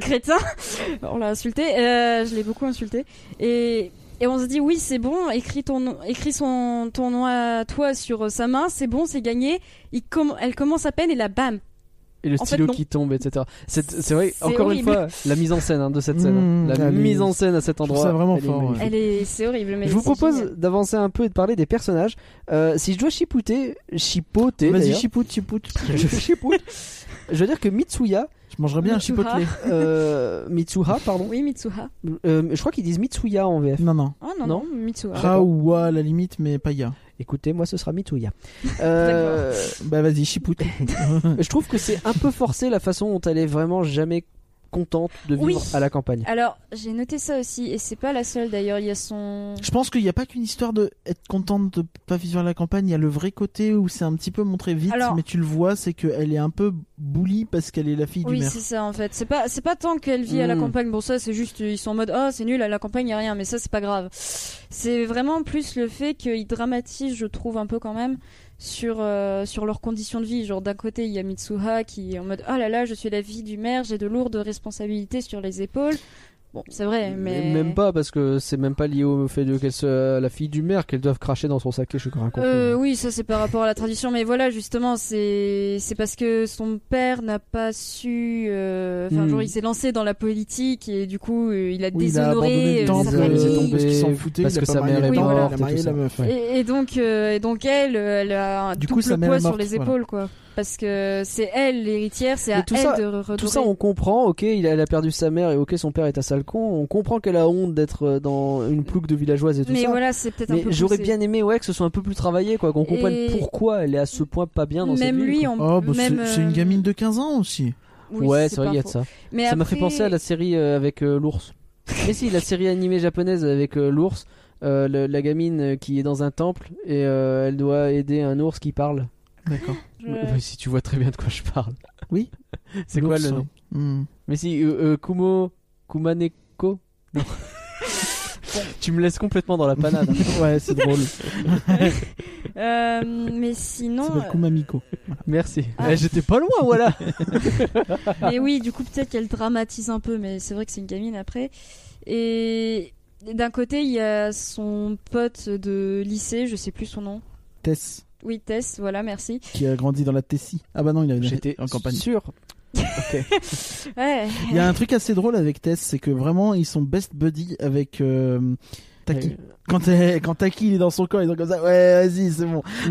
[SPEAKER 2] crétin. On l'a insulté. Euh, je l'ai beaucoup insulté. Et, et on se dit oui, c'est bon, écris ton nom- écris son ton nom à toi sur euh, sa main, c'est bon, c'est gagné. Il com- elle commence à peine et là bam.
[SPEAKER 6] Et le
[SPEAKER 2] En fait,
[SPEAKER 6] stylo
[SPEAKER 2] non.
[SPEAKER 6] qui tombe, etc. C'est c'est vrai,
[SPEAKER 2] C'est
[SPEAKER 6] encore
[SPEAKER 2] horrible.
[SPEAKER 6] une fois, la mise en scène hein, de cette scène. hein.
[SPEAKER 1] Mhm.
[SPEAKER 6] La
[SPEAKER 1] Elle est-
[SPEAKER 6] mise en scène à cet
[SPEAKER 1] trouve
[SPEAKER 6] endroit.
[SPEAKER 1] ça vraiment
[SPEAKER 6] elle est
[SPEAKER 1] fort, ouais.
[SPEAKER 6] magnifique.
[SPEAKER 2] Elle est c'est horrible mais
[SPEAKER 6] Je vous
[SPEAKER 2] c'est
[SPEAKER 6] propose
[SPEAKER 2] génial.
[SPEAKER 6] d'avancer un peu et de parler des personnages. Euh, si je dois chipoter, chipoter,
[SPEAKER 1] Vas-y,
[SPEAKER 6] d'ailleurs,
[SPEAKER 1] chipoute, chipoute.
[SPEAKER 6] je chipoute. Je veux dire que Mitsuya,
[SPEAKER 1] Je mangerais bien un
[SPEAKER 2] Mitsuha.
[SPEAKER 1] chipotle.
[SPEAKER 6] euh, Mitsuha, pardon.
[SPEAKER 2] Oui, Mitsuha.
[SPEAKER 6] Euh, je crois qu'ils disent Mitsuya en VF.
[SPEAKER 1] Non, non.
[SPEAKER 2] Oh non non, Mitsuha.
[SPEAKER 6] Ah,
[SPEAKER 1] Ah ou à la limite, mais pas ya.
[SPEAKER 6] Écoutez, moi ce sera Mitsuya. Euh,
[SPEAKER 1] Bah vas-y, chipoute.
[SPEAKER 6] je trouve que c'est un peu forcé la façon dont elle est vraiment jamais contente de vivre
[SPEAKER 2] Oui.
[SPEAKER 6] à la campagne.
[SPEAKER 2] Alors, j'ai noté ça aussi et c'est pas la seule d'ailleurs, il y a son
[SPEAKER 1] Je pense qu'il n'y a pas qu'une histoire de être contente de pas vivre à la campagne. Il y a le vrai côté où c'est un petit peu montré vite,
[SPEAKER 2] Alors-
[SPEAKER 1] mais tu le vois, c'est qu'elle est un peu boulie parce qu'elle est la fille
[SPEAKER 2] oui,
[SPEAKER 1] du maire.
[SPEAKER 2] c'est ça en fait. C'est pas c'est pas tant qu'elle vit à la
[SPEAKER 6] Mm.
[SPEAKER 2] campagne. Bon ça, c'est juste ils sont en mode "Oh, c'est nul à la campagne, il y a rien", mais ça c'est pas grave. C'est vraiment plus le fait qu'ils dramatisent, je trouve un peu quand même sur euh, sur leurs conditions de vie. Genre d'un côté, il y a Mitsuha qui est en mode "Oh là là, je suis la fille du maire, j'ai de lourdes responsabilités sur les épaules." Bon, c'est vrai, Eh, mais
[SPEAKER 6] Même pas parce que c'est même pas lié au fait de qu'elle soit la fille du maire qu'elle doive cracher dans son saké, je suis convaincu.
[SPEAKER 2] Euh, oui, ça c'est par rapport à la tradition, mais voilà, justement, c'est c'est parce que son père n'a pas su. euh, Enfin,
[SPEAKER 6] Hmm.
[SPEAKER 2] genre, il s'est lancé dans la politique et du coup, euh, il a
[SPEAKER 1] Oui, il a abandonné
[SPEAKER 2] déshonoré
[SPEAKER 1] le
[SPEAKER 2] euh,
[SPEAKER 1] temple,
[SPEAKER 2] sa
[SPEAKER 1] il est tombé
[SPEAKER 2] famille.
[SPEAKER 1] parce qu'il s'en foutait,
[SPEAKER 6] Parce
[SPEAKER 1] il a
[SPEAKER 6] que
[SPEAKER 1] pas
[SPEAKER 6] sa
[SPEAKER 1] marié
[SPEAKER 6] mère
[SPEAKER 1] la
[SPEAKER 2] est
[SPEAKER 1] tante,
[SPEAKER 2] morte
[SPEAKER 1] il
[SPEAKER 6] et
[SPEAKER 1] a
[SPEAKER 6] tout
[SPEAKER 1] marié
[SPEAKER 6] ça.
[SPEAKER 1] la meuf.
[SPEAKER 6] Ouais.
[SPEAKER 2] Et, et donc, euh, et donc elle, euh, elle a un
[SPEAKER 1] Du coup,
[SPEAKER 2] double
[SPEAKER 1] sa mère
[SPEAKER 2] poids
[SPEAKER 1] est
[SPEAKER 2] sur
[SPEAKER 1] morte,
[SPEAKER 2] les
[SPEAKER 1] voilà.
[SPEAKER 2] épaules, quoi. Parce que c'est elle l'héritière, c'est à
[SPEAKER 6] tout
[SPEAKER 2] elle
[SPEAKER 6] ça-
[SPEAKER 2] de redorer.
[SPEAKER 6] Tout ça, on comprend, ok, il a, elle a perdu sa mère et ok, son père est un sale con. On comprend qu'elle a honte d'être euh, dans une plouque de villageoise et tout
[SPEAKER 2] mais
[SPEAKER 6] ça.
[SPEAKER 2] voilà, c'est peut-être un
[SPEAKER 6] mais
[SPEAKER 2] peu.
[SPEAKER 6] j'aurais
[SPEAKER 2] poussé.
[SPEAKER 6] bien aimé, ouais, que ce soit un peu plus travaillé, quoi, qu'on comprenne
[SPEAKER 2] Et-
[SPEAKER 6] pourquoi elle est à ce point pas bien dans cette
[SPEAKER 2] Même
[SPEAKER 6] ville,
[SPEAKER 2] lui,
[SPEAKER 6] quoi.
[SPEAKER 2] on
[SPEAKER 1] Oh, bah,
[SPEAKER 2] même,
[SPEAKER 1] c'est c'est une
[SPEAKER 2] euh,
[SPEAKER 1] gamine de 15 ans aussi.
[SPEAKER 2] oui,
[SPEAKER 6] ouais, c'est vrai,
[SPEAKER 2] pas
[SPEAKER 6] il y a de
[SPEAKER 2] faux.
[SPEAKER 6] ça.
[SPEAKER 2] Mais
[SPEAKER 6] ça m'a fait
[SPEAKER 2] après-
[SPEAKER 6] penser à la série euh, avec euh, l'ours. Mais si, la série animée japonaise avec euh, l'ours, euh, le- la gamine euh, qui est dans un temple et euh, elle doit aider un ours qui parle.
[SPEAKER 1] D'accord.
[SPEAKER 2] Je-
[SPEAKER 6] Si tu vois très bien de quoi je parle.
[SPEAKER 1] Oui.
[SPEAKER 6] C'est quoi le nom
[SPEAKER 1] Hmm.
[SPEAKER 6] Mais si, euh, euh, Kumo, Kumaneko Non. tu me laisses complètement dans la panade. hein.
[SPEAKER 1] Ouais, c'est drôle. Ça
[SPEAKER 2] Euh, mais sinon, euh,
[SPEAKER 1] s'appelle Kumamiko.
[SPEAKER 6] Merci.
[SPEAKER 2] Ah.
[SPEAKER 6] Eh, J'étais pas loin, voilà.
[SPEAKER 2] Mais oui, du coup, peut-être qu'elle dramatise un peu, mais c'est vrai que c'est une gamine après. Et d'un côté, il y a son pote de lycée, je sais plus son nom.
[SPEAKER 1] Tess,
[SPEAKER 2] Oui, Tess, voilà, merci.
[SPEAKER 1] qui a grandi dans la Tessie. Ah bah non, il
[SPEAKER 6] J'étais
[SPEAKER 1] avait en campagne.
[SPEAKER 6] sûr.
[SPEAKER 2] Ouais,
[SPEAKER 1] Il y a un truc assez drôle avec Tess, c'est que vraiment ils sont best buddy avec euh, Taki. Quand, elle- quand Taki il est dans son corps, ils sont comme ça, ouais, vas-y, c'est bon. Ah,
[SPEAKER 6] C'est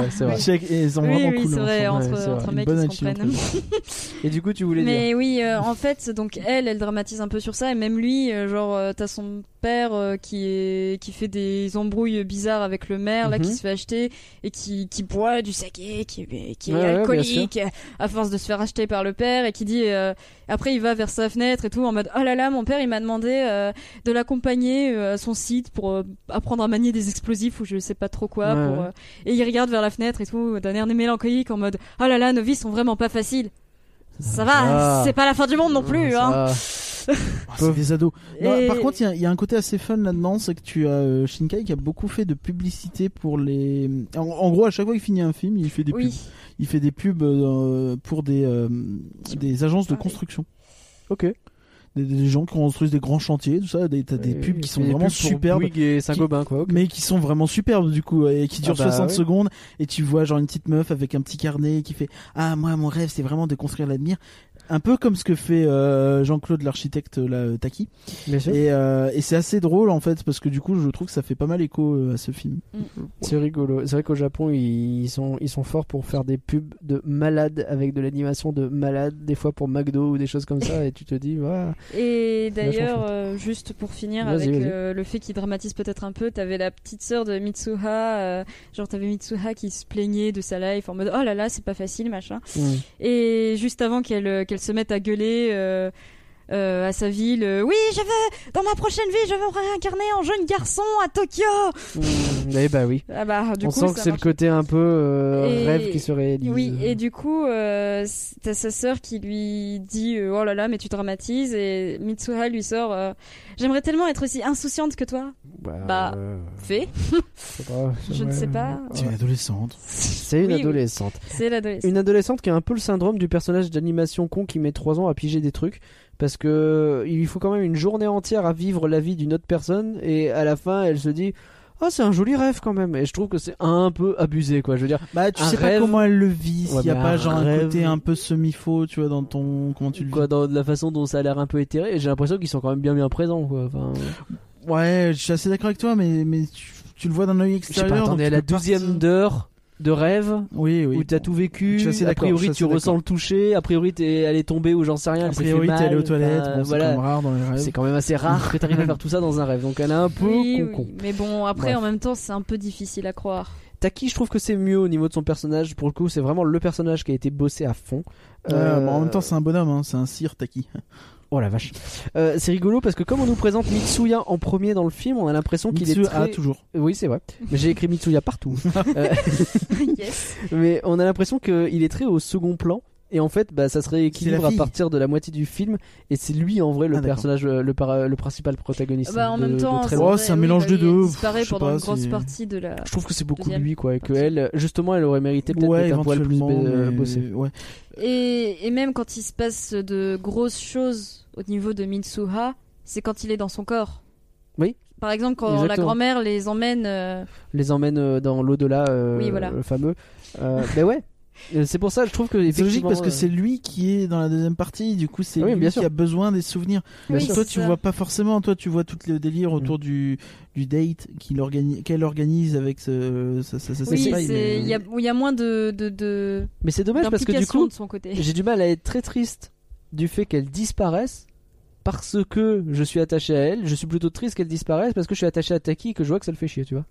[SPEAKER 6] vrai, Mm, c'est vrai.
[SPEAKER 1] Check, et ils sont
[SPEAKER 2] Oui,
[SPEAKER 1] vraiment
[SPEAKER 2] oui,
[SPEAKER 1] cool.
[SPEAKER 2] c'est vrai,
[SPEAKER 1] ensemble.
[SPEAKER 2] entre,
[SPEAKER 6] ouais, c'est vrai.
[SPEAKER 2] entre
[SPEAKER 1] Une
[SPEAKER 2] mecs
[SPEAKER 1] bonne
[SPEAKER 2] qui se
[SPEAKER 1] alchimie entre
[SPEAKER 2] comprennent.
[SPEAKER 6] Et du coup, tu voulais dire.
[SPEAKER 2] Mais oui, euh, en fait, donc elle, elle dramatise un peu sur ça, et même lui, euh, genre, euh, t'as son père euh, qui est qui fait des embrouilles bizarres avec le maire, là,
[SPEAKER 6] Mhm.
[SPEAKER 2] qui se fait acheter et qui, qui boit du saké, qui, est- qui est
[SPEAKER 6] Ouais, ouais, bien
[SPEAKER 2] alcoolique, à force de se faire acheter par le père, et qui dit euh, après il va vers sa fenêtre et tout en mode oh là là, mon père il m'a demandé euh, de l'accompagner euh, à son site pour euh, apprendre à manier des explosifs ou je sais pas trop quoi.
[SPEAKER 6] Ouais,
[SPEAKER 2] pour,
[SPEAKER 6] ouais.
[SPEAKER 2] euh, et il regarde vers la fenêtre et tout d'un air mélancolique en mode oh là là, nos vies sont vraiment pas faciles. Ça va,
[SPEAKER 6] Ah.
[SPEAKER 2] c'est pas la fin du monde non plus. Hein.
[SPEAKER 6] Ah,
[SPEAKER 1] Oh, c'est des ados. Non,
[SPEAKER 2] Et-
[SPEAKER 1] Par contre, il y a- il y, a un côté assez fun là-dedans, c'est que tu as euh, Shinkai qui a beaucoup fait de publicité pour les. En, en gros, à chaque fois qu'il finit un film, il fait des
[SPEAKER 2] oui,
[SPEAKER 1] pubs. Il fait des pubs euh, pour des euh, des agences de
[SPEAKER 2] Ah oui.
[SPEAKER 1] construction,
[SPEAKER 6] Ok.
[SPEAKER 1] des, des gens qui construisent des grands chantiers, tout ça. Des, t'as des
[SPEAKER 6] Oui,
[SPEAKER 1] pubs
[SPEAKER 6] oui,
[SPEAKER 1] qui
[SPEAKER 6] c'est
[SPEAKER 1] sont
[SPEAKER 6] Euh, des
[SPEAKER 1] vraiment
[SPEAKER 6] pubs pour
[SPEAKER 1] superbes.
[SPEAKER 6] Bouygues et Saint-Gobain, quoi. ok.
[SPEAKER 1] Mais qui sont vraiment superbes du coup et qui durent
[SPEAKER 6] Ah bah
[SPEAKER 1] 60
[SPEAKER 6] oui.
[SPEAKER 1] secondes et tu vois genre une petite meuf avec un petit carnet qui fait ah moi mon rêve c'est vraiment de construire l'avenir un peu comme ce que fait euh, Jean-Claude l'architecte là euh, Taki
[SPEAKER 6] Bien sûr.
[SPEAKER 1] et, euh, et c'est assez drôle en fait parce que du coup je trouve que ça fait pas mal écho euh, à ce film.
[SPEAKER 6] C'est rigolo. C'est vrai qu'au Japon, ils sont, ils sont forts pour faire des pubs de malades avec de l'animation de malades, des fois pour McDo ou des choses comme ça, et tu te dis, voilà.
[SPEAKER 2] Et d'ailleurs,
[SPEAKER 6] chouette.
[SPEAKER 2] euh, juste pour finir
[SPEAKER 6] Vas-y,
[SPEAKER 2] avec
[SPEAKER 6] vas-y.
[SPEAKER 2] euh, le fait qu'il dramatise peut-être un peu, t'avais la petite sœur de Mitsuha, euh, genre t'avais Mitsuha qui se plaignait de sa life en mode oh là là, c'est pas facile, machin. Et juste avant qu'elle euh, qu'elle se mette à gueuler euh, euh, à sa ville, euh, oui, je veux, dans ma prochaine vie, je veux me réincarner en jeune garçon à Tokyo.
[SPEAKER 6] Et bah oui.
[SPEAKER 2] Ah bah, du
[SPEAKER 6] On
[SPEAKER 2] coup,
[SPEAKER 6] sent que
[SPEAKER 2] ça
[SPEAKER 6] c'est le
[SPEAKER 2] marche
[SPEAKER 6] côté un peu euh,
[SPEAKER 2] Et-
[SPEAKER 6] rêve qui se réalise.
[SPEAKER 2] Oui, et du coup, euh, c- t'as sa sœur qui lui dit euh, Oh là là, mais tu dramatises. Et Mitsuha lui sort euh, J'aimerais tellement être aussi insouciante que toi. bah,
[SPEAKER 6] euh,
[SPEAKER 2] Fait,
[SPEAKER 6] je sais pas.
[SPEAKER 2] je ne sais pas.
[SPEAKER 1] C'est une adolescente.
[SPEAKER 6] C'est une
[SPEAKER 2] Oui, oui,
[SPEAKER 6] adolescente.
[SPEAKER 2] C'est l'adolescence.
[SPEAKER 6] Une adolescente qui a un peu le syndrome du personnage d'animation con qui met 3 ans à piger des trucs parce que il lui faut quand même une journée entière à vivre la vie d'une autre personne et à la fin elle se dit ah c'est un joli rêve quand même et je trouve que c'est un peu abusé quoi je veux dire
[SPEAKER 1] Bah tu
[SPEAKER 6] Un
[SPEAKER 1] sais
[SPEAKER 6] rêve.
[SPEAKER 1] pas comment elle le vit, s'il
[SPEAKER 6] Ouais,
[SPEAKER 1] y a
[SPEAKER 6] mais
[SPEAKER 1] pas
[SPEAKER 6] un
[SPEAKER 1] genre
[SPEAKER 6] rêve.
[SPEAKER 1] un côté un peu semi-faux, tu vois dans ton comment tu le vis.
[SPEAKER 6] quoi dans la façon dont ça a l'air un peu éthéré et j'ai l'impression qu'ils sont quand même bien bien présents quoi enfin
[SPEAKER 1] Ouais, je suis assez d'accord avec toi mais mais tu, tu le vois d'un œil
[SPEAKER 6] je sais pas
[SPEAKER 1] extérieur.
[SPEAKER 6] attendez à la douzième
[SPEAKER 1] douzième
[SPEAKER 6] d'heure de rêve
[SPEAKER 1] Oui oui.
[SPEAKER 6] où t'as tout vécu
[SPEAKER 1] Je suis assez
[SPEAKER 6] a
[SPEAKER 1] d'accord, je
[SPEAKER 6] priori
[SPEAKER 1] suis assez
[SPEAKER 6] tu ressens
[SPEAKER 1] d'accord.
[SPEAKER 6] le toucher a priori t'es allé tomber ou j'en sais rien
[SPEAKER 1] A
[SPEAKER 6] elle s'est fait
[SPEAKER 1] priori, t'es
[SPEAKER 6] mal,
[SPEAKER 1] allé aux toilettes,
[SPEAKER 6] enfin,
[SPEAKER 1] bon, c'est
[SPEAKER 6] voilà
[SPEAKER 1] quand même rare dans les rêves.
[SPEAKER 6] C'est quand même assez rare que t'arrives à faire tout ça dans un rêve, donc elle est un peu
[SPEAKER 2] Oui,
[SPEAKER 6] con-con.
[SPEAKER 2] oui. Mais bon, après,
[SPEAKER 6] Bref.
[SPEAKER 2] en même temps, c'est un peu difficile à croire.
[SPEAKER 6] Taki, je trouve que c'est mieux au niveau de son personnage. Pour le coup, c'est vraiment le personnage qui a été bossé à fond.
[SPEAKER 1] Ouais,
[SPEAKER 6] Euh,
[SPEAKER 1] bon, en même temps, c'est un bonhomme, hein, c'est un sire Taki.
[SPEAKER 6] Oh la vache. Euh, c'est rigolo parce que comme on nous présente Mitsuya en premier dans le film, on a l'impression qu'il est
[SPEAKER 1] Mitsu
[SPEAKER 6] très...
[SPEAKER 1] a toujours.
[SPEAKER 6] Oui, c'est vrai. Mais j'ai écrit Mitsuya partout. Euh,
[SPEAKER 2] yes.
[SPEAKER 6] Mais on a l'impression qu'il est très au second plan. Et en fait, bah, ça se rééquilibre
[SPEAKER 1] la
[SPEAKER 6] à
[SPEAKER 1] fille.
[SPEAKER 6] partir de la moitié du film. Et c'est lui en vrai le
[SPEAKER 1] Ah, d'accord.
[SPEAKER 6] personnage, euh, le, para- le principal protagoniste.
[SPEAKER 2] Bah, en
[SPEAKER 6] de-
[SPEAKER 2] même
[SPEAKER 6] de
[SPEAKER 2] temps,
[SPEAKER 6] très
[SPEAKER 1] Oh,
[SPEAKER 6] loin.
[SPEAKER 1] c'est un mélange des
[SPEAKER 2] de
[SPEAKER 1] deux,
[SPEAKER 2] bah, Il
[SPEAKER 1] pff,
[SPEAKER 2] disparaît
[SPEAKER 1] je sais
[SPEAKER 2] pendant
[SPEAKER 1] pas
[SPEAKER 2] une grosse
[SPEAKER 1] si-
[SPEAKER 2] partie de la.
[SPEAKER 6] Je trouve que c'est beaucoup
[SPEAKER 2] Deuxième.
[SPEAKER 6] lui, quoi. Et que elle, justement, elle aurait mérité peut-être
[SPEAKER 1] Ouais,
[SPEAKER 6] d'être un poil plus
[SPEAKER 1] éventuellement.
[SPEAKER 6] euh,
[SPEAKER 1] mais-
[SPEAKER 6] bossée.
[SPEAKER 1] ouais.
[SPEAKER 2] Et, et même quand il se passe de grosses choses au niveau de Mitsuha, c'est quand il est dans son corps.
[SPEAKER 6] Oui.
[SPEAKER 2] Par exemple, quand la
[SPEAKER 6] Exactement.
[SPEAKER 2] grand-mère les emmène. euh,
[SPEAKER 6] les emmène euh, dans l'au-delà euh,
[SPEAKER 2] Oui, voilà.
[SPEAKER 6] le fameux. Euh, ben ouais. Euh, C'est pour ça, je trouve que
[SPEAKER 1] C'est logique parce que c'est
[SPEAKER 6] effectivement, euh. Ah
[SPEAKER 1] lui qui est dans la deuxième partie, du coup, c'est
[SPEAKER 6] Oui,
[SPEAKER 1] lui
[SPEAKER 6] bien
[SPEAKER 1] qui
[SPEAKER 6] sûr.
[SPEAKER 1] a besoin des souvenirs.
[SPEAKER 6] euh, Bien
[SPEAKER 2] Oui,
[SPEAKER 6] sûr.
[SPEAKER 1] Toi,
[SPEAKER 2] c'est
[SPEAKER 1] tu
[SPEAKER 2] ça.
[SPEAKER 1] vois pas forcément, toi, tu vois tout le délire
[SPEAKER 6] Mm.
[SPEAKER 1] autour du, du date qu'il organi- qu'elle organise avec ce, sa, sa, sa- sa
[SPEAKER 2] Oui,
[SPEAKER 1] spy,
[SPEAKER 2] c'est-
[SPEAKER 1] mais-
[SPEAKER 2] il y, a- il y a moins de, de, de
[SPEAKER 6] euh, mais c'est dommage parce que du
[SPEAKER 2] d'implication
[SPEAKER 6] coup,
[SPEAKER 2] de son côté.
[SPEAKER 6] j'ai du mal à être très triste du fait qu'elle disparaisse parce que je suis attaché à elle. Je suis plutôt triste qu'elle disparaisse parce que je suis attaché à Taki et que je vois que ça le fait chier, tu vois.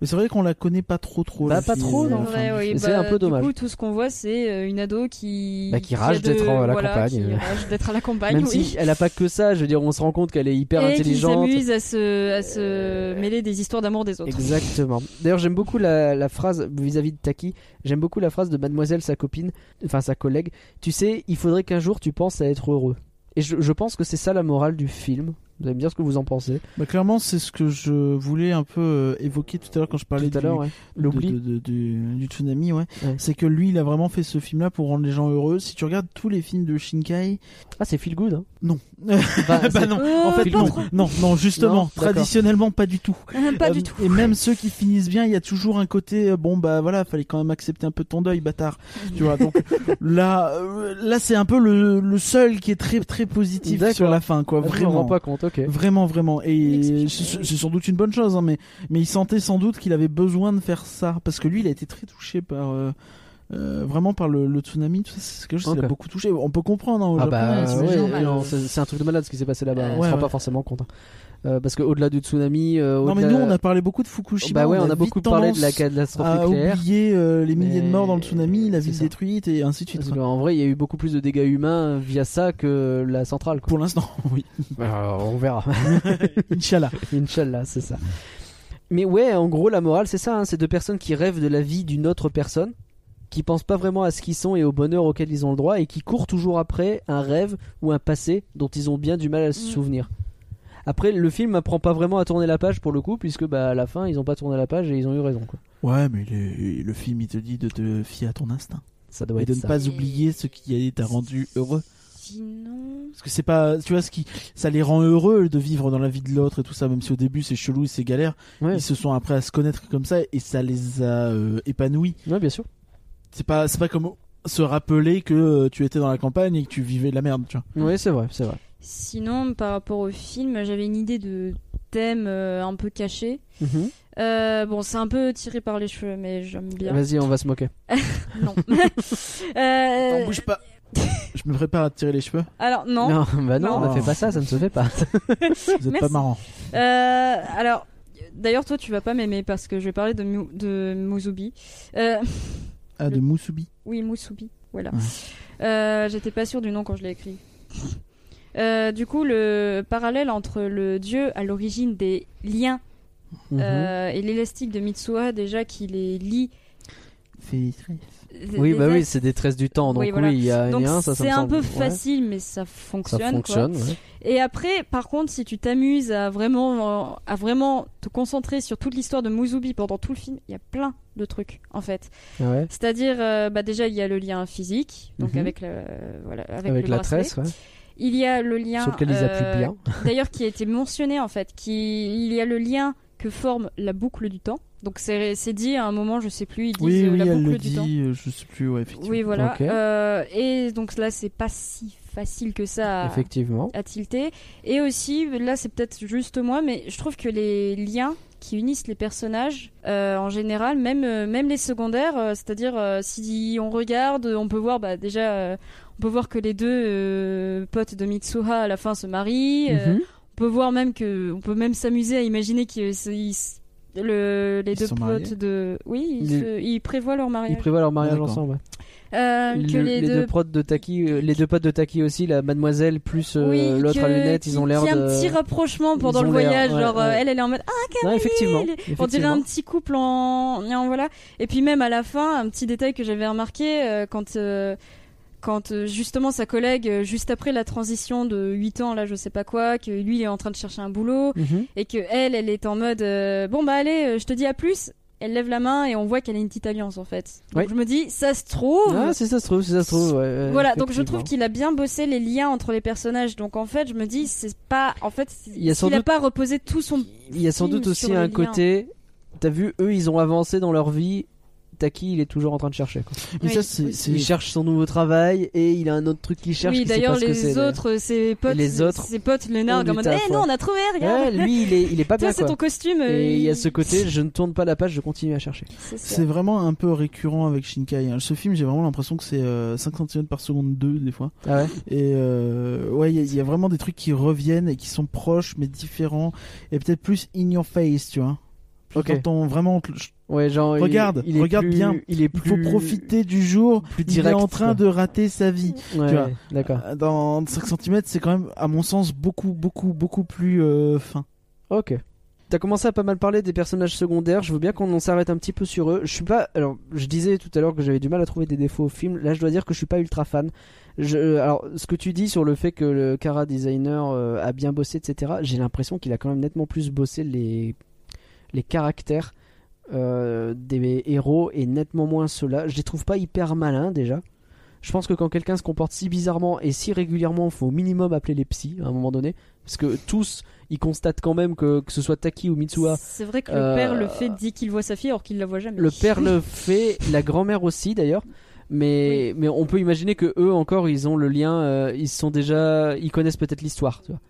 [SPEAKER 1] Mais c'est vrai qu'on la connaît pas trop, trop.
[SPEAKER 6] Bah,
[SPEAKER 1] la
[SPEAKER 6] pas
[SPEAKER 1] fille,
[SPEAKER 6] trop,
[SPEAKER 1] euh,
[SPEAKER 6] non.
[SPEAKER 1] enfin,
[SPEAKER 2] Ouais, ouais,
[SPEAKER 6] c'est
[SPEAKER 2] bah,
[SPEAKER 6] un peu dommage.
[SPEAKER 2] Du coup, tout ce qu'on voit, c'est euh, une ado qui,
[SPEAKER 6] Bah, qui
[SPEAKER 2] a
[SPEAKER 6] rage
[SPEAKER 2] de-
[SPEAKER 6] d'être en- à la
[SPEAKER 2] voilà,
[SPEAKER 6] campagne.
[SPEAKER 2] qui rage d'être à la campagne,
[SPEAKER 6] Même
[SPEAKER 2] oui.
[SPEAKER 6] si elle a pas que ça, je veux dire, on se rend compte qu'elle est hyper
[SPEAKER 2] et qui
[SPEAKER 6] intelligente. Euh,
[SPEAKER 2] s'amuse à se, à se mêler des histoires d'amour des autres.
[SPEAKER 6] Exactement. D'ailleurs, j'aime beaucoup la, la phrase vis-à-vis de Taki. J'aime beaucoup la phrase de Mademoiselle, sa copine, enfin sa collègue. Tu sais, il faudrait qu'un jour tu penses à être heureux. Et je, je pense que c'est ça la morale du film. Vous allez me dire ce que vous en pensez.
[SPEAKER 1] bah, clairement, c'est ce que je voulais un peu euh, évoquer tout à l'heure quand je parlais
[SPEAKER 6] Tout à
[SPEAKER 1] du,
[SPEAKER 6] l'heure, ouais.
[SPEAKER 1] de-
[SPEAKER 6] l'oubli.
[SPEAKER 1] de- de- du, du tsunami, ouais.
[SPEAKER 6] Ouais.
[SPEAKER 1] C'est que lui, il a vraiment fait ce film-là pour rendre les gens heureux. Si tu regardes tous les films de Shinkai,
[SPEAKER 6] Ah, c'est feel good. Hein.
[SPEAKER 1] non.
[SPEAKER 6] Bah,
[SPEAKER 1] Bah
[SPEAKER 6] c'est-
[SPEAKER 1] non,
[SPEAKER 2] Euh,
[SPEAKER 1] en fait
[SPEAKER 2] pas
[SPEAKER 1] non,
[SPEAKER 2] trop.
[SPEAKER 1] non, non, justement,
[SPEAKER 6] Non, d'accord.
[SPEAKER 1] traditionnellement pas du tout.
[SPEAKER 2] Pas
[SPEAKER 1] Euh,
[SPEAKER 2] du tout.
[SPEAKER 1] Et même ceux qui finissent bien, il y a toujours un côté euh, bon bah voilà, fallait quand même accepter un peu ton deuil, bâtard. Tu vois, donc là, euh, là c'est un peu le, le seul qui est très très positif
[SPEAKER 6] D'accord.
[SPEAKER 1] sur la fin, quoi,
[SPEAKER 6] Ah, je m'en rends
[SPEAKER 1] vraiment.
[SPEAKER 6] pas compte. Ok.
[SPEAKER 1] Vraiment, vraiment. Et
[SPEAKER 2] Inexplicable.
[SPEAKER 1] c'est c'est sans doute une bonne chose, hein, mais, mais il sentait sans doute qu'il avait besoin de faire ça. Parce que lui, il a été très touché par. euh, euh, vraiment par le, le tsunami, tout ça, c'est quelque chose qui
[SPEAKER 6] Ok.
[SPEAKER 1] l'a beaucoup touché. On peut comprendre. hein, au Japon,
[SPEAKER 6] Ah bah
[SPEAKER 1] ils sont
[SPEAKER 6] ouais,
[SPEAKER 1] gens-
[SPEAKER 2] normal.
[SPEAKER 6] non, c'est c'est un truc de malade ce qui s'est passé là-bas. on
[SPEAKER 1] Ouais,
[SPEAKER 6] se rend
[SPEAKER 1] ouais.
[SPEAKER 6] pas forcément compte. hein. Euh, parce que au-delà du tsunami, euh,
[SPEAKER 1] Non, mais
[SPEAKER 6] au-delà-
[SPEAKER 1] nous, on a parlé beaucoup de Fukushima.
[SPEAKER 6] bah ouais, on a
[SPEAKER 1] vite
[SPEAKER 6] beaucoup parlé de la
[SPEAKER 1] tendance
[SPEAKER 6] catastrophe
[SPEAKER 1] à
[SPEAKER 6] nucléaire.
[SPEAKER 1] oublier euh, les milliers de
[SPEAKER 6] mais-
[SPEAKER 1] morts dans le tsunami, la
[SPEAKER 6] c'est
[SPEAKER 1] ville
[SPEAKER 6] ça.
[SPEAKER 1] détruite et ainsi de suite.
[SPEAKER 6] Parce que, en vrai, il y a eu beaucoup plus de dégâts humains via ça que la centrale. quoi.
[SPEAKER 1] Pour l'instant, oui. Bah,
[SPEAKER 6] Alors, on verra.
[SPEAKER 1] Inch'Allah.
[SPEAKER 6] Inch'Allah, c'est ça. Mais ouais, en gros, la morale, c'est ça. hein, c'est deux personnes qui rêvent de la vie d'une autre personne, qui pensent pas vraiment à ce qu'ils sont et au bonheur auquel ils ont le droit, et qui courent toujours après un rêve ou un passé dont ils ont bien du mal à se
[SPEAKER 2] Mm.
[SPEAKER 6] souvenir. Après, le film apprend pas vraiment à tourner la page pour le coup, puisque bah, à la fin, ils ont pas tourné la page et ils ont eu raison. Quoi.
[SPEAKER 1] Ouais, mais le, le film, il te dit de te fier à ton instinct.
[SPEAKER 6] Ça doit
[SPEAKER 1] et
[SPEAKER 6] être
[SPEAKER 1] de ne
[SPEAKER 6] ça.
[SPEAKER 1] pas oublier ce qui t'a rendu heureux.
[SPEAKER 2] Sinon.
[SPEAKER 1] Parce que c'est pas, tu vois, ce qui, ça les rend heureux de vivre dans la vie de l'autre et tout ça, même si au début c'est chelou et c'est galère.
[SPEAKER 6] Ouais.
[SPEAKER 1] Ils se sont après à se connaître comme ça et ça les a euh, épanouis.
[SPEAKER 6] Ouais, bien sûr.
[SPEAKER 1] C'est pas, c'est pas comme se rappeler que euh, tu étais dans la campagne et que tu vivais de la merde, tu vois.
[SPEAKER 6] Oui, c'est vrai, c'est vrai.
[SPEAKER 2] Sinon, par rapport au film, j'avais une idée de thème euh, un peu caché.
[SPEAKER 6] Mhm.
[SPEAKER 2] Euh, bon, c'est un peu tiré par les cheveux, mais j'aime bien.
[SPEAKER 6] Vas-y, on va se moquer.
[SPEAKER 2] Non.
[SPEAKER 1] T'en
[SPEAKER 2] Euh,
[SPEAKER 1] bouge pas. Je me prépare à te tirer les cheveux.
[SPEAKER 2] alors, non.
[SPEAKER 6] bah non,
[SPEAKER 1] Non.
[SPEAKER 6] ne fais pas ça, ça ne se fait pas.
[SPEAKER 1] Vous êtes pas
[SPEAKER 2] Merci.
[SPEAKER 1] marrant.
[SPEAKER 2] Euh, alors, d'ailleurs, toi, tu vas pas m'aimer parce que je vais parler de, Mu- de Musubi. Euh,
[SPEAKER 1] Ah, de Musubi.
[SPEAKER 2] oui, Musubi, voilà.
[SPEAKER 1] Ouais.
[SPEAKER 2] Euh, J'étais pas sûre du nom quand je l'ai écrit. Euh, du coup, le parallèle entre le dieu à l'origine des liens
[SPEAKER 6] Mhm.
[SPEAKER 2] euh, et l'élastique de Mitsuha, déjà qui les lie. euh,
[SPEAKER 6] Oui, bah oui,
[SPEAKER 2] les-
[SPEAKER 6] c'est des tresses du temps, donc
[SPEAKER 2] Oui, voilà.
[SPEAKER 6] oui, il y a un
[SPEAKER 2] Donc
[SPEAKER 6] lien, ça, ça me
[SPEAKER 2] c'est un
[SPEAKER 6] semble-
[SPEAKER 2] peu
[SPEAKER 6] ouais,
[SPEAKER 2] facile, mais ça
[SPEAKER 6] Ça
[SPEAKER 2] fonctionne. quoi.
[SPEAKER 6] fonctionne, ouais.
[SPEAKER 2] Et après, par contre, si tu t'amuses à vraiment, euh, à vraiment te concentrer sur toute l'histoire de Musubi pendant tout le film, il y a plein de trucs en fait.
[SPEAKER 6] Ouais.
[SPEAKER 2] C'est-à-dire, euh, bah déjà il y a le lien physique, donc
[SPEAKER 6] Mhm.
[SPEAKER 2] avec, la- voilà, avec,
[SPEAKER 6] Avec,
[SPEAKER 2] le
[SPEAKER 6] la
[SPEAKER 2] bracelet.
[SPEAKER 6] tresse, ouais.
[SPEAKER 2] Il y a le lien.
[SPEAKER 6] sur lequel ils appuient
[SPEAKER 2] euh,
[SPEAKER 6] bien.
[SPEAKER 2] D'ailleurs, qui a été mentionné en fait, qui il y a le lien que forme la boucle du temps. Donc c'est c'est dit à un moment, je sais plus, ils disent
[SPEAKER 1] Oui,
[SPEAKER 2] euh,
[SPEAKER 1] oui,
[SPEAKER 2] la
[SPEAKER 1] elle
[SPEAKER 2] boucle
[SPEAKER 1] le
[SPEAKER 2] du temps.
[SPEAKER 1] dit. euh, Je sais plus. Ouais, effectivement.
[SPEAKER 2] Oui, voilà.
[SPEAKER 6] Ok.
[SPEAKER 2] Euh, et donc là, c'est pas si facile que ça. à-
[SPEAKER 6] Effectivement.
[SPEAKER 2] à tilter. Et aussi, là c'est peut-être juste moi, mais je trouve que les liens qui unissent les personnages euh, en général, même, euh, même les secondaires, euh, c'est-à-dire euh, si on regarde, on peut voir bah, déjà... euh, on peut voir que les deux euh, potes de Mitsuha à la fin se marient. euh,
[SPEAKER 6] Mhm.
[SPEAKER 2] On peut voir même que, on peut même s'amuser à imaginer que c'est- ils s- le, les
[SPEAKER 1] Ils
[SPEAKER 2] deux
[SPEAKER 1] sont
[SPEAKER 2] potes
[SPEAKER 1] mariés
[SPEAKER 2] de, oui, ils,
[SPEAKER 6] Les-
[SPEAKER 2] se- ils prévoient leur
[SPEAKER 6] Ils
[SPEAKER 2] mariage.
[SPEAKER 6] prévoient leur mariage
[SPEAKER 1] D'accord.
[SPEAKER 6] ensemble. ouais.
[SPEAKER 2] Euh,
[SPEAKER 6] Le-
[SPEAKER 2] que les, deux,
[SPEAKER 6] prods de Taki, euh, les deux potes de Taki aussi, la mademoiselle plus euh,
[SPEAKER 2] oui,
[SPEAKER 6] l'autre à
[SPEAKER 2] que-
[SPEAKER 6] lunettes, ils ont
[SPEAKER 2] qu'il
[SPEAKER 6] l'air
[SPEAKER 2] y
[SPEAKER 6] de.
[SPEAKER 2] a un petit rapprochement pendant
[SPEAKER 6] ils
[SPEAKER 2] le
[SPEAKER 6] ont l'air-
[SPEAKER 2] voyage,
[SPEAKER 6] ouais,
[SPEAKER 2] genre
[SPEAKER 6] ouais.
[SPEAKER 2] euh, elle elle est en mode
[SPEAKER 6] Non, effectivement.
[SPEAKER 2] On dirait un
[SPEAKER 6] effectivement.
[SPEAKER 2] petit couple en, en voilà. Et puis même à la fin, un petit détail que j'avais remarqué euh, quand euh, quand euh, justement sa collègue euh, juste après la transition de 8 ans là, je sais pas quoi, que lui il est en train de chercher un boulot
[SPEAKER 6] Mhm.
[SPEAKER 2] et que elle elle est en mode euh, bon bah allez, euh, je te dis à plus. Elle lève la main et on voit qu'elle a une petite alliance en fait. Donc
[SPEAKER 6] Oui.
[SPEAKER 2] je me dis ça se trouve
[SPEAKER 6] Ah, si ça se trouve, si ça se trouve. ouais, ouais,
[SPEAKER 2] voilà, donc je trouve
[SPEAKER 6] Euh, effectivement.
[SPEAKER 2] qu'il a bien bossé les liens entre les personnages. Donc en fait, je me dis, c'est pas. En fait,
[SPEAKER 6] Il y a
[SPEAKER 2] il
[SPEAKER 6] sans
[SPEAKER 2] n'a
[SPEAKER 6] doute-
[SPEAKER 2] pas reposé tout son.
[SPEAKER 6] Il y a sans
[SPEAKER 2] film
[SPEAKER 6] doute aussi
[SPEAKER 2] sur le
[SPEAKER 6] un
[SPEAKER 2] lien.
[SPEAKER 6] côté. T'as vu, eux, ils ont avancé dans leur vie. Taki, il est toujours en train de chercher. quoi.
[SPEAKER 1] Mais
[SPEAKER 2] Oui.
[SPEAKER 1] ça, c'est. c'est-
[SPEAKER 6] Il cherche son nouveau travail et il a un autre truc qu'il cherche.
[SPEAKER 2] oui,
[SPEAKER 6] qu'il sait
[SPEAKER 2] d'ailleurs,
[SPEAKER 6] pas ce que c'est,
[SPEAKER 2] les
[SPEAKER 6] d'ailleurs.
[SPEAKER 2] autres, ses potes,
[SPEAKER 6] les autres
[SPEAKER 2] ses potes les narguent
[SPEAKER 6] ont
[SPEAKER 2] en
[SPEAKER 6] du
[SPEAKER 2] mode
[SPEAKER 6] taf,
[SPEAKER 2] Eh non,
[SPEAKER 6] ouais.
[SPEAKER 2] on a trouvé, regarde
[SPEAKER 6] Ouais, lui, il est, il est pas bien.
[SPEAKER 2] Toi, c'est
[SPEAKER 6] quoi.
[SPEAKER 2] ton costume. euh,
[SPEAKER 6] Et il y a ce côté, je ne tourne pas la page, je continue à chercher.
[SPEAKER 2] C'est ça.
[SPEAKER 1] C'est vraiment un peu récurrent avec Shinkai. hein. Ce film, j'ai vraiment l'impression que c'est euh, 5 cm par seconde 2 des fois.
[SPEAKER 6] Ah ouais
[SPEAKER 1] Et euh, ouais, il y, a- il y a vraiment des trucs qui reviennent et qui sont proches mais différents et peut-être plus in your face, tu vois. Plus
[SPEAKER 6] Ok.
[SPEAKER 1] dans ton- vraiment, on te-
[SPEAKER 6] Ouais, genre. il-
[SPEAKER 1] Regarde,
[SPEAKER 6] il est
[SPEAKER 1] regarde
[SPEAKER 6] plus-
[SPEAKER 1] bien.
[SPEAKER 6] Il est
[SPEAKER 1] il
[SPEAKER 6] plus.
[SPEAKER 1] faut profiter du jour.
[SPEAKER 6] plus
[SPEAKER 1] il est
[SPEAKER 6] direct,
[SPEAKER 1] en train
[SPEAKER 6] quoi.
[SPEAKER 1] de rater sa vie.
[SPEAKER 6] Ouais,
[SPEAKER 1] tu vois.
[SPEAKER 6] D'accord.
[SPEAKER 1] Euh, Dans 5 cm, c'est quand même, à mon sens, beaucoup, beaucoup, beaucoup plus euh, fin.
[SPEAKER 6] Ok. T'as commencé à pas mal parler des personnages secondaires. Je veux bien qu'on en s'arrête un petit peu sur eux. Je suis pas. Alors, je disais tout à l'heure que j'avais du mal à trouver des défauts au film. Là, je dois dire que je suis pas ultra fan. Je... Alors, ce que tu dis sur le fait que le Cara designer euh, a bien bossé, etc. J'ai l'impression qu'il a quand même nettement plus bossé les les caractères euh, des héros et nettement moins ceux-là. Je les trouve pas hyper malins déjà. Je pense que quand quelqu'un se comporte si bizarrement et si régulièrement, faut au minimum appeler les psys à un moment donné, parce que tous, ils constatent quand même que que ce soit Taki ou Mitsuha,
[SPEAKER 2] C'est vrai que
[SPEAKER 6] Euh,
[SPEAKER 2] le père le fait dit qu'il voit sa fille alors qu'il la voit jamais.
[SPEAKER 6] le père le fait, la grand-mère aussi d'ailleurs. Mais, mais on peut imaginer que eux encore ils ont le lien, euh, ils sont déjà, ils connaissent peut-être l'histoire, tu vois.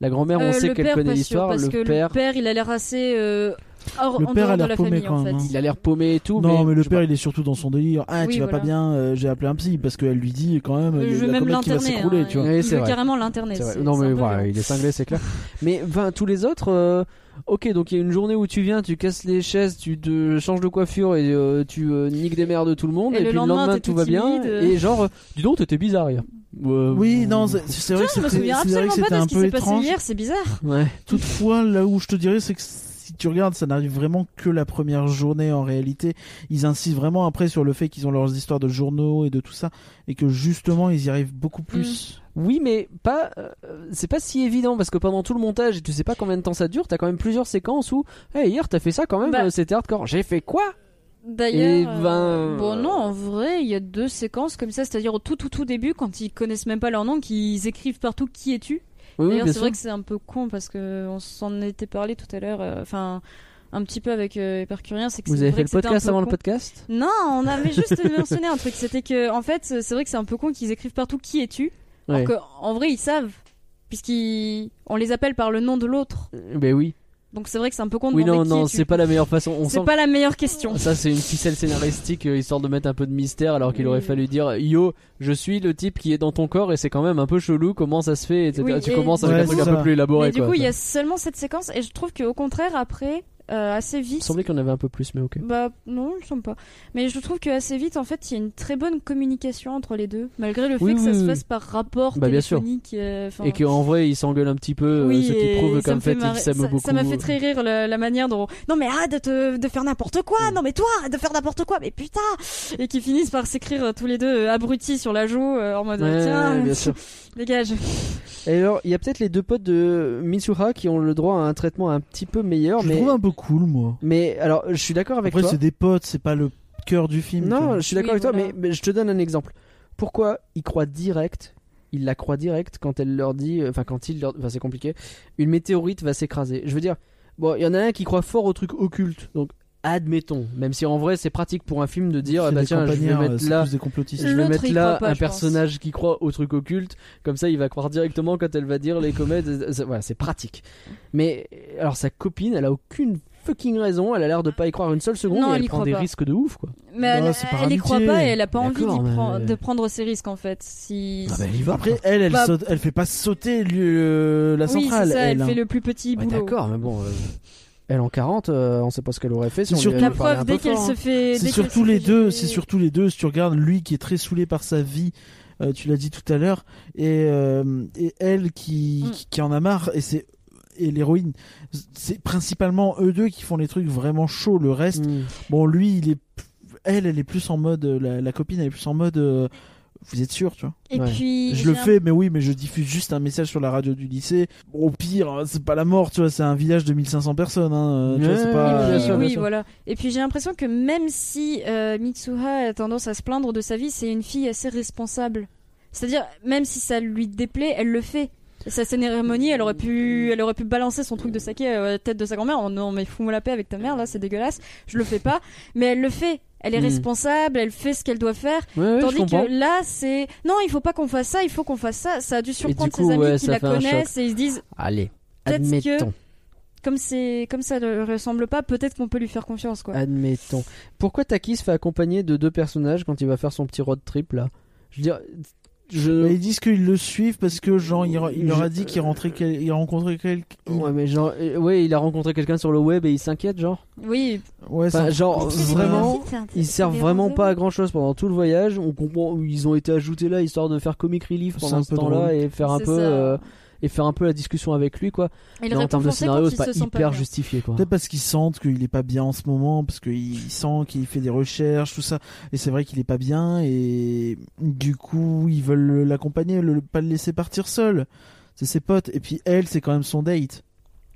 [SPEAKER 6] La grand-mère, on
[SPEAKER 2] Euh,
[SPEAKER 6] sait
[SPEAKER 2] le
[SPEAKER 6] qu'elle
[SPEAKER 2] père,
[SPEAKER 6] connaît
[SPEAKER 2] pas sûr,
[SPEAKER 6] l'histoire.
[SPEAKER 2] parce
[SPEAKER 6] Le
[SPEAKER 2] que
[SPEAKER 6] père,
[SPEAKER 2] le père, il a l'air assez euh, hors
[SPEAKER 1] Le
[SPEAKER 2] en
[SPEAKER 1] père a l'air
[SPEAKER 2] dehors de la
[SPEAKER 1] paumé
[SPEAKER 2] famille
[SPEAKER 1] quand
[SPEAKER 2] en fait.
[SPEAKER 1] même, hein.
[SPEAKER 6] il a l'air paumé et tout.
[SPEAKER 1] Non, mais le
[SPEAKER 6] je-
[SPEAKER 1] père, il est surtout dans son délire. Ah,
[SPEAKER 2] Oui,
[SPEAKER 1] tu vas
[SPEAKER 2] voilà.
[SPEAKER 1] pas bien, euh, j'ai appelé un psy parce qu'elle lui dit quand même, il y a
[SPEAKER 2] Euh, je veux
[SPEAKER 1] la
[SPEAKER 2] même hein,
[SPEAKER 1] comète qui va
[SPEAKER 2] l'internet.
[SPEAKER 1] s'écrouler, tu vois.
[SPEAKER 6] Oui,
[SPEAKER 2] Il
[SPEAKER 6] c'est
[SPEAKER 2] veut
[SPEAKER 6] vrai.
[SPEAKER 2] carrément l'internet.
[SPEAKER 6] C'est vrai.
[SPEAKER 2] c'est-
[SPEAKER 6] Non
[SPEAKER 2] c'est un
[SPEAKER 6] mais
[SPEAKER 2] peu
[SPEAKER 6] voilà,
[SPEAKER 2] violent.
[SPEAKER 6] il est cinglé, c'est clair. Mais ben, tous les autres, euh, ok, donc il y a une journée où tu viens, tu casses les chaises, tu te changes de coiffure et euh, tu euh, niques des mères de tout le monde,
[SPEAKER 2] Et
[SPEAKER 6] et,
[SPEAKER 2] le
[SPEAKER 6] puis le
[SPEAKER 2] lendemain,
[SPEAKER 6] lendemain
[SPEAKER 2] t'es
[SPEAKER 6] tout
[SPEAKER 2] tout
[SPEAKER 6] va bien,
[SPEAKER 2] timide.
[SPEAKER 6] et genre, euh, dis donc, t'étais bizarre hier. Euh,
[SPEAKER 1] Oui, non, c'est c'est vrai que
[SPEAKER 2] Je me
[SPEAKER 1] c'était- c'est
[SPEAKER 2] souviens
[SPEAKER 1] vrai que
[SPEAKER 2] absolument
[SPEAKER 1] c'était
[SPEAKER 2] pas de
[SPEAKER 1] un
[SPEAKER 2] ce qui
[SPEAKER 1] peu
[SPEAKER 2] s'est passé
[SPEAKER 1] étrange.
[SPEAKER 2] hier, c'est bizarre.
[SPEAKER 6] Ouais.
[SPEAKER 1] Toutefois, là où je te dirais, c'est que si tu regardes, ça n'arrive vraiment que la première journée en réalité. Ils insistent vraiment après sur le fait qu'ils ont leurs histoires de journaux et de tout ça, et que justement, ils y arrivent beaucoup plus.
[SPEAKER 2] Mm.
[SPEAKER 6] Oui, mais pas, euh, c'est pas si évident parce que pendant tout le montage, et tu sais pas combien de temps ça dure, t'as quand même plusieurs séquences où, hey, hier t'as fait ça quand même,
[SPEAKER 2] Bah.
[SPEAKER 6] euh, c'était hardcore. J'ai fait quoi
[SPEAKER 2] D'ailleurs,
[SPEAKER 6] Et ben,
[SPEAKER 2] euh, bon non, en vrai, il y a deux séquences comme ça, c'est-à-dire au tout tout tout début, quand ils connaissent même pas leur nom, qu'ils écrivent partout qui es-tu.
[SPEAKER 6] Oui, oui,
[SPEAKER 2] D'ailleurs,
[SPEAKER 6] bien
[SPEAKER 2] c'est
[SPEAKER 6] sûr.
[SPEAKER 2] vrai que c'est un peu con parce que on s'en était parlé tout à l'heure, euh, enfin un petit peu avec euh, Hypercurien, c'est que
[SPEAKER 6] Vous
[SPEAKER 2] c'est
[SPEAKER 6] avez
[SPEAKER 2] vrai
[SPEAKER 6] fait le
[SPEAKER 2] que c'était un
[SPEAKER 6] podcast
[SPEAKER 2] peu
[SPEAKER 6] avant le
[SPEAKER 2] con.
[SPEAKER 6] podcast
[SPEAKER 2] Non, on avait juste mentionné un truc, c'était que en fait, c'est vrai que c'est un peu con qu'ils écrivent partout qui es-tu,
[SPEAKER 6] Ouais.
[SPEAKER 2] alors qu'en vrai ils savent, puisqu'on les appelle par le nom de l'autre.
[SPEAKER 6] Euh, Ben oui.
[SPEAKER 2] Donc c'est vrai que c'est un peu con de
[SPEAKER 6] Oui, non,
[SPEAKER 2] demander qui
[SPEAKER 6] non,
[SPEAKER 2] es-tu.
[SPEAKER 6] c'est pas la meilleure façon. On sent
[SPEAKER 2] C'est pas la meilleure question.
[SPEAKER 6] Ça, c'est une ficelle scénaristique euh, histoire de mettre un peu de mystère alors qu'il
[SPEAKER 2] Oui.
[SPEAKER 6] aurait fallu dire Yo, je suis le type qui est dans ton corps et c'est quand même un peu chelou, comment ça se fait, etc.
[SPEAKER 2] Oui,
[SPEAKER 6] tu
[SPEAKER 2] et-
[SPEAKER 6] commences avec
[SPEAKER 1] Ouais,
[SPEAKER 6] un truc
[SPEAKER 1] c'est
[SPEAKER 6] un peu
[SPEAKER 1] ça.
[SPEAKER 6] plus élaboré.
[SPEAKER 2] Mais du
[SPEAKER 6] quoi.
[SPEAKER 2] coup, il y a seulement cette séquence et je trouve qu'au contraire, après, euh, assez
[SPEAKER 6] Il me
[SPEAKER 2] vite.
[SPEAKER 6] semblait qu'on avait un peu plus, mais ok.
[SPEAKER 2] Bah non, ils sont pas. Mais je trouve que assez vite, en fait, il y a une très bonne communication entre les deux, malgré le fait
[SPEAKER 6] Oui,
[SPEAKER 2] que
[SPEAKER 6] oui,
[SPEAKER 2] ça
[SPEAKER 6] oui,
[SPEAKER 2] se
[SPEAKER 6] oui.
[SPEAKER 2] fasse par rapport
[SPEAKER 6] Bah, bien sûr.
[SPEAKER 2] téléphonique. euh, enfin,
[SPEAKER 6] Et qu'en vrai, ils s'engueulent un petit peu, euh,
[SPEAKER 2] oui,
[SPEAKER 6] ce qui
[SPEAKER 2] et
[SPEAKER 6] prouve
[SPEAKER 2] ça
[SPEAKER 6] qu'en
[SPEAKER 2] me fait
[SPEAKER 6] fait, ils
[SPEAKER 2] marrer-
[SPEAKER 6] s'aiment
[SPEAKER 2] ça-
[SPEAKER 6] beaucoup.
[SPEAKER 2] Ça m'a fait très rire la, la manière dont. Non mais ah de, te- de faire n'importe
[SPEAKER 6] Mm.
[SPEAKER 2] quoi. Non mais toi de faire n'importe quoi. Mais putain. Et qui finissent par s'écrire euh, tous les deux euh, abrutis sur la joue euh, en mode
[SPEAKER 6] Ouais,
[SPEAKER 2] tiens
[SPEAKER 6] bien sûr.
[SPEAKER 2] dégage.
[SPEAKER 6] Et alors, il y a peut-être les deux potes de Mitsuha qui ont le droit à un traitement un petit peu meilleur,
[SPEAKER 1] Je
[SPEAKER 6] mais.
[SPEAKER 1] trouve un peu cool, moi.
[SPEAKER 6] Mais alors, je suis d'accord avec
[SPEAKER 1] Après,
[SPEAKER 6] toi.
[SPEAKER 1] c'est des potes, c'est pas le cœur du film. tu vois.
[SPEAKER 6] Non, je suis d'accord
[SPEAKER 2] Oui,
[SPEAKER 6] avec toi,
[SPEAKER 2] voilà.
[SPEAKER 6] mais, mais je te donne un exemple. Pourquoi il croit direct, il la croit direct quand elle leur dit, euh, enfin quand il leur, enfin c'est compliqué, une météorite va s'écraser. Je veux dire, bon, il y en a un qui croit fort au truc occulte, donc admettons, même si en vrai c'est pratique pour un film de dire,
[SPEAKER 1] C'est
[SPEAKER 6] ah bah
[SPEAKER 1] des
[SPEAKER 6] tiens, je vais
[SPEAKER 1] campagnards, euh,
[SPEAKER 6] mettre
[SPEAKER 1] c'est
[SPEAKER 6] là,
[SPEAKER 1] plus des complotistes.
[SPEAKER 6] je vais
[SPEAKER 2] L'autre,
[SPEAKER 6] mettre
[SPEAKER 2] il
[SPEAKER 6] là
[SPEAKER 2] croit pas,
[SPEAKER 6] un
[SPEAKER 2] je pense.
[SPEAKER 6] personnage qui croit au truc occulte, comme ça il va croire directement quand elle va dire les comètes. et- ça- Voilà, c'est pratique. Mais alors sa copine, elle a aucune fucking raison, elle a l'air de pas y croire une seule seconde,
[SPEAKER 2] Non,
[SPEAKER 6] et
[SPEAKER 2] elle
[SPEAKER 6] elle
[SPEAKER 2] y
[SPEAKER 6] prend
[SPEAKER 2] croit
[SPEAKER 6] des
[SPEAKER 2] pas.
[SPEAKER 6] risques de ouf quoi.
[SPEAKER 2] Mais
[SPEAKER 1] Bah,
[SPEAKER 2] elle,
[SPEAKER 1] c'est par
[SPEAKER 2] elle y croit
[SPEAKER 1] amitié.
[SPEAKER 2] pas et elle a pas envie
[SPEAKER 6] D'accord,
[SPEAKER 2] d'y
[SPEAKER 6] mais-
[SPEAKER 2] pren- de prendre ses risques en fait. Si
[SPEAKER 6] Ah bah, elle y va.
[SPEAKER 1] Après, elle, elle,
[SPEAKER 2] Bah-
[SPEAKER 1] saute- elle fait pas sauter le- la
[SPEAKER 2] oui,
[SPEAKER 1] centrale.
[SPEAKER 2] c'est ça, elle,
[SPEAKER 1] hein.
[SPEAKER 2] fait le plus petit
[SPEAKER 6] Ouais,
[SPEAKER 2] boulot.
[SPEAKER 6] D'accord, mais bon, euh, elle en 40, euh, on sait pas ce qu'elle aurait fait si
[SPEAKER 1] C'est
[SPEAKER 6] on
[SPEAKER 1] surtout-
[SPEAKER 6] lui
[SPEAKER 2] La
[SPEAKER 6] avait parlé
[SPEAKER 2] preuve
[SPEAKER 6] un peu
[SPEAKER 2] dès qu'elle
[SPEAKER 6] fort,
[SPEAKER 2] se
[SPEAKER 6] hein.
[SPEAKER 2] fait.
[SPEAKER 1] C'est
[SPEAKER 2] dès qu'elle
[SPEAKER 1] surtout
[SPEAKER 2] se
[SPEAKER 1] les
[SPEAKER 2] fait
[SPEAKER 1] deux,
[SPEAKER 2] gêner-
[SPEAKER 1] c'est surtout les deux. Si tu regardes lui qui est très saoulé par sa vie, euh, tu l'as dit tout à l'heure, et, euh, et elle qui,
[SPEAKER 2] Mm.
[SPEAKER 1] qui, qui en a marre, et c'est et l'héroïne. C'est principalement eux deux qui font les trucs vraiment chauds. Le reste,
[SPEAKER 6] Mm.
[SPEAKER 1] bon, lui, il est, elle, elle est plus en mode, euh, la, la copine, elle est plus en mode. euh, vous êtes sûr, tu vois
[SPEAKER 2] Et
[SPEAKER 6] Ouais.
[SPEAKER 2] puis.
[SPEAKER 1] Je le
[SPEAKER 2] j'ai un-
[SPEAKER 1] fais, mais oui, mais je diffuse juste un message sur la radio du lycée. Au pire, hein, c'est pas la mort, tu vois, c'est un village de 1500 personnes. Hein, euh, tu vois, c'est
[SPEAKER 6] Ouais,
[SPEAKER 2] Et
[SPEAKER 1] pas,
[SPEAKER 2] puis,
[SPEAKER 6] Ah, bien sûr, bien
[SPEAKER 2] oui,
[SPEAKER 6] sûr.
[SPEAKER 2] voilà. Et puis j'ai l'impression que même si euh, Mitsuha a tendance à se plaindre de sa vie, c'est une fille assez responsable. C'est-à-dire, même si ça lui déplaît, elle le fait. Sa cérémonie, elle aurait pu, elle aurait pu balancer son truc de saké à la tête de sa grand-mère. Oh non, mais fous-moi la paix avec ta mère, là, c'est dégueulasse. Je le fais pas. Mais elle le fait. Elle est
[SPEAKER 6] Mm.
[SPEAKER 2] responsable, elle fait ce qu'elle doit faire.
[SPEAKER 6] Ouais, ouais, je
[SPEAKER 2] Tandis
[SPEAKER 6] comprends.
[SPEAKER 2] que là, c'est non, il faut pas qu'on fasse ça, il faut qu'on fasse ça. Ça a dû surprendre
[SPEAKER 6] coup,
[SPEAKER 2] ses amis
[SPEAKER 6] ouais,
[SPEAKER 2] qui
[SPEAKER 6] ça
[SPEAKER 2] la
[SPEAKER 6] fait un choc.
[SPEAKER 2] connaissent et ils se disent
[SPEAKER 6] Allez,
[SPEAKER 2] Peut-être que-
[SPEAKER 6] admettons,
[SPEAKER 2] comme c'est comme ça ne ressemble pas, peut-être qu'on peut lui faire confiance quoi.
[SPEAKER 6] admettons. Pourquoi Taki se fait accompagner de deux personnages quand il va faire son petit road trip là Je veux dire,
[SPEAKER 1] Mais
[SPEAKER 6] je.
[SPEAKER 1] ils disent qu'ils le suivent parce que genre il, il leur
[SPEAKER 6] Je-
[SPEAKER 1] a dit qu'il rentrait quel- il rencontrait quelqu'un.
[SPEAKER 6] Ouais, mais genre, euh, ouais, il a rencontré quelqu'un sur le web et il s'inquiète, genre.
[SPEAKER 2] Oui,
[SPEAKER 1] Ouais,
[SPEAKER 6] Enfin,
[SPEAKER 1] ça-
[SPEAKER 6] Bah, genre,
[SPEAKER 1] c'est-
[SPEAKER 6] vraiment,
[SPEAKER 7] C'est un-
[SPEAKER 6] Ils
[SPEAKER 7] c'est
[SPEAKER 6] servent
[SPEAKER 7] des
[SPEAKER 6] vraiment
[SPEAKER 7] randos.
[SPEAKER 6] pas à grand chose pendant tout le voyage. On comprend où ils ont été ajoutés là histoire de faire comic relief
[SPEAKER 1] C'est
[SPEAKER 6] pendant
[SPEAKER 1] un
[SPEAKER 6] ce
[SPEAKER 1] peu
[SPEAKER 6] temps-là
[SPEAKER 1] drôle.
[SPEAKER 6] et faire un
[SPEAKER 2] C'est
[SPEAKER 6] peu
[SPEAKER 2] ça.
[SPEAKER 6] euh, et faire un peu la discussion avec lui quoi.
[SPEAKER 2] Et le
[SPEAKER 6] Mais en termes de
[SPEAKER 2] réconforter
[SPEAKER 6] scénario,
[SPEAKER 2] quand
[SPEAKER 6] c'est
[SPEAKER 2] il
[SPEAKER 6] pas
[SPEAKER 2] se sent
[SPEAKER 6] hyper
[SPEAKER 2] bien.
[SPEAKER 6] justifié quoi.
[SPEAKER 1] Peut-être parce qu'ils sentent qu'il est pas bien en ce moment, parce qu'il sent qu'il fait des recherches, tout ça. Et c'est vrai qu'il est pas bien, et du coup, ils veulent l'accompagner, le, pas le laisser partir seul. C'est ses potes. Et puis elle, c'est quand même son date.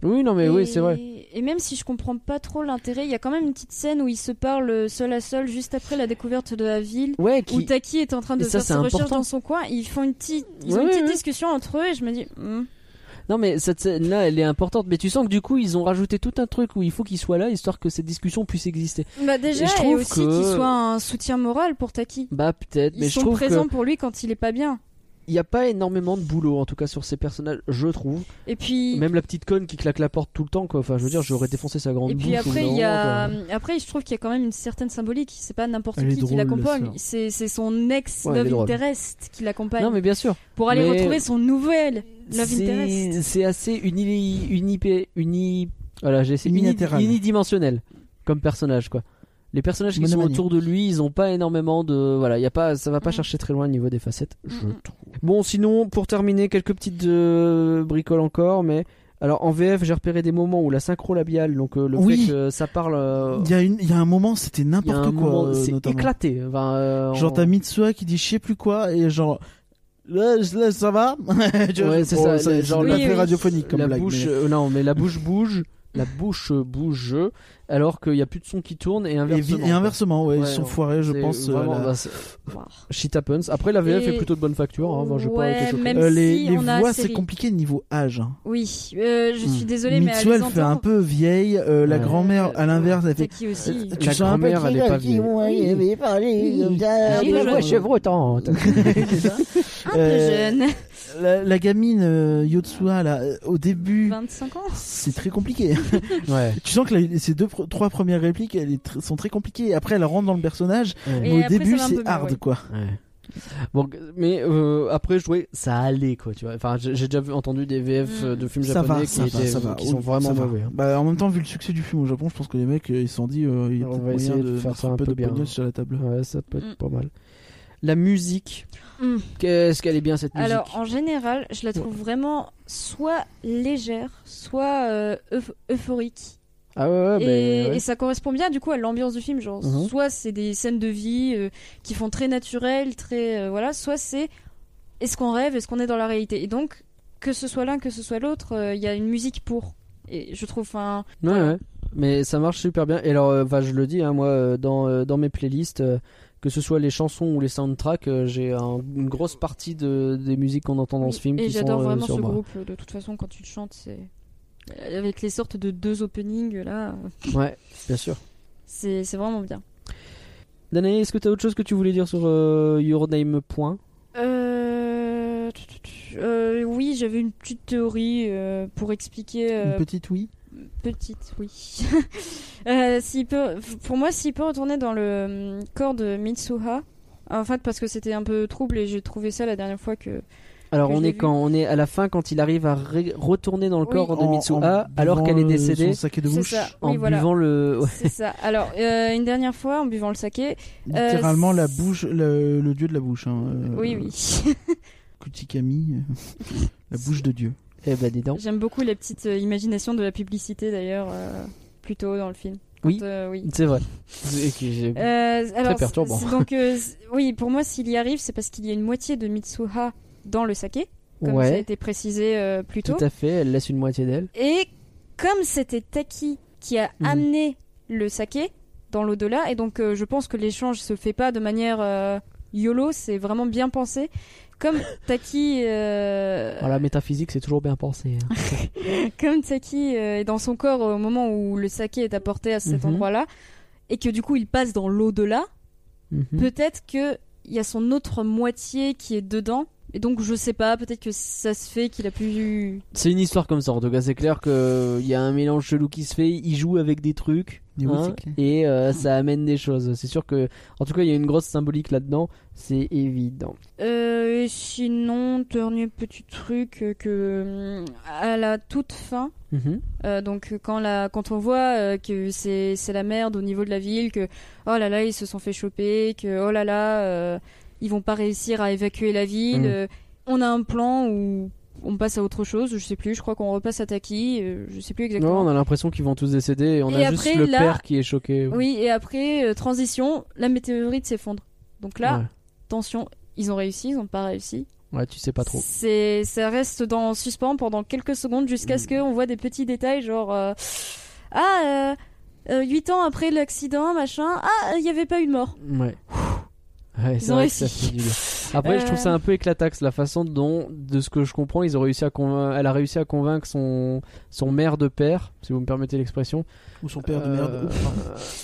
[SPEAKER 6] Oui, non, mais
[SPEAKER 2] et...
[SPEAKER 6] oui, c'est vrai.
[SPEAKER 2] Et même si je comprends pas trop l'intérêt, il y a quand même une petite scène où ils se parlent seul à seul juste après la découverte de la ville.
[SPEAKER 6] Ouais,
[SPEAKER 2] Où
[SPEAKER 6] qui.
[SPEAKER 2] Taki est en train de
[SPEAKER 6] Et ça,
[SPEAKER 2] faire
[SPEAKER 6] c'est
[SPEAKER 2] ses recherches
[SPEAKER 6] important.
[SPEAKER 2] dans son coin, ils font une petite, ils ont
[SPEAKER 6] Ouais,
[SPEAKER 2] une petite
[SPEAKER 6] ouais.
[SPEAKER 2] discussion entre eux et je me dis, hmm.
[SPEAKER 6] Non, mais cette scène-là, elle est importante. Mais tu sens que du coup, ils ont rajouté tout un truc où il faut qu'il soit là, histoire que cette discussion puisse exister.
[SPEAKER 2] bah déjà
[SPEAKER 6] Et je
[SPEAKER 2] et,
[SPEAKER 6] trouve
[SPEAKER 2] aussi
[SPEAKER 6] que-
[SPEAKER 2] qu'il soit un soutien moral pour Taki.
[SPEAKER 6] Bah peut-être,
[SPEAKER 2] Ils
[SPEAKER 6] mais je
[SPEAKER 2] sont
[SPEAKER 6] trouve que
[SPEAKER 2] présents pour lui quand il est pas bien.
[SPEAKER 6] il n'y a pas énormément de boulot, en tout cas sur ces personnages, je trouve.
[SPEAKER 2] Et puis,
[SPEAKER 6] Même la petite conne qui claque la porte tout le temps, quoi. Enfin, je veux dire, j'aurais défoncé sa grande
[SPEAKER 2] Et puis
[SPEAKER 6] bouche au bout
[SPEAKER 2] après,
[SPEAKER 6] d'un
[SPEAKER 2] il y a...
[SPEAKER 6] moment,
[SPEAKER 2] après, je trouve qu'il y a quand même une certaine symbolique. C'est pas n'importe
[SPEAKER 1] Elle est
[SPEAKER 2] qui qui
[SPEAKER 1] drôle, la
[SPEAKER 2] l'accompagne.
[SPEAKER 1] sœur.
[SPEAKER 2] C'est c'est son ex
[SPEAKER 6] Ouais, elle
[SPEAKER 2] Love
[SPEAKER 6] est drôle.
[SPEAKER 2] Interest qui
[SPEAKER 6] quoi.
[SPEAKER 2] l'accompagne.
[SPEAKER 6] Non, mais bien sûr.
[SPEAKER 2] Pour aller
[SPEAKER 6] mais-
[SPEAKER 2] retrouver son nouvel Love Interest.
[SPEAKER 6] C'est c'est assez uni, unipé- uni, voilà, j'ai essayé, uni-
[SPEAKER 1] Unilatéral.
[SPEAKER 6] unidimensionnel comme personnage, quoi. Les personnages qui sont
[SPEAKER 1] Monomaniaque.
[SPEAKER 6] autour de lui, ils ont pas énormément de, voilà, y a pas, ça va pas
[SPEAKER 2] Mm.
[SPEAKER 6] chercher très loin au niveau des facettes, je
[SPEAKER 2] Mm.
[SPEAKER 6] trouve. Bon, sinon, pour terminer, quelques petites euh, bricoles encore, mais. Alors en VF, j'ai repéré des moments où la synchro labiale, donc euh, le
[SPEAKER 1] Oui.
[SPEAKER 6] fait que ça parle, euh,
[SPEAKER 1] Il y, a une- il y a un moment, c'était
[SPEAKER 6] il y a
[SPEAKER 1] n'importe
[SPEAKER 6] un
[SPEAKER 1] quoi.
[SPEAKER 6] moment,
[SPEAKER 1] euh,
[SPEAKER 6] c'est
[SPEAKER 1] notamment.
[SPEAKER 6] éclaté. Enfin, euh,
[SPEAKER 1] Genre,
[SPEAKER 6] en-
[SPEAKER 1] t'as Mitsua qui dit je sais plus quoi, et genre. Là, là, ça va Tu vois,
[SPEAKER 6] Ouais, c'est
[SPEAKER 1] bon,
[SPEAKER 6] ça, le-
[SPEAKER 1] genre
[SPEAKER 2] oui,
[SPEAKER 1] la très
[SPEAKER 2] oui.
[SPEAKER 1] radiophonique comme
[SPEAKER 6] la
[SPEAKER 1] blague,
[SPEAKER 6] bouche,
[SPEAKER 1] mais-
[SPEAKER 6] euh, non, mais la bouche bouge, la bouche euh, bouge, alors qu'il y a plus de son qui tourne et
[SPEAKER 1] Et, vi-
[SPEAKER 6] inversement.
[SPEAKER 1] et inversement, ouais, ils
[SPEAKER 6] Ouais,
[SPEAKER 1] sont
[SPEAKER 6] non,
[SPEAKER 1] foirés, je
[SPEAKER 6] C'est
[SPEAKER 1] pense. euh,
[SPEAKER 6] vraiment,
[SPEAKER 1] à la-
[SPEAKER 6] bah, c'est-
[SPEAKER 2] Wow.
[SPEAKER 6] shit happens. Après, la VF
[SPEAKER 2] Et-
[SPEAKER 6] est plutôt de bonne facture. Hein, enfin, je vais pas
[SPEAKER 2] Ouais,
[SPEAKER 6] été choqué.
[SPEAKER 2] même
[SPEAKER 1] Euh, les
[SPEAKER 2] si
[SPEAKER 1] les
[SPEAKER 2] on a
[SPEAKER 1] voix,
[SPEAKER 2] la
[SPEAKER 1] c'est
[SPEAKER 2] série.
[SPEAKER 1] compliqué niveau âge. hein.
[SPEAKER 2] Oui, euh, je
[SPEAKER 6] Hmm.
[SPEAKER 2] suis désolée, mais à
[SPEAKER 1] Mitsu,
[SPEAKER 2] les
[SPEAKER 1] elle fait un
[SPEAKER 2] entendre,
[SPEAKER 1] peu vieille. euh, La
[SPEAKER 6] Ouais.
[SPEAKER 1] grand-mère, à l'inverse, elle fait. euh,
[SPEAKER 2] Taki aussi.
[SPEAKER 1] Tu
[SPEAKER 6] La
[SPEAKER 1] sens un peu
[SPEAKER 6] grand-mère, elle est pas vieille.
[SPEAKER 2] J'ai la voix
[SPEAKER 6] chevrotante.
[SPEAKER 2] Un peu
[SPEAKER 1] euh,
[SPEAKER 2] jeune.
[SPEAKER 1] La, la gamine euh, Yotsua, là, euh, au début,
[SPEAKER 2] 25 ans.
[SPEAKER 1] c'est très compliqué.
[SPEAKER 6] ouais.
[SPEAKER 1] tu sens que la- ces deux, pr- trois premières répliques, elles est tr- sont très compliquées. Après, elle rentre dans le personnage,
[SPEAKER 2] Et
[SPEAKER 1] mais au
[SPEAKER 2] après, ça
[SPEAKER 1] début,
[SPEAKER 2] va un peu
[SPEAKER 1] c'est
[SPEAKER 2] mieux,
[SPEAKER 1] hard,
[SPEAKER 2] ouais.
[SPEAKER 1] quoi.
[SPEAKER 6] Ouais. Bon, mais euh, après, je trouvais ça allait quoi. Tu vois. Enfin, j'ai j'ai déjà vu, entendu des VF
[SPEAKER 2] Mm.
[SPEAKER 6] euh, de films
[SPEAKER 1] Ça va,
[SPEAKER 6] japonais qui,
[SPEAKER 1] ça va,
[SPEAKER 6] étaient-
[SPEAKER 1] ça va.
[SPEAKER 6] qui sont
[SPEAKER 1] Oh,
[SPEAKER 6] vraiment
[SPEAKER 1] ça va.
[SPEAKER 6] mauvais. hein.
[SPEAKER 1] Bah, en même temps, vu le succès du film au Japon, je pense que les mecs, euh, ils se sont dit, euh, il y a
[SPEAKER 6] On
[SPEAKER 1] peut-être
[SPEAKER 6] va essayer
[SPEAKER 1] moyen
[SPEAKER 6] de
[SPEAKER 1] de
[SPEAKER 6] faire
[SPEAKER 1] mettre
[SPEAKER 6] ça un
[SPEAKER 1] un peu
[SPEAKER 6] peu
[SPEAKER 1] de
[SPEAKER 6] bien.
[SPEAKER 1] pognon sur la table.
[SPEAKER 6] Ouais, ça peut être
[SPEAKER 2] Mm.
[SPEAKER 6] pas mal. La musique.
[SPEAKER 2] Mm.
[SPEAKER 6] Qu'est-ce qu'elle est bien cette musique.
[SPEAKER 2] Alors, en général, je la trouve vraiment soit légère, soit euh, euph- euphorique.
[SPEAKER 6] Ah ouais, ouais,
[SPEAKER 2] et,
[SPEAKER 6] ben, ouais.
[SPEAKER 2] et ça correspond bien du coup à l'ambiance du film. Genre,
[SPEAKER 6] Mhm.
[SPEAKER 2] soit c'est des scènes de vie euh, qui font très naturelles, très euh, voilà, soit c'est est-ce qu'on rêve, est-ce qu'on est dans la réalité. Et donc, que ce soit l'un, que ce soit l'autre, euh, il y a une musique pour. Et je trouve un.
[SPEAKER 6] Ouais, ouais. Mais ça marche super bien. Et alors, euh, bah, je le dis, hein, moi, euh, dans, euh, dans mes playlists, euh, que ce soit les chansons ou les soundtracks, euh, j'ai un- une grosse partie de, des musiques qu'on entend dans ce film
[SPEAKER 2] et
[SPEAKER 6] qui sont
[SPEAKER 2] j'adore
[SPEAKER 6] euh,
[SPEAKER 2] vraiment
[SPEAKER 6] sur
[SPEAKER 2] ce
[SPEAKER 6] moi.
[SPEAKER 2] groupe. De toute façon, quand tu le chantes, c'est euh, avec les sortes de deux openings là, euh,
[SPEAKER 6] Ouais, bien sûr.
[SPEAKER 2] c'est c'est vraiment bien.
[SPEAKER 6] Danae, est-ce que tu as autre chose que tu voulais dire sur euh, Your Name Point
[SPEAKER 2] Euh... tu- tu- tu- euh, oui, j'avais une petite théorie euh, pour expliquer. euh,
[SPEAKER 1] Une petite oui.
[SPEAKER 2] petite, oui. Euh, s'il peut, pour moi, s'il peut retourner dans le hum, corps de Mitsuha, en fait, parce que c'était un peu trouble et j'ai trouvé ça la dernière fois que.
[SPEAKER 6] Alors,
[SPEAKER 2] Que
[SPEAKER 6] on
[SPEAKER 2] j'ai
[SPEAKER 6] est
[SPEAKER 2] vu.
[SPEAKER 6] quand On est à la fin quand il arrive à ré- retourner dans le
[SPEAKER 2] Oui.
[SPEAKER 6] corps de
[SPEAKER 1] En-
[SPEAKER 6] Mitsuha
[SPEAKER 1] en
[SPEAKER 6] Ah, alors
[SPEAKER 1] buvant
[SPEAKER 6] qu'elle est
[SPEAKER 1] le-
[SPEAKER 6] décédée
[SPEAKER 1] Son saké de
[SPEAKER 2] C'est
[SPEAKER 1] mouche.
[SPEAKER 2] ça,
[SPEAKER 6] en
[SPEAKER 2] oui, voilà.
[SPEAKER 6] buvant le. ouais.
[SPEAKER 2] C'est ça. Alors, euh, une dernière fois, en buvant le saké. Euh,
[SPEAKER 1] Littéralement, la
[SPEAKER 2] c'est-
[SPEAKER 1] bouche, le, le dieu de la bouche. Hein, euh,
[SPEAKER 2] Oui, oui.
[SPEAKER 1] Kuchikami, euh, la bouche de dieu.
[SPEAKER 6] Eh ben, dis donc.
[SPEAKER 2] J'aime beaucoup la petite euh, imagination de la publicité d'ailleurs, euh, plus tôt dans le film.
[SPEAKER 6] Oui.
[SPEAKER 2] Quand, euh, oui.
[SPEAKER 6] C'est vrai. C'est- ok, j'ai-
[SPEAKER 2] Euh, alors,
[SPEAKER 6] perturbant.
[SPEAKER 2] c'est- Donc, euh, c'est- oui, pour moi, s'il y arrive, c'est parce qu'il y a une moitié de Mitsuha dans le saké, comme ça a
[SPEAKER 6] ouais,
[SPEAKER 2] été précisé euh, plus
[SPEAKER 6] tout
[SPEAKER 2] tôt.
[SPEAKER 6] à fait. Elle laisse une moitié d'elle.
[SPEAKER 2] Et comme c'était Taki qui a
[SPEAKER 6] Mhm.
[SPEAKER 2] amené le saké dans l'au-delà, et donc euh, je pense que l'échange se fait pas de manière euh, yolo, c'est vraiment bien pensé. Comme Taki, euh,
[SPEAKER 6] Voilà, métaphysique, c'est toujours bien pensé. hein.
[SPEAKER 2] comme Taki euh, est dans son corps au moment où le saké est apporté à cet
[SPEAKER 6] Mhm.
[SPEAKER 2] endroit-là, et que du coup il passe dans l'au-delà,
[SPEAKER 6] Mhm.
[SPEAKER 2] Peut-être que il y a son autre moitié qui est dedans. Et donc je sais pas, peut-être que ça se fait qu'il a plus
[SPEAKER 6] C'est une histoire comme ça, en tout cas, c'est clair qu'il y a un mélange chelou qui se fait, il joue avec des trucs,
[SPEAKER 1] Mais oui, c'est clair.
[SPEAKER 6] et euh, ça amène des choses. C'est sûr que, en tout cas, il y a une grosse symbolique là-dedans, c'est évident.
[SPEAKER 2] Euh, et sinon, dernier petit truc euh, que hum, à la toute fin,
[SPEAKER 6] Mhm.
[SPEAKER 2] euh, donc euh, quand la quand on voit euh, que c'est c'est la merde au niveau de la ville, que oh là là ils se sont fait choper, que oh là là euh, ils vont pas réussir à évacuer la ville.
[SPEAKER 6] Mm.
[SPEAKER 2] euh, on a un plan où on passe à autre chose, je sais plus, je crois qu'on repasse à Taki, euh, je sais plus
[SPEAKER 6] Non,
[SPEAKER 2] exactement.
[SPEAKER 6] on a l'impression qu'ils vont tous décéder, et on
[SPEAKER 2] Et
[SPEAKER 6] a juste
[SPEAKER 2] après,
[SPEAKER 6] le
[SPEAKER 2] là-
[SPEAKER 6] père qui est choqué.
[SPEAKER 2] Oui, et après, euh, transition, la météorite s'effondre. Donc là,
[SPEAKER 6] Ouais.
[SPEAKER 2] tension, ils ont réussi, ils n'ont pas réussi.
[SPEAKER 6] Ouais, tu sais pas trop.
[SPEAKER 2] C'est, ça reste dans suspens pendant quelques secondes jusqu'à
[SPEAKER 6] Mm.
[SPEAKER 2] ce qu'on voit des petits détails, genre euh, ah, 8 ans après l'accident, machin, ah, il n'y avait pas eu de mort.
[SPEAKER 6] Ouais. Ouais, c'est
[SPEAKER 2] ont
[SPEAKER 6] vrai que ça
[SPEAKER 2] réussi.
[SPEAKER 6] fait du bien. Après, je trouve
[SPEAKER 2] Euh.
[SPEAKER 6] ça un peu éclataxe la façon dont, de ce que je comprends, ils ont réussi à convain- elle a réussi à convaincre son, son maire de père, si vous me permettez l'expression,
[SPEAKER 1] Ou son père de
[SPEAKER 6] Euh,
[SPEAKER 1] merde. Oups,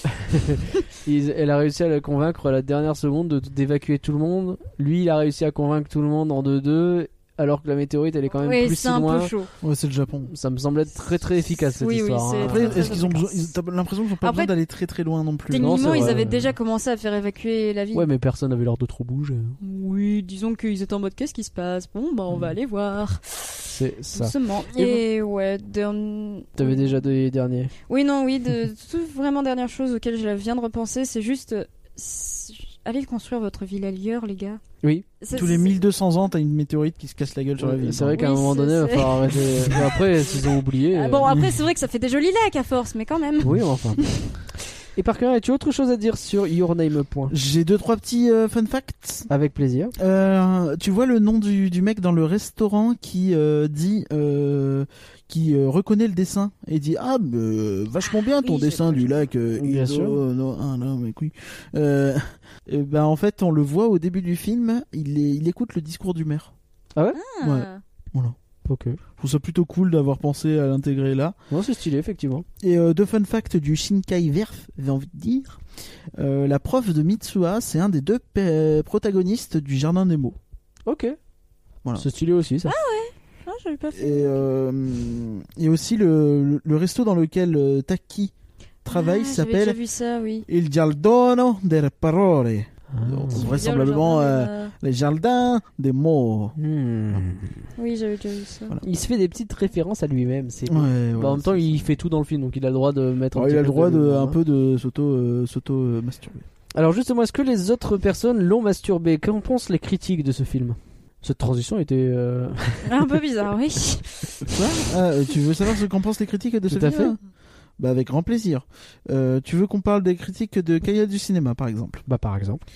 [SPEAKER 1] pardon.
[SPEAKER 6] Ils- elle a réussi à le convaincre à la dernière seconde de- d'évacuer tout le monde. Lui, il a réussi à convaincre tout le monde en 2-2, alors que la météorite, elle est quand même
[SPEAKER 2] Oui,
[SPEAKER 6] plus
[SPEAKER 2] c'est
[SPEAKER 6] si
[SPEAKER 2] un
[SPEAKER 6] loin.
[SPEAKER 2] peu chaud.
[SPEAKER 1] Ouais, c'est le Japon.
[SPEAKER 6] Ça me semble être très très efficace cette
[SPEAKER 2] Oui, oui,
[SPEAKER 6] histoire.
[SPEAKER 2] c'est très,
[SPEAKER 6] hein.
[SPEAKER 1] Après,
[SPEAKER 2] très
[SPEAKER 1] est-ce qu'ils ont besoin,
[SPEAKER 2] efficace.
[SPEAKER 1] ils ont l'impression qu'ils ont pas
[SPEAKER 2] Après,
[SPEAKER 1] besoin d'aller très très loin non plus.
[SPEAKER 6] non,
[SPEAKER 2] Techniquement,
[SPEAKER 6] c'est
[SPEAKER 2] ils
[SPEAKER 6] vrai.
[SPEAKER 2] avaient déjà commencé à faire évacuer la ville.
[SPEAKER 6] Ouais, mais personne n'avait l'air de trop bouger. hein.
[SPEAKER 2] Oui, disons qu'ils étaient en mode qu'est-ce qui se passe Bon, bah on va
[SPEAKER 6] Mm.
[SPEAKER 2] aller voir.
[SPEAKER 6] C'est ça.
[SPEAKER 2] Doucement.
[SPEAKER 6] Et
[SPEAKER 2] Et, ouais, dernier-
[SPEAKER 6] T'avais déjà deux derniers.
[SPEAKER 2] Oui, non, oui, de tout vraiment dernière chose auquel je viens de repenser, c'est juste euh, c'est- allez construire votre ville ailleurs, les gars.
[SPEAKER 6] Oui.
[SPEAKER 2] Ça,
[SPEAKER 1] Tous les
[SPEAKER 2] c'est-
[SPEAKER 1] 1200 ans, t'as une météorite qui se casse la gueule sur la ville.
[SPEAKER 6] C'est vrai qu'à un
[SPEAKER 2] Oui,
[SPEAKER 6] moment
[SPEAKER 2] c'est-
[SPEAKER 6] donné, il va
[SPEAKER 2] c'est-
[SPEAKER 6] falloir arrêter. Mais Après, s'ils ont oublié.
[SPEAKER 2] Ah
[SPEAKER 6] euh,
[SPEAKER 2] bon, après, c'est vrai que ça fait des jolis lacs à force, mais quand même.
[SPEAKER 6] Oui, mais enfin. Et par contre, as-tu autre chose à dire sur Your Name Point
[SPEAKER 1] J'ai deux trois petits euh, fun facts.
[SPEAKER 6] Avec plaisir.
[SPEAKER 1] Euh, tu vois le nom du, du mec dans le restaurant qui euh, dit euh, qui euh, reconnaît le dessin et dit ah mais, euh, vachement bien ton
[SPEAKER 2] Oui, j'ai
[SPEAKER 1] dessin
[SPEAKER 2] pas-
[SPEAKER 1] du lac euh,
[SPEAKER 6] Bien
[SPEAKER 1] Ido-
[SPEAKER 6] sûr.
[SPEAKER 1] euh, non, ah, non, mais oui. Euh, eh ben en fait on le voit au début du film il, est- il écoute le discours du maire
[SPEAKER 2] Ah.
[SPEAKER 1] Ouais.
[SPEAKER 6] Ok.
[SPEAKER 1] je trouve ça plutôt cool d'avoir pensé à l'intégrer là
[SPEAKER 6] Non, c'est stylé, effectivement.
[SPEAKER 1] et euh, deux fun facts du Shinkai Verf j'ai envie de dire Euh, la prof de Mitsuha c'est un des deux pe- protagonistes du Jardin Nemo
[SPEAKER 6] Ok.
[SPEAKER 1] Voilà.
[SPEAKER 6] C'est stylé aussi, ça.
[SPEAKER 2] Ah, j'avais pas fait.
[SPEAKER 1] Et, euh, et aussi le, le, le resto dans lequel euh, Taki travaille
[SPEAKER 2] Ah, J'avais déjà
[SPEAKER 1] s'appelle
[SPEAKER 2] vu ça, oui.
[SPEAKER 1] Il Giardino delle Parole.
[SPEAKER 2] Ah.
[SPEAKER 1] Donc,
[SPEAKER 6] Ah.
[SPEAKER 1] vraisemblablement
[SPEAKER 2] Dire le
[SPEAKER 1] euh,
[SPEAKER 2] jardin, euh,
[SPEAKER 1] les jardins des mots.
[SPEAKER 6] Hmm.
[SPEAKER 2] Oui, j'avais déjà vu ça.
[SPEAKER 6] Il se fait des petites références à lui-même. C'est.
[SPEAKER 1] Ouais, ouais,
[SPEAKER 6] Bah, en même temps, il fait tout dans le film, donc il a le droit de mettre. un
[SPEAKER 1] Ouais,
[SPEAKER 6] petit
[SPEAKER 1] il a le
[SPEAKER 6] peu
[SPEAKER 1] droit de,
[SPEAKER 6] l'humour,
[SPEAKER 1] un
[SPEAKER 6] hein.
[SPEAKER 1] peu de s'auto euh, s'auto euh, masturber.
[SPEAKER 6] Alors justement, est-ce que les autres personnes l'ont masturbé Qu'en pensent les critiques de ce film Cette transition était. euh,
[SPEAKER 2] Un peu bizarre, oui.
[SPEAKER 1] Quoi Ah, euh, tu veux savoir ce qu'en pensent les critiques de
[SPEAKER 6] Tout
[SPEAKER 1] ce
[SPEAKER 6] à
[SPEAKER 1] film Bah avec grand plaisir. Euh, tu veux qu'on parle des critiques de Cahiers du cinéma par exemple
[SPEAKER 6] Bah par exemple.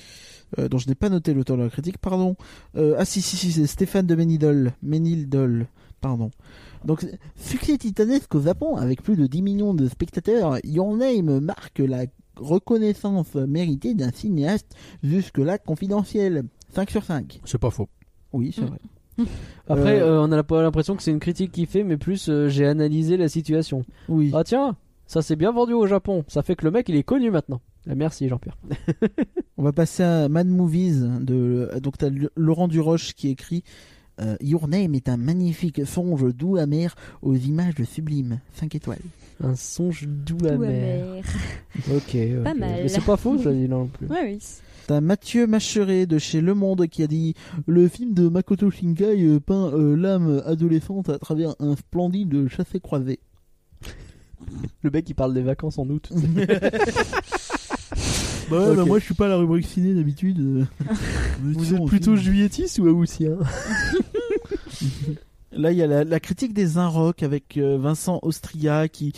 [SPEAKER 1] euh, dont je n'ai pas noté l'auteur de la critique, pardon. Euh, ah si, si, si, c'est Stéphane de Ménidol. Ménildol, pardon. Donc, succès titanesque au Japon, avec plus de 10 millions de spectateurs, Your Name marque la reconnaissance méritée d'un cinéaste jusque-là confidentiel. 5 sur 5.
[SPEAKER 6] C'est pas faux.
[SPEAKER 1] Oui, c'est
[SPEAKER 2] Mm.
[SPEAKER 1] vrai.
[SPEAKER 6] Après,
[SPEAKER 1] Euh,
[SPEAKER 6] euh, on n'a pas l'impression que c'est une critique qui fait, mais plus euh, j'ai analysé la situation.
[SPEAKER 1] Oui.
[SPEAKER 6] Ah tiens, ça s'est bien vendu au Japon. Ça fait que le mec, il est connu maintenant. Ah, merci Jean-Pierre.
[SPEAKER 1] On va passer à Mad Movies. De, euh, donc, t'as Lu- Laurent Duroche qui écrit euh, Your Name est un magnifique songe doux amer aux images sublimes. 5 étoiles.
[SPEAKER 6] Un songe doux,
[SPEAKER 2] Tout
[SPEAKER 6] amer.
[SPEAKER 2] amer.
[SPEAKER 6] Ok. ok.
[SPEAKER 2] Pas mal.
[SPEAKER 6] Mais c'est pas faux, je l'ai dit non plus.
[SPEAKER 2] Ouais, oui.
[SPEAKER 1] T'as Mathieu Macheret de chez Le Monde qui a dit Le film de Makoto Shinkai euh, peint euh, l'âme adolescente à travers un splendide chassé croisé.
[SPEAKER 6] Le mec, il parle des vacances en août.
[SPEAKER 1] Bah,
[SPEAKER 6] ouais, bah, moi,
[SPEAKER 1] je suis pas à la rubrique ciné d'habitude. euh.
[SPEAKER 6] Vous êtes plutôt juilletiste ou
[SPEAKER 1] hein
[SPEAKER 6] aoûtien
[SPEAKER 1] Là, il y a la, la critique des Inrocks avec euh, Vincent Austria qui.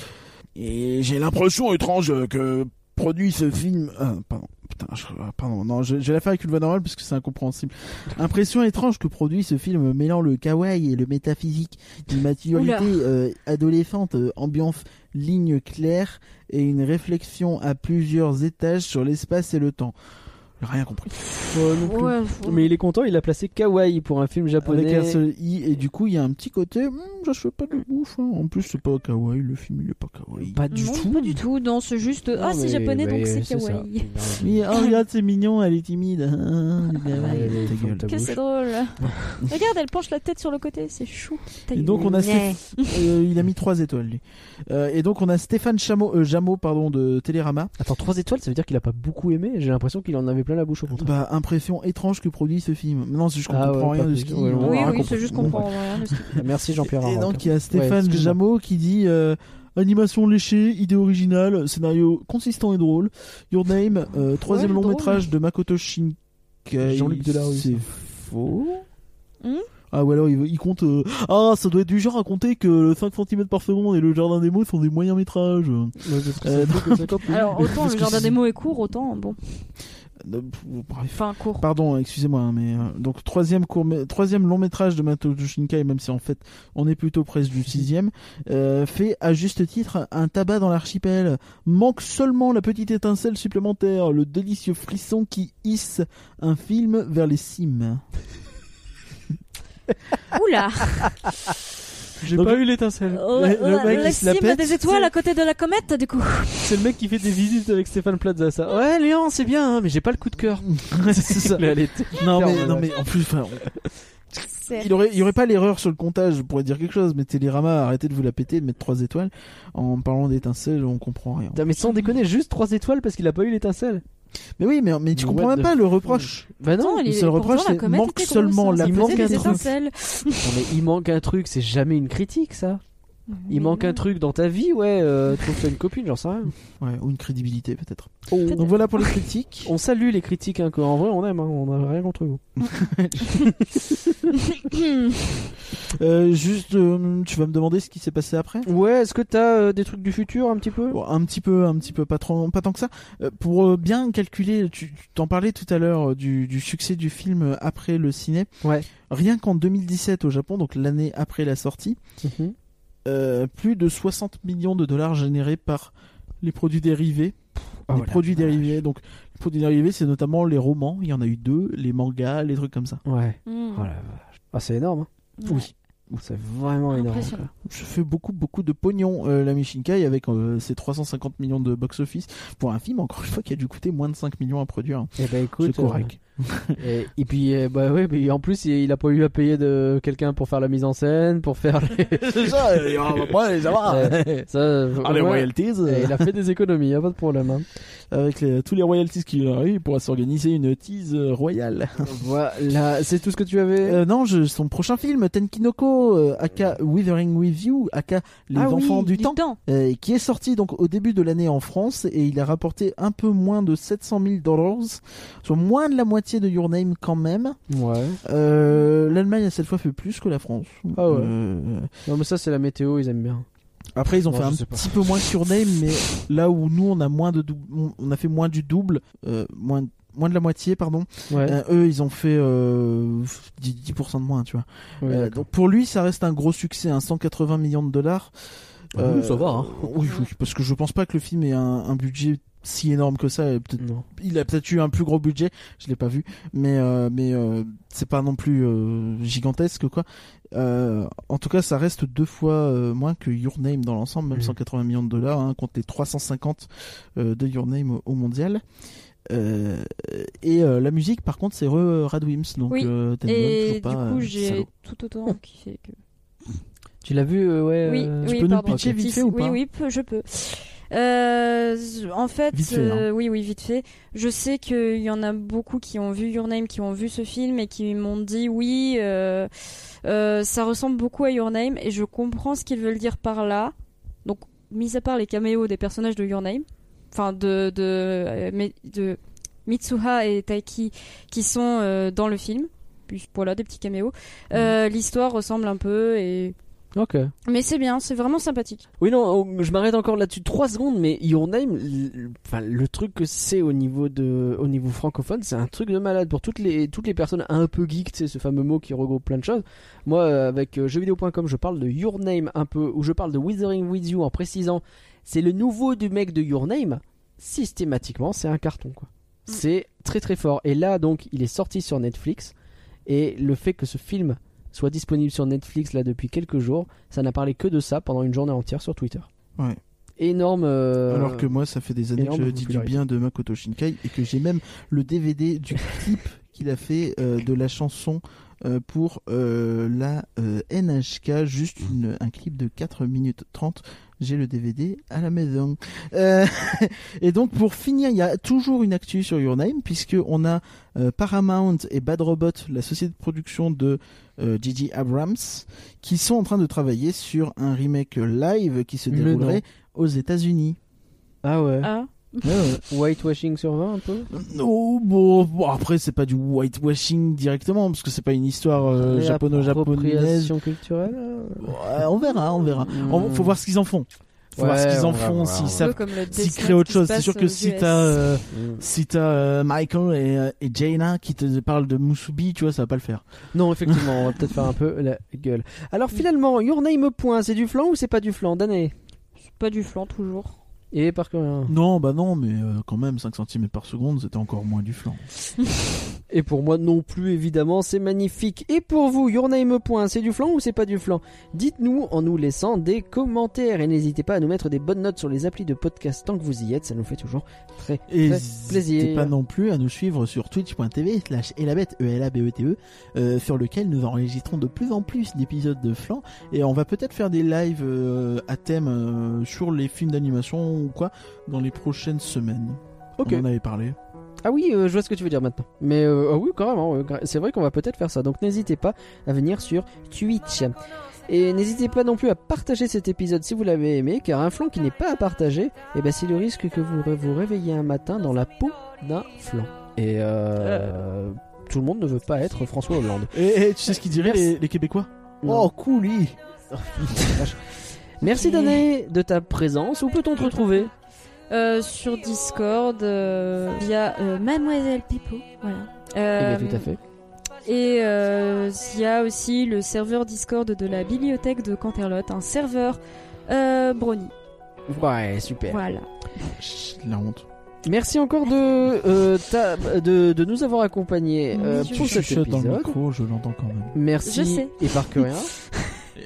[SPEAKER 1] Et j'ai l'impression étrange euh, que produit ce film. Ah, pardon. Putain, je- euh, pardon, non, je, je vais la faire avec une voix normale parce que c'est incompréhensible. Impression étrange que produit ce film mêlant le kawaii et le métaphysique, une maturité euh, adolescente, euh, ambiance ligne claire et une réflexion à plusieurs étages sur l'espace et le temps. J'ai rien compris. euh,
[SPEAKER 2] Ouais,
[SPEAKER 6] Mais il est content, il a placé Kawaii pour un film
[SPEAKER 1] Avec
[SPEAKER 6] japonais.
[SPEAKER 1] un seul i et du coup il y a un petit côté Hmm, je fais pas de ouf hein. en plus c'est pas kawaii le film il est pas kawaii
[SPEAKER 6] Pas du
[SPEAKER 2] non,
[SPEAKER 6] tout.
[SPEAKER 2] Pas du tout, non, c'est juste.
[SPEAKER 6] Non,
[SPEAKER 2] ah, c'est
[SPEAKER 6] mais-
[SPEAKER 2] japonais,
[SPEAKER 6] mais
[SPEAKER 2] donc c'est
[SPEAKER 6] ça.
[SPEAKER 2] kawaii.
[SPEAKER 1] oui oh, regarde c'est mignon elle est timide Ah, le kawaii,
[SPEAKER 6] elle est
[SPEAKER 1] ta gueule.
[SPEAKER 6] fanta-
[SPEAKER 2] Que c'est drôle. Regarde, elle penche la tête sur le côté, c'est chou. Ta
[SPEAKER 1] et donc on a
[SPEAKER 2] gueule.
[SPEAKER 1] Stéph- euh, il a mis trois étoiles lui Euh, et donc on a Stéphane Chameau, euh, Jameau pardon de Télérama
[SPEAKER 6] Attends, 3 étoiles, ça veut dire qu'il a pas beaucoup aimé J'ai l'impression qu'il en avait plein la bouche au contraire.
[SPEAKER 1] bah impression étrange que produit ce film non c'est- je
[SPEAKER 6] Ah
[SPEAKER 1] comprends
[SPEAKER 6] ouais,
[SPEAKER 1] rien
[SPEAKER 6] pas
[SPEAKER 1] de ce
[SPEAKER 6] plus.
[SPEAKER 1] qu'il
[SPEAKER 6] Ouais, on
[SPEAKER 2] Oui,
[SPEAKER 1] rien
[SPEAKER 2] oui,
[SPEAKER 1] compris.
[SPEAKER 2] c'est juste
[SPEAKER 1] Bon,
[SPEAKER 2] qu'on
[SPEAKER 1] bref.
[SPEAKER 2] prend rien de ce
[SPEAKER 6] Merci Jean-Pierre
[SPEAKER 1] et
[SPEAKER 6] Arendt.
[SPEAKER 1] donc il y a Stéphane
[SPEAKER 6] excuse-moi.
[SPEAKER 1] Jameau qui dit euh, Animation léchée, idée originale, scénario consistant et drôle. Your Name, euh, troisième
[SPEAKER 2] drôle.
[SPEAKER 1] long métrage de Makoto Shinkai.
[SPEAKER 6] Jean-Luc Delarue, ça.
[SPEAKER 1] C'est faux.
[SPEAKER 2] Hmm
[SPEAKER 1] ah ou alors il, il compte euh, ah ça doit être du genre à compter que le 5 cm par seconde et le jardin des mots sont des moyens métrages
[SPEAKER 6] Ouais, parce que
[SPEAKER 1] Euh,
[SPEAKER 6] c'est plus que 50 minutes.
[SPEAKER 2] Alors, autant
[SPEAKER 1] Parce
[SPEAKER 2] le
[SPEAKER 1] que
[SPEAKER 2] jardin
[SPEAKER 1] c'est-
[SPEAKER 2] des mots est court, autant bon.
[SPEAKER 1] Euh, pff, bref.
[SPEAKER 2] Enfin, court.
[SPEAKER 1] pardon excusez-moi hein, mais euh, donc troisième court mé- troisième long métrage de Makoto Shinkai même si en fait on est plutôt presque du sixième, euh, fait à juste titre un tabac dans l'archipel. Manque seulement la petite étincelle supplémentaire, le délicieux frisson qui hisse un film vers les cimes.
[SPEAKER 2] Oula
[SPEAKER 1] J'ai
[SPEAKER 6] Donc-
[SPEAKER 1] pas eu l'étincelle.
[SPEAKER 2] Oh,
[SPEAKER 1] Le- le mec, il se la
[SPEAKER 2] cible
[SPEAKER 1] pète.
[SPEAKER 2] des étoiles à côté de la comète, du coup.
[SPEAKER 6] C'est le mec qui fait des visites avec Stéphane Plaza, ça. Ouais, Léon, c'est bien, hein, mais j'ai pas le coup de cœur.
[SPEAKER 1] Ouais, c'est ça.
[SPEAKER 6] Mais elle était-
[SPEAKER 1] Non mais,
[SPEAKER 6] Ferme,
[SPEAKER 1] non
[SPEAKER 6] ouais.
[SPEAKER 1] mais en plus, enfin, il aurait, il y aurait pas l'erreur sur le comptage. Je pourrais dire quelque chose, mais Télérama, arrêtez de vous la péter, de mettre trois étoiles. En parlant d'étincelles, on comprend rien.
[SPEAKER 6] Putain, mais sans déconner, juste 3 étoiles parce qu'il a pas eu l'étincelle.
[SPEAKER 1] Mais oui, mais, mais tu
[SPEAKER 6] What
[SPEAKER 1] comprends même
[SPEAKER 6] the
[SPEAKER 1] pas le reproche.
[SPEAKER 6] Bah non,
[SPEAKER 2] Pourtant, elle
[SPEAKER 1] le
[SPEAKER 2] est-
[SPEAKER 1] seul reproche,
[SPEAKER 2] pourtant, la
[SPEAKER 1] c'est
[SPEAKER 2] comète
[SPEAKER 1] manque
[SPEAKER 2] était
[SPEAKER 1] seulement
[SPEAKER 2] grosse,
[SPEAKER 1] la
[SPEAKER 2] ça
[SPEAKER 6] manque
[SPEAKER 2] faisait
[SPEAKER 6] un
[SPEAKER 2] des
[SPEAKER 6] truc.
[SPEAKER 2] étincelles.
[SPEAKER 6] Non, mais il manque un truc, c'est jamais une critique, ça. Il
[SPEAKER 2] Mais
[SPEAKER 6] manque
[SPEAKER 2] non.
[SPEAKER 6] un truc dans ta vie, ouais, euh, trouve-toi une copine, j'en sais rien.
[SPEAKER 1] Ouais, ou une crédibilité peut-être.
[SPEAKER 6] Oh.
[SPEAKER 2] Peut-être.
[SPEAKER 1] Donc voilà pour les critiques.
[SPEAKER 6] On salue les critiques, hein, que- en vrai on aime, hein, on n'a rien contre vous.
[SPEAKER 1] Euh, juste, euh, tu vas me demander ce qui s'est passé après.
[SPEAKER 6] Ouais, est-ce que t'as euh, des trucs du futur un petit peu
[SPEAKER 1] Bon, un petit peu, un petit peu, pas trop, pas tant que ça. Euh, pour euh, bien calculer, tu tu t'en parlais tout à l'heure euh, du, du succès du film euh, après le ciné.
[SPEAKER 6] Ouais.
[SPEAKER 1] Rien qu'en 2017 au Japon, donc l'année après la sortie,
[SPEAKER 6] Mhm.
[SPEAKER 1] euh, plus de 60 millions de dollars générés par les produits dérivés.
[SPEAKER 6] Ah,
[SPEAKER 1] les
[SPEAKER 6] voilà.
[SPEAKER 1] produits dérivés, donc les produits dérivés, c'est notamment les romans. Il y en a eu deux, les mangas, les trucs comme ça.
[SPEAKER 6] Ouais.
[SPEAKER 2] Mm.
[SPEAKER 6] Oh la vache. Ah, c'est énorme. hein.
[SPEAKER 2] Ouais.
[SPEAKER 6] C'est vraiment énorme.
[SPEAKER 2] Impressionnant.
[SPEAKER 6] quoi.
[SPEAKER 1] Je fais beaucoup, beaucoup de pognon euh, la Mishinkai avec euh, ses 350 millions de box-office pour un film, encore une fois, qui a dû coûter moins de 5 millions à produire. hein.
[SPEAKER 6] Eh ben
[SPEAKER 1] C'est
[SPEAKER 6] écoute,
[SPEAKER 1] correct.
[SPEAKER 6] euh, et, et puis euh, bah ouais, mais en plus il, il a pas eu à payer de quelqu'un pour faire la mise en scène, pour faire les...
[SPEAKER 1] C'est ça, et on va pas les avoir.
[SPEAKER 6] Ouais. ça. euh,
[SPEAKER 1] Ah, les
[SPEAKER 6] ouais.
[SPEAKER 1] royalties.
[SPEAKER 6] Et il a fait des économies, y a pas de problème. hein.
[SPEAKER 1] Avec les- tous les royalties qu'il a eu, il pourra s'organiser une tease euh, royale.
[SPEAKER 6] voilà, c'est tout ce que tu avais.
[SPEAKER 1] Euh, non, je, son prochain film, Tenkinoko, euh, aka Withering With You, aka Les
[SPEAKER 6] Ah oui,
[SPEAKER 1] Enfants du,
[SPEAKER 2] Du
[SPEAKER 1] Temps,
[SPEAKER 2] temps.
[SPEAKER 1] euh, qui est sorti donc au début de l'année en France et il a rapporté un peu moins de 700 000 dollars, soit moins de la moitié de Your Name quand même.
[SPEAKER 6] Ouais.
[SPEAKER 1] Euh, L'Allemagne a cette fois fait plus que la France.
[SPEAKER 6] Ah ouais.
[SPEAKER 1] Euh,
[SPEAKER 6] Non mais ça c'est la météo, ils aiment bien.
[SPEAKER 1] Après, ils ont
[SPEAKER 6] Non,
[SPEAKER 1] fait
[SPEAKER 6] je
[SPEAKER 1] un
[SPEAKER 6] sais pas.
[SPEAKER 1] petit peu moins sur Name, mais là où nous, on a moins de dou- on- on a fait moins du double, euh, moins moins de la moitié pardon
[SPEAKER 6] Ouais.
[SPEAKER 1] Euh, eux ils ont fait euh, 10%, 10% de moins tu vois
[SPEAKER 6] Ouais,
[SPEAKER 1] Euh,
[SPEAKER 6] d'accord.
[SPEAKER 1] donc pour lui ça reste un gros succès hein, 180 millions de dollars Euh,
[SPEAKER 6] Ah, nous, ça va, hein.
[SPEAKER 1] oui, oui, parce que je pense pas que le film ait un, un budget si énorme que ça et peut-être
[SPEAKER 6] Non.
[SPEAKER 1] il a peut-être eu un plus gros budget, je l'ai pas vu, mais euh, mais euh, c'est pas non plus euh, gigantesque quoi. Euh, en tout cas, ça reste deux fois euh, moins que Your Name dans l'ensemble, même
[SPEAKER 6] Mhm.
[SPEAKER 1] 180 millions de dollars hein, contre les 350 euh, de Your Name au, au mondial. Euh, et euh, la musique, par contre, c'est re Radwims, donc
[SPEAKER 2] Oui.
[SPEAKER 1] euh, Ten Bond,
[SPEAKER 2] Et
[SPEAKER 1] toujours
[SPEAKER 2] du
[SPEAKER 1] pas,
[SPEAKER 2] coup,
[SPEAKER 1] euh,
[SPEAKER 2] j'ai
[SPEAKER 1] salaud.
[SPEAKER 2] tout autant kiffé que.
[SPEAKER 6] Tu l'as vu, euh, ouais.
[SPEAKER 2] Oui,
[SPEAKER 6] euh,
[SPEAKER 2] oui,
[SPEAKER 1] peux nous
[SPEAKER 2] pardon.
[SPEAKER 1] pitcher vite
[SPEAKER 2] Petit-
[SPEAKER 1] fait ou pas
[SPEAKER 2] Oui, oui, peu- je peux. Euh, en fait,
[SPEAKER 1] Vite fait, hein.
[SPEAKER 2] euh, oui, oui, vite fait. Je sais qu'il y en a beaucoup qui ont vu Your Name, qui ont vu ce film et qui m'ont dit oui, euh, euh, ça ressemble beaucoup à Your Name et je comprends ce qu'ils veulent dire par là. Donc, mis à part les caméos des personnages de Your Name, enfin de de, euh, mais- de Mitsuha et Taiki qui sont euh, dans le film. Puis voilà, des petits caméos.
[SPEAKER 1] Mm.
[SPEAKER 2] Euh, L'histoire ressemble un peu et
[SPEAKER 6] Ok.
[SPEAKER 2] mais c'est bien, c'est vraiment sympathique.
[SPEAKER 6] Oui, non, on- je m'arrête encore là-dessus 3 secondes, mais Your Name, l- enfin, le truc que c'est au niveau de, au niveau francophone, c'est un truc de malade pour toutes les, toutes les personnes un peu geek, tu sais, ce fameux mot qui regroupe plein de choses. Moi, euh, avec euh, jeuxvideo.com, je parle de Your Name un peu, ou je parle de Withering With You en précisant, c'est le nouveau du mec de Your Name, systématiquement, c'est un carton, quoi. C'est très très fort. Et là, donc, il est sorti sur Netflix, et le fait que ce film soit disponible sur Netflix là depuis quelques jours, ça n'a parlé que de ça pendant une journée entière sur Twitter.
[SPEAKER 1] Ouais.
[SPEAKER 6] Énorme. euh,
[SPEAKER 1] Alors que moi, ça fait des années que
[SPEAKER 6] énorme
[SPEAKER 1] je dis du
[SPEAKER 6] popularité.
[SPEAKER 1] bien de Makoto Shinkai et que j'ai même le DVD du clip qu'il a fait euh, de la chanson euh, pour euh, la euh, NHK, juste
[SPEAKER 6] Mm.
[SPEAKER 1] une- un clip de 4 minutes 30. J'ai le DVD à la maison. Euh, et donc pour finir, il y a toujours une actu sur Your Name puisque on a euh, Paramount et Bad Robot, la société de production de euh, Gigi Abrams, qui sont en train de travailler sur un remake live qui se
[SPEAKER 6] Mais non.
[SPEAKER 1] déroulerait aux États-Unis.
[SPEAKER 6] Ah ouais.
[SPEAKER 2] Ah.
[SPEAKER 6] Whitewashing sur 20 un peu.
[SPEAKER 1] Non, Oh, bon, bon, après c'est pas du whitewashing directement parce que c'est pas une histoire euh, japono-japonaise.
[SPEAKER 6] Appropriation culturelle. euh.
[SPEAKER 1] Ouais, on verra, on verra. On- faut voir ce qu'ils en font. Faut voir ce
[SPEAKER 6] Hmm. Ouais,
[SPEAKER 1] qu'ils en
[SPEAKER 6] on va
[SPEAKER 1] font,
[SPEAKER 6] voir,
[SPEAKER 1] s'ils
[SPEAKER 6] ouais.
[SPEAKER 1] savent,
[SPEAKER 2] comme le
[SPEAKER 1] s'ils créent autre chose. C'est sûr que si t'as euh,
[SPEAKER 6] Mm.
[SPEAKER 1] si t'as euh, Michael et, euh, et Jaina qui te parlent de Musubi, tu vois, ça va pas le faire.
[SPEAKER 6] Non, effectivement, on va peut-être faire un peu la gueule. Alors finalement, Your Name au point, c'est du flan ou c'est pas du flan, Dané
[SPEAKER 2] Pas du flan, toujours.
[SPEAKER 6] Et par hein contre-
[SPEAKER 1] Non, bah non, mais euh, quand même, 5 cm par seconde, c'était encore moins du flanc.
[SPEAKER 6] Et pour moi non plus, évidemment, c'est magnifique. Et pour vous, Your Name Point, c'est du flan ou c'est pas du flan Dites-nous en nous laissant des commentaires et n'hésitez pas à nous mettre des bonnes notes sur les applis de podcast tant que vous y êtes, ça nous fait toujours très
[SPEAKER 1] Et
[SPEAKER 6] très
[SPEAKER 1] n'hésitez
[SPEAKER 6] plaisir.
[SPEAKER 1] pas non plus à nous suivre sur twitch.tv slash E elabete, E-L-A-B-E-T-E, euh, sur lequel nous enregistrons de plus en plus d'épisodes de flanc. Et on va peut-être faire des lives euh, à thème euh, sur les films d'animation ou quoi dans les prochaines semaines.
[SPEAKER 6] Ok.
[SPEAKER 1] On en avait parlé.
[SPEAKER 6] Ah oui, euh, je vois ce que tu veux dire maintenant. Mais euh, ah oui, carrément, euh, gra- c'est vrai qu'on va peut-être faire ça. Donc n'hésitez pas à venir sur Twitch. Et n'hésitez pas non plus à partager cet épisode si vous l'avez aimé, car un flan qui n'est pas à partager, eh ben, c'est le risque que vous ré- vous réveillez un matin dans la peau d'un flan. Et euh, tout le monde ne veut pas être François Hollande.
[SPEAKER 1] Et, tu sais ce qu'ils diraient
[SPEAKER 6] Merci.
[SPEAKER 1] les, les Québécois
[SPEAKER 6] Non.
[SPEAKER 1] Oh, cool, lui
[SPEAKER 6] Merci Danae de ta présence. Où peut-on te retrouver
[SPEAKER 2] Euh, sur Discord, euh, via euh, Mademoiselle Pipo, voilà.
[SPEAKER 1] ben,
[SPEAKER 2] Euh,
[SPEAKER 6] Eh bien, tout à fait.
[SPEAKER 2] Et euh, il y a aussi le serveur Discord de la bibliothèque de Canterlot, un serveur euh, Brony.
[SPEAKER 6] Ouais, super.
[SPEAKER 2] Voilà.
[SPEAKER 1] Chut, La honte.
[SPEAKER 6] Merci encore de, euh, ta- de, de nous avoir accompagnés euh,
[SPEAKER 2] Oui, je
[SPEAKER 6] pour
[SPEAKER 1] Tu
[SPEAKER 6] cet
[SPEAKER 1] chuchotes dans le
[SPEAKER 6] épisode.
[SPEAKER 1] micro, je l'entends quand même.
[SPEAKER 6] Merci
[SPEAKER 2] Je sais.
[SPEAKER 6] et par que rien.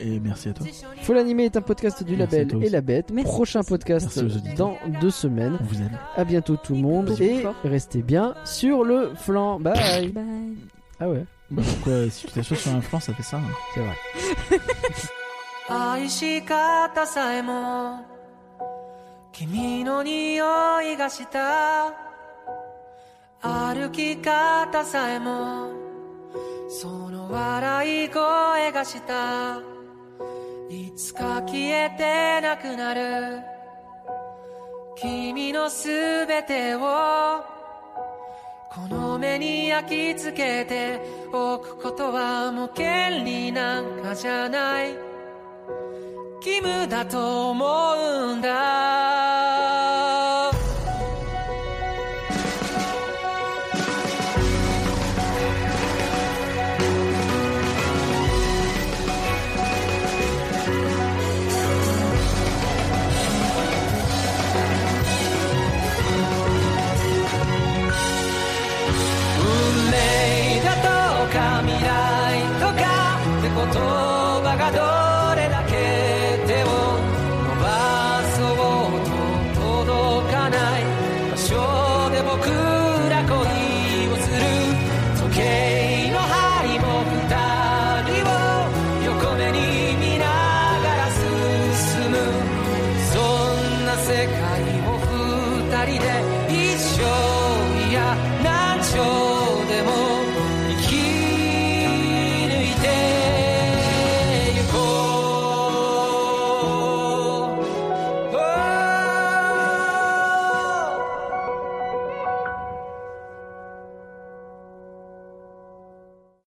[SPEAKER 1] Et merci à toi.
[SPEAKER 6] Faut l'animer est un podcast du
[SPEAKER 1] Merci à
[SPEAKER 6] label
[SPEAKER 1] toi
[SPEAKER 6] et
[SPEAKER 1] aussi.
[SPEAKER 6] la bête.
[SPEAKER 2] Merci.
[SPEAKER 6] Prochain podcast
[SPEAKER 1] Merci aux auditeurs.
[SPEAKER 6] dans deux semaines.
[SPEAKER 1] On vous aime.
[SPEAKER 6] À bientôt tout le monde
[SPEAKER 2] Bisous.
[SPEAKER 6] et restez bien sur le flanc. Bye.
[SPEAKER 2] Bye.
[SPEAKER 6] Ah ouais,
[SPEAKER 1] Bah, pourquoi, si tu t'assois sur un flanc, ça fait ça hein.
[SPEAKER 6] c'est vrai.
[SPEAKER 7] 愛し方さえも君の匂いがした歩き方さえもその笑い声がしたいつか消えてなくなる君のすべてをこの目に焼き付けておくことはもう権利なんかじゃない義務だと思うんだ運命だとか未来とかって言葉がどれだけ手を伸ばそうと届かない場所で僕ら恋をする時計の針も二人を横目に見ながら進むそんな世界を二人で一生いや何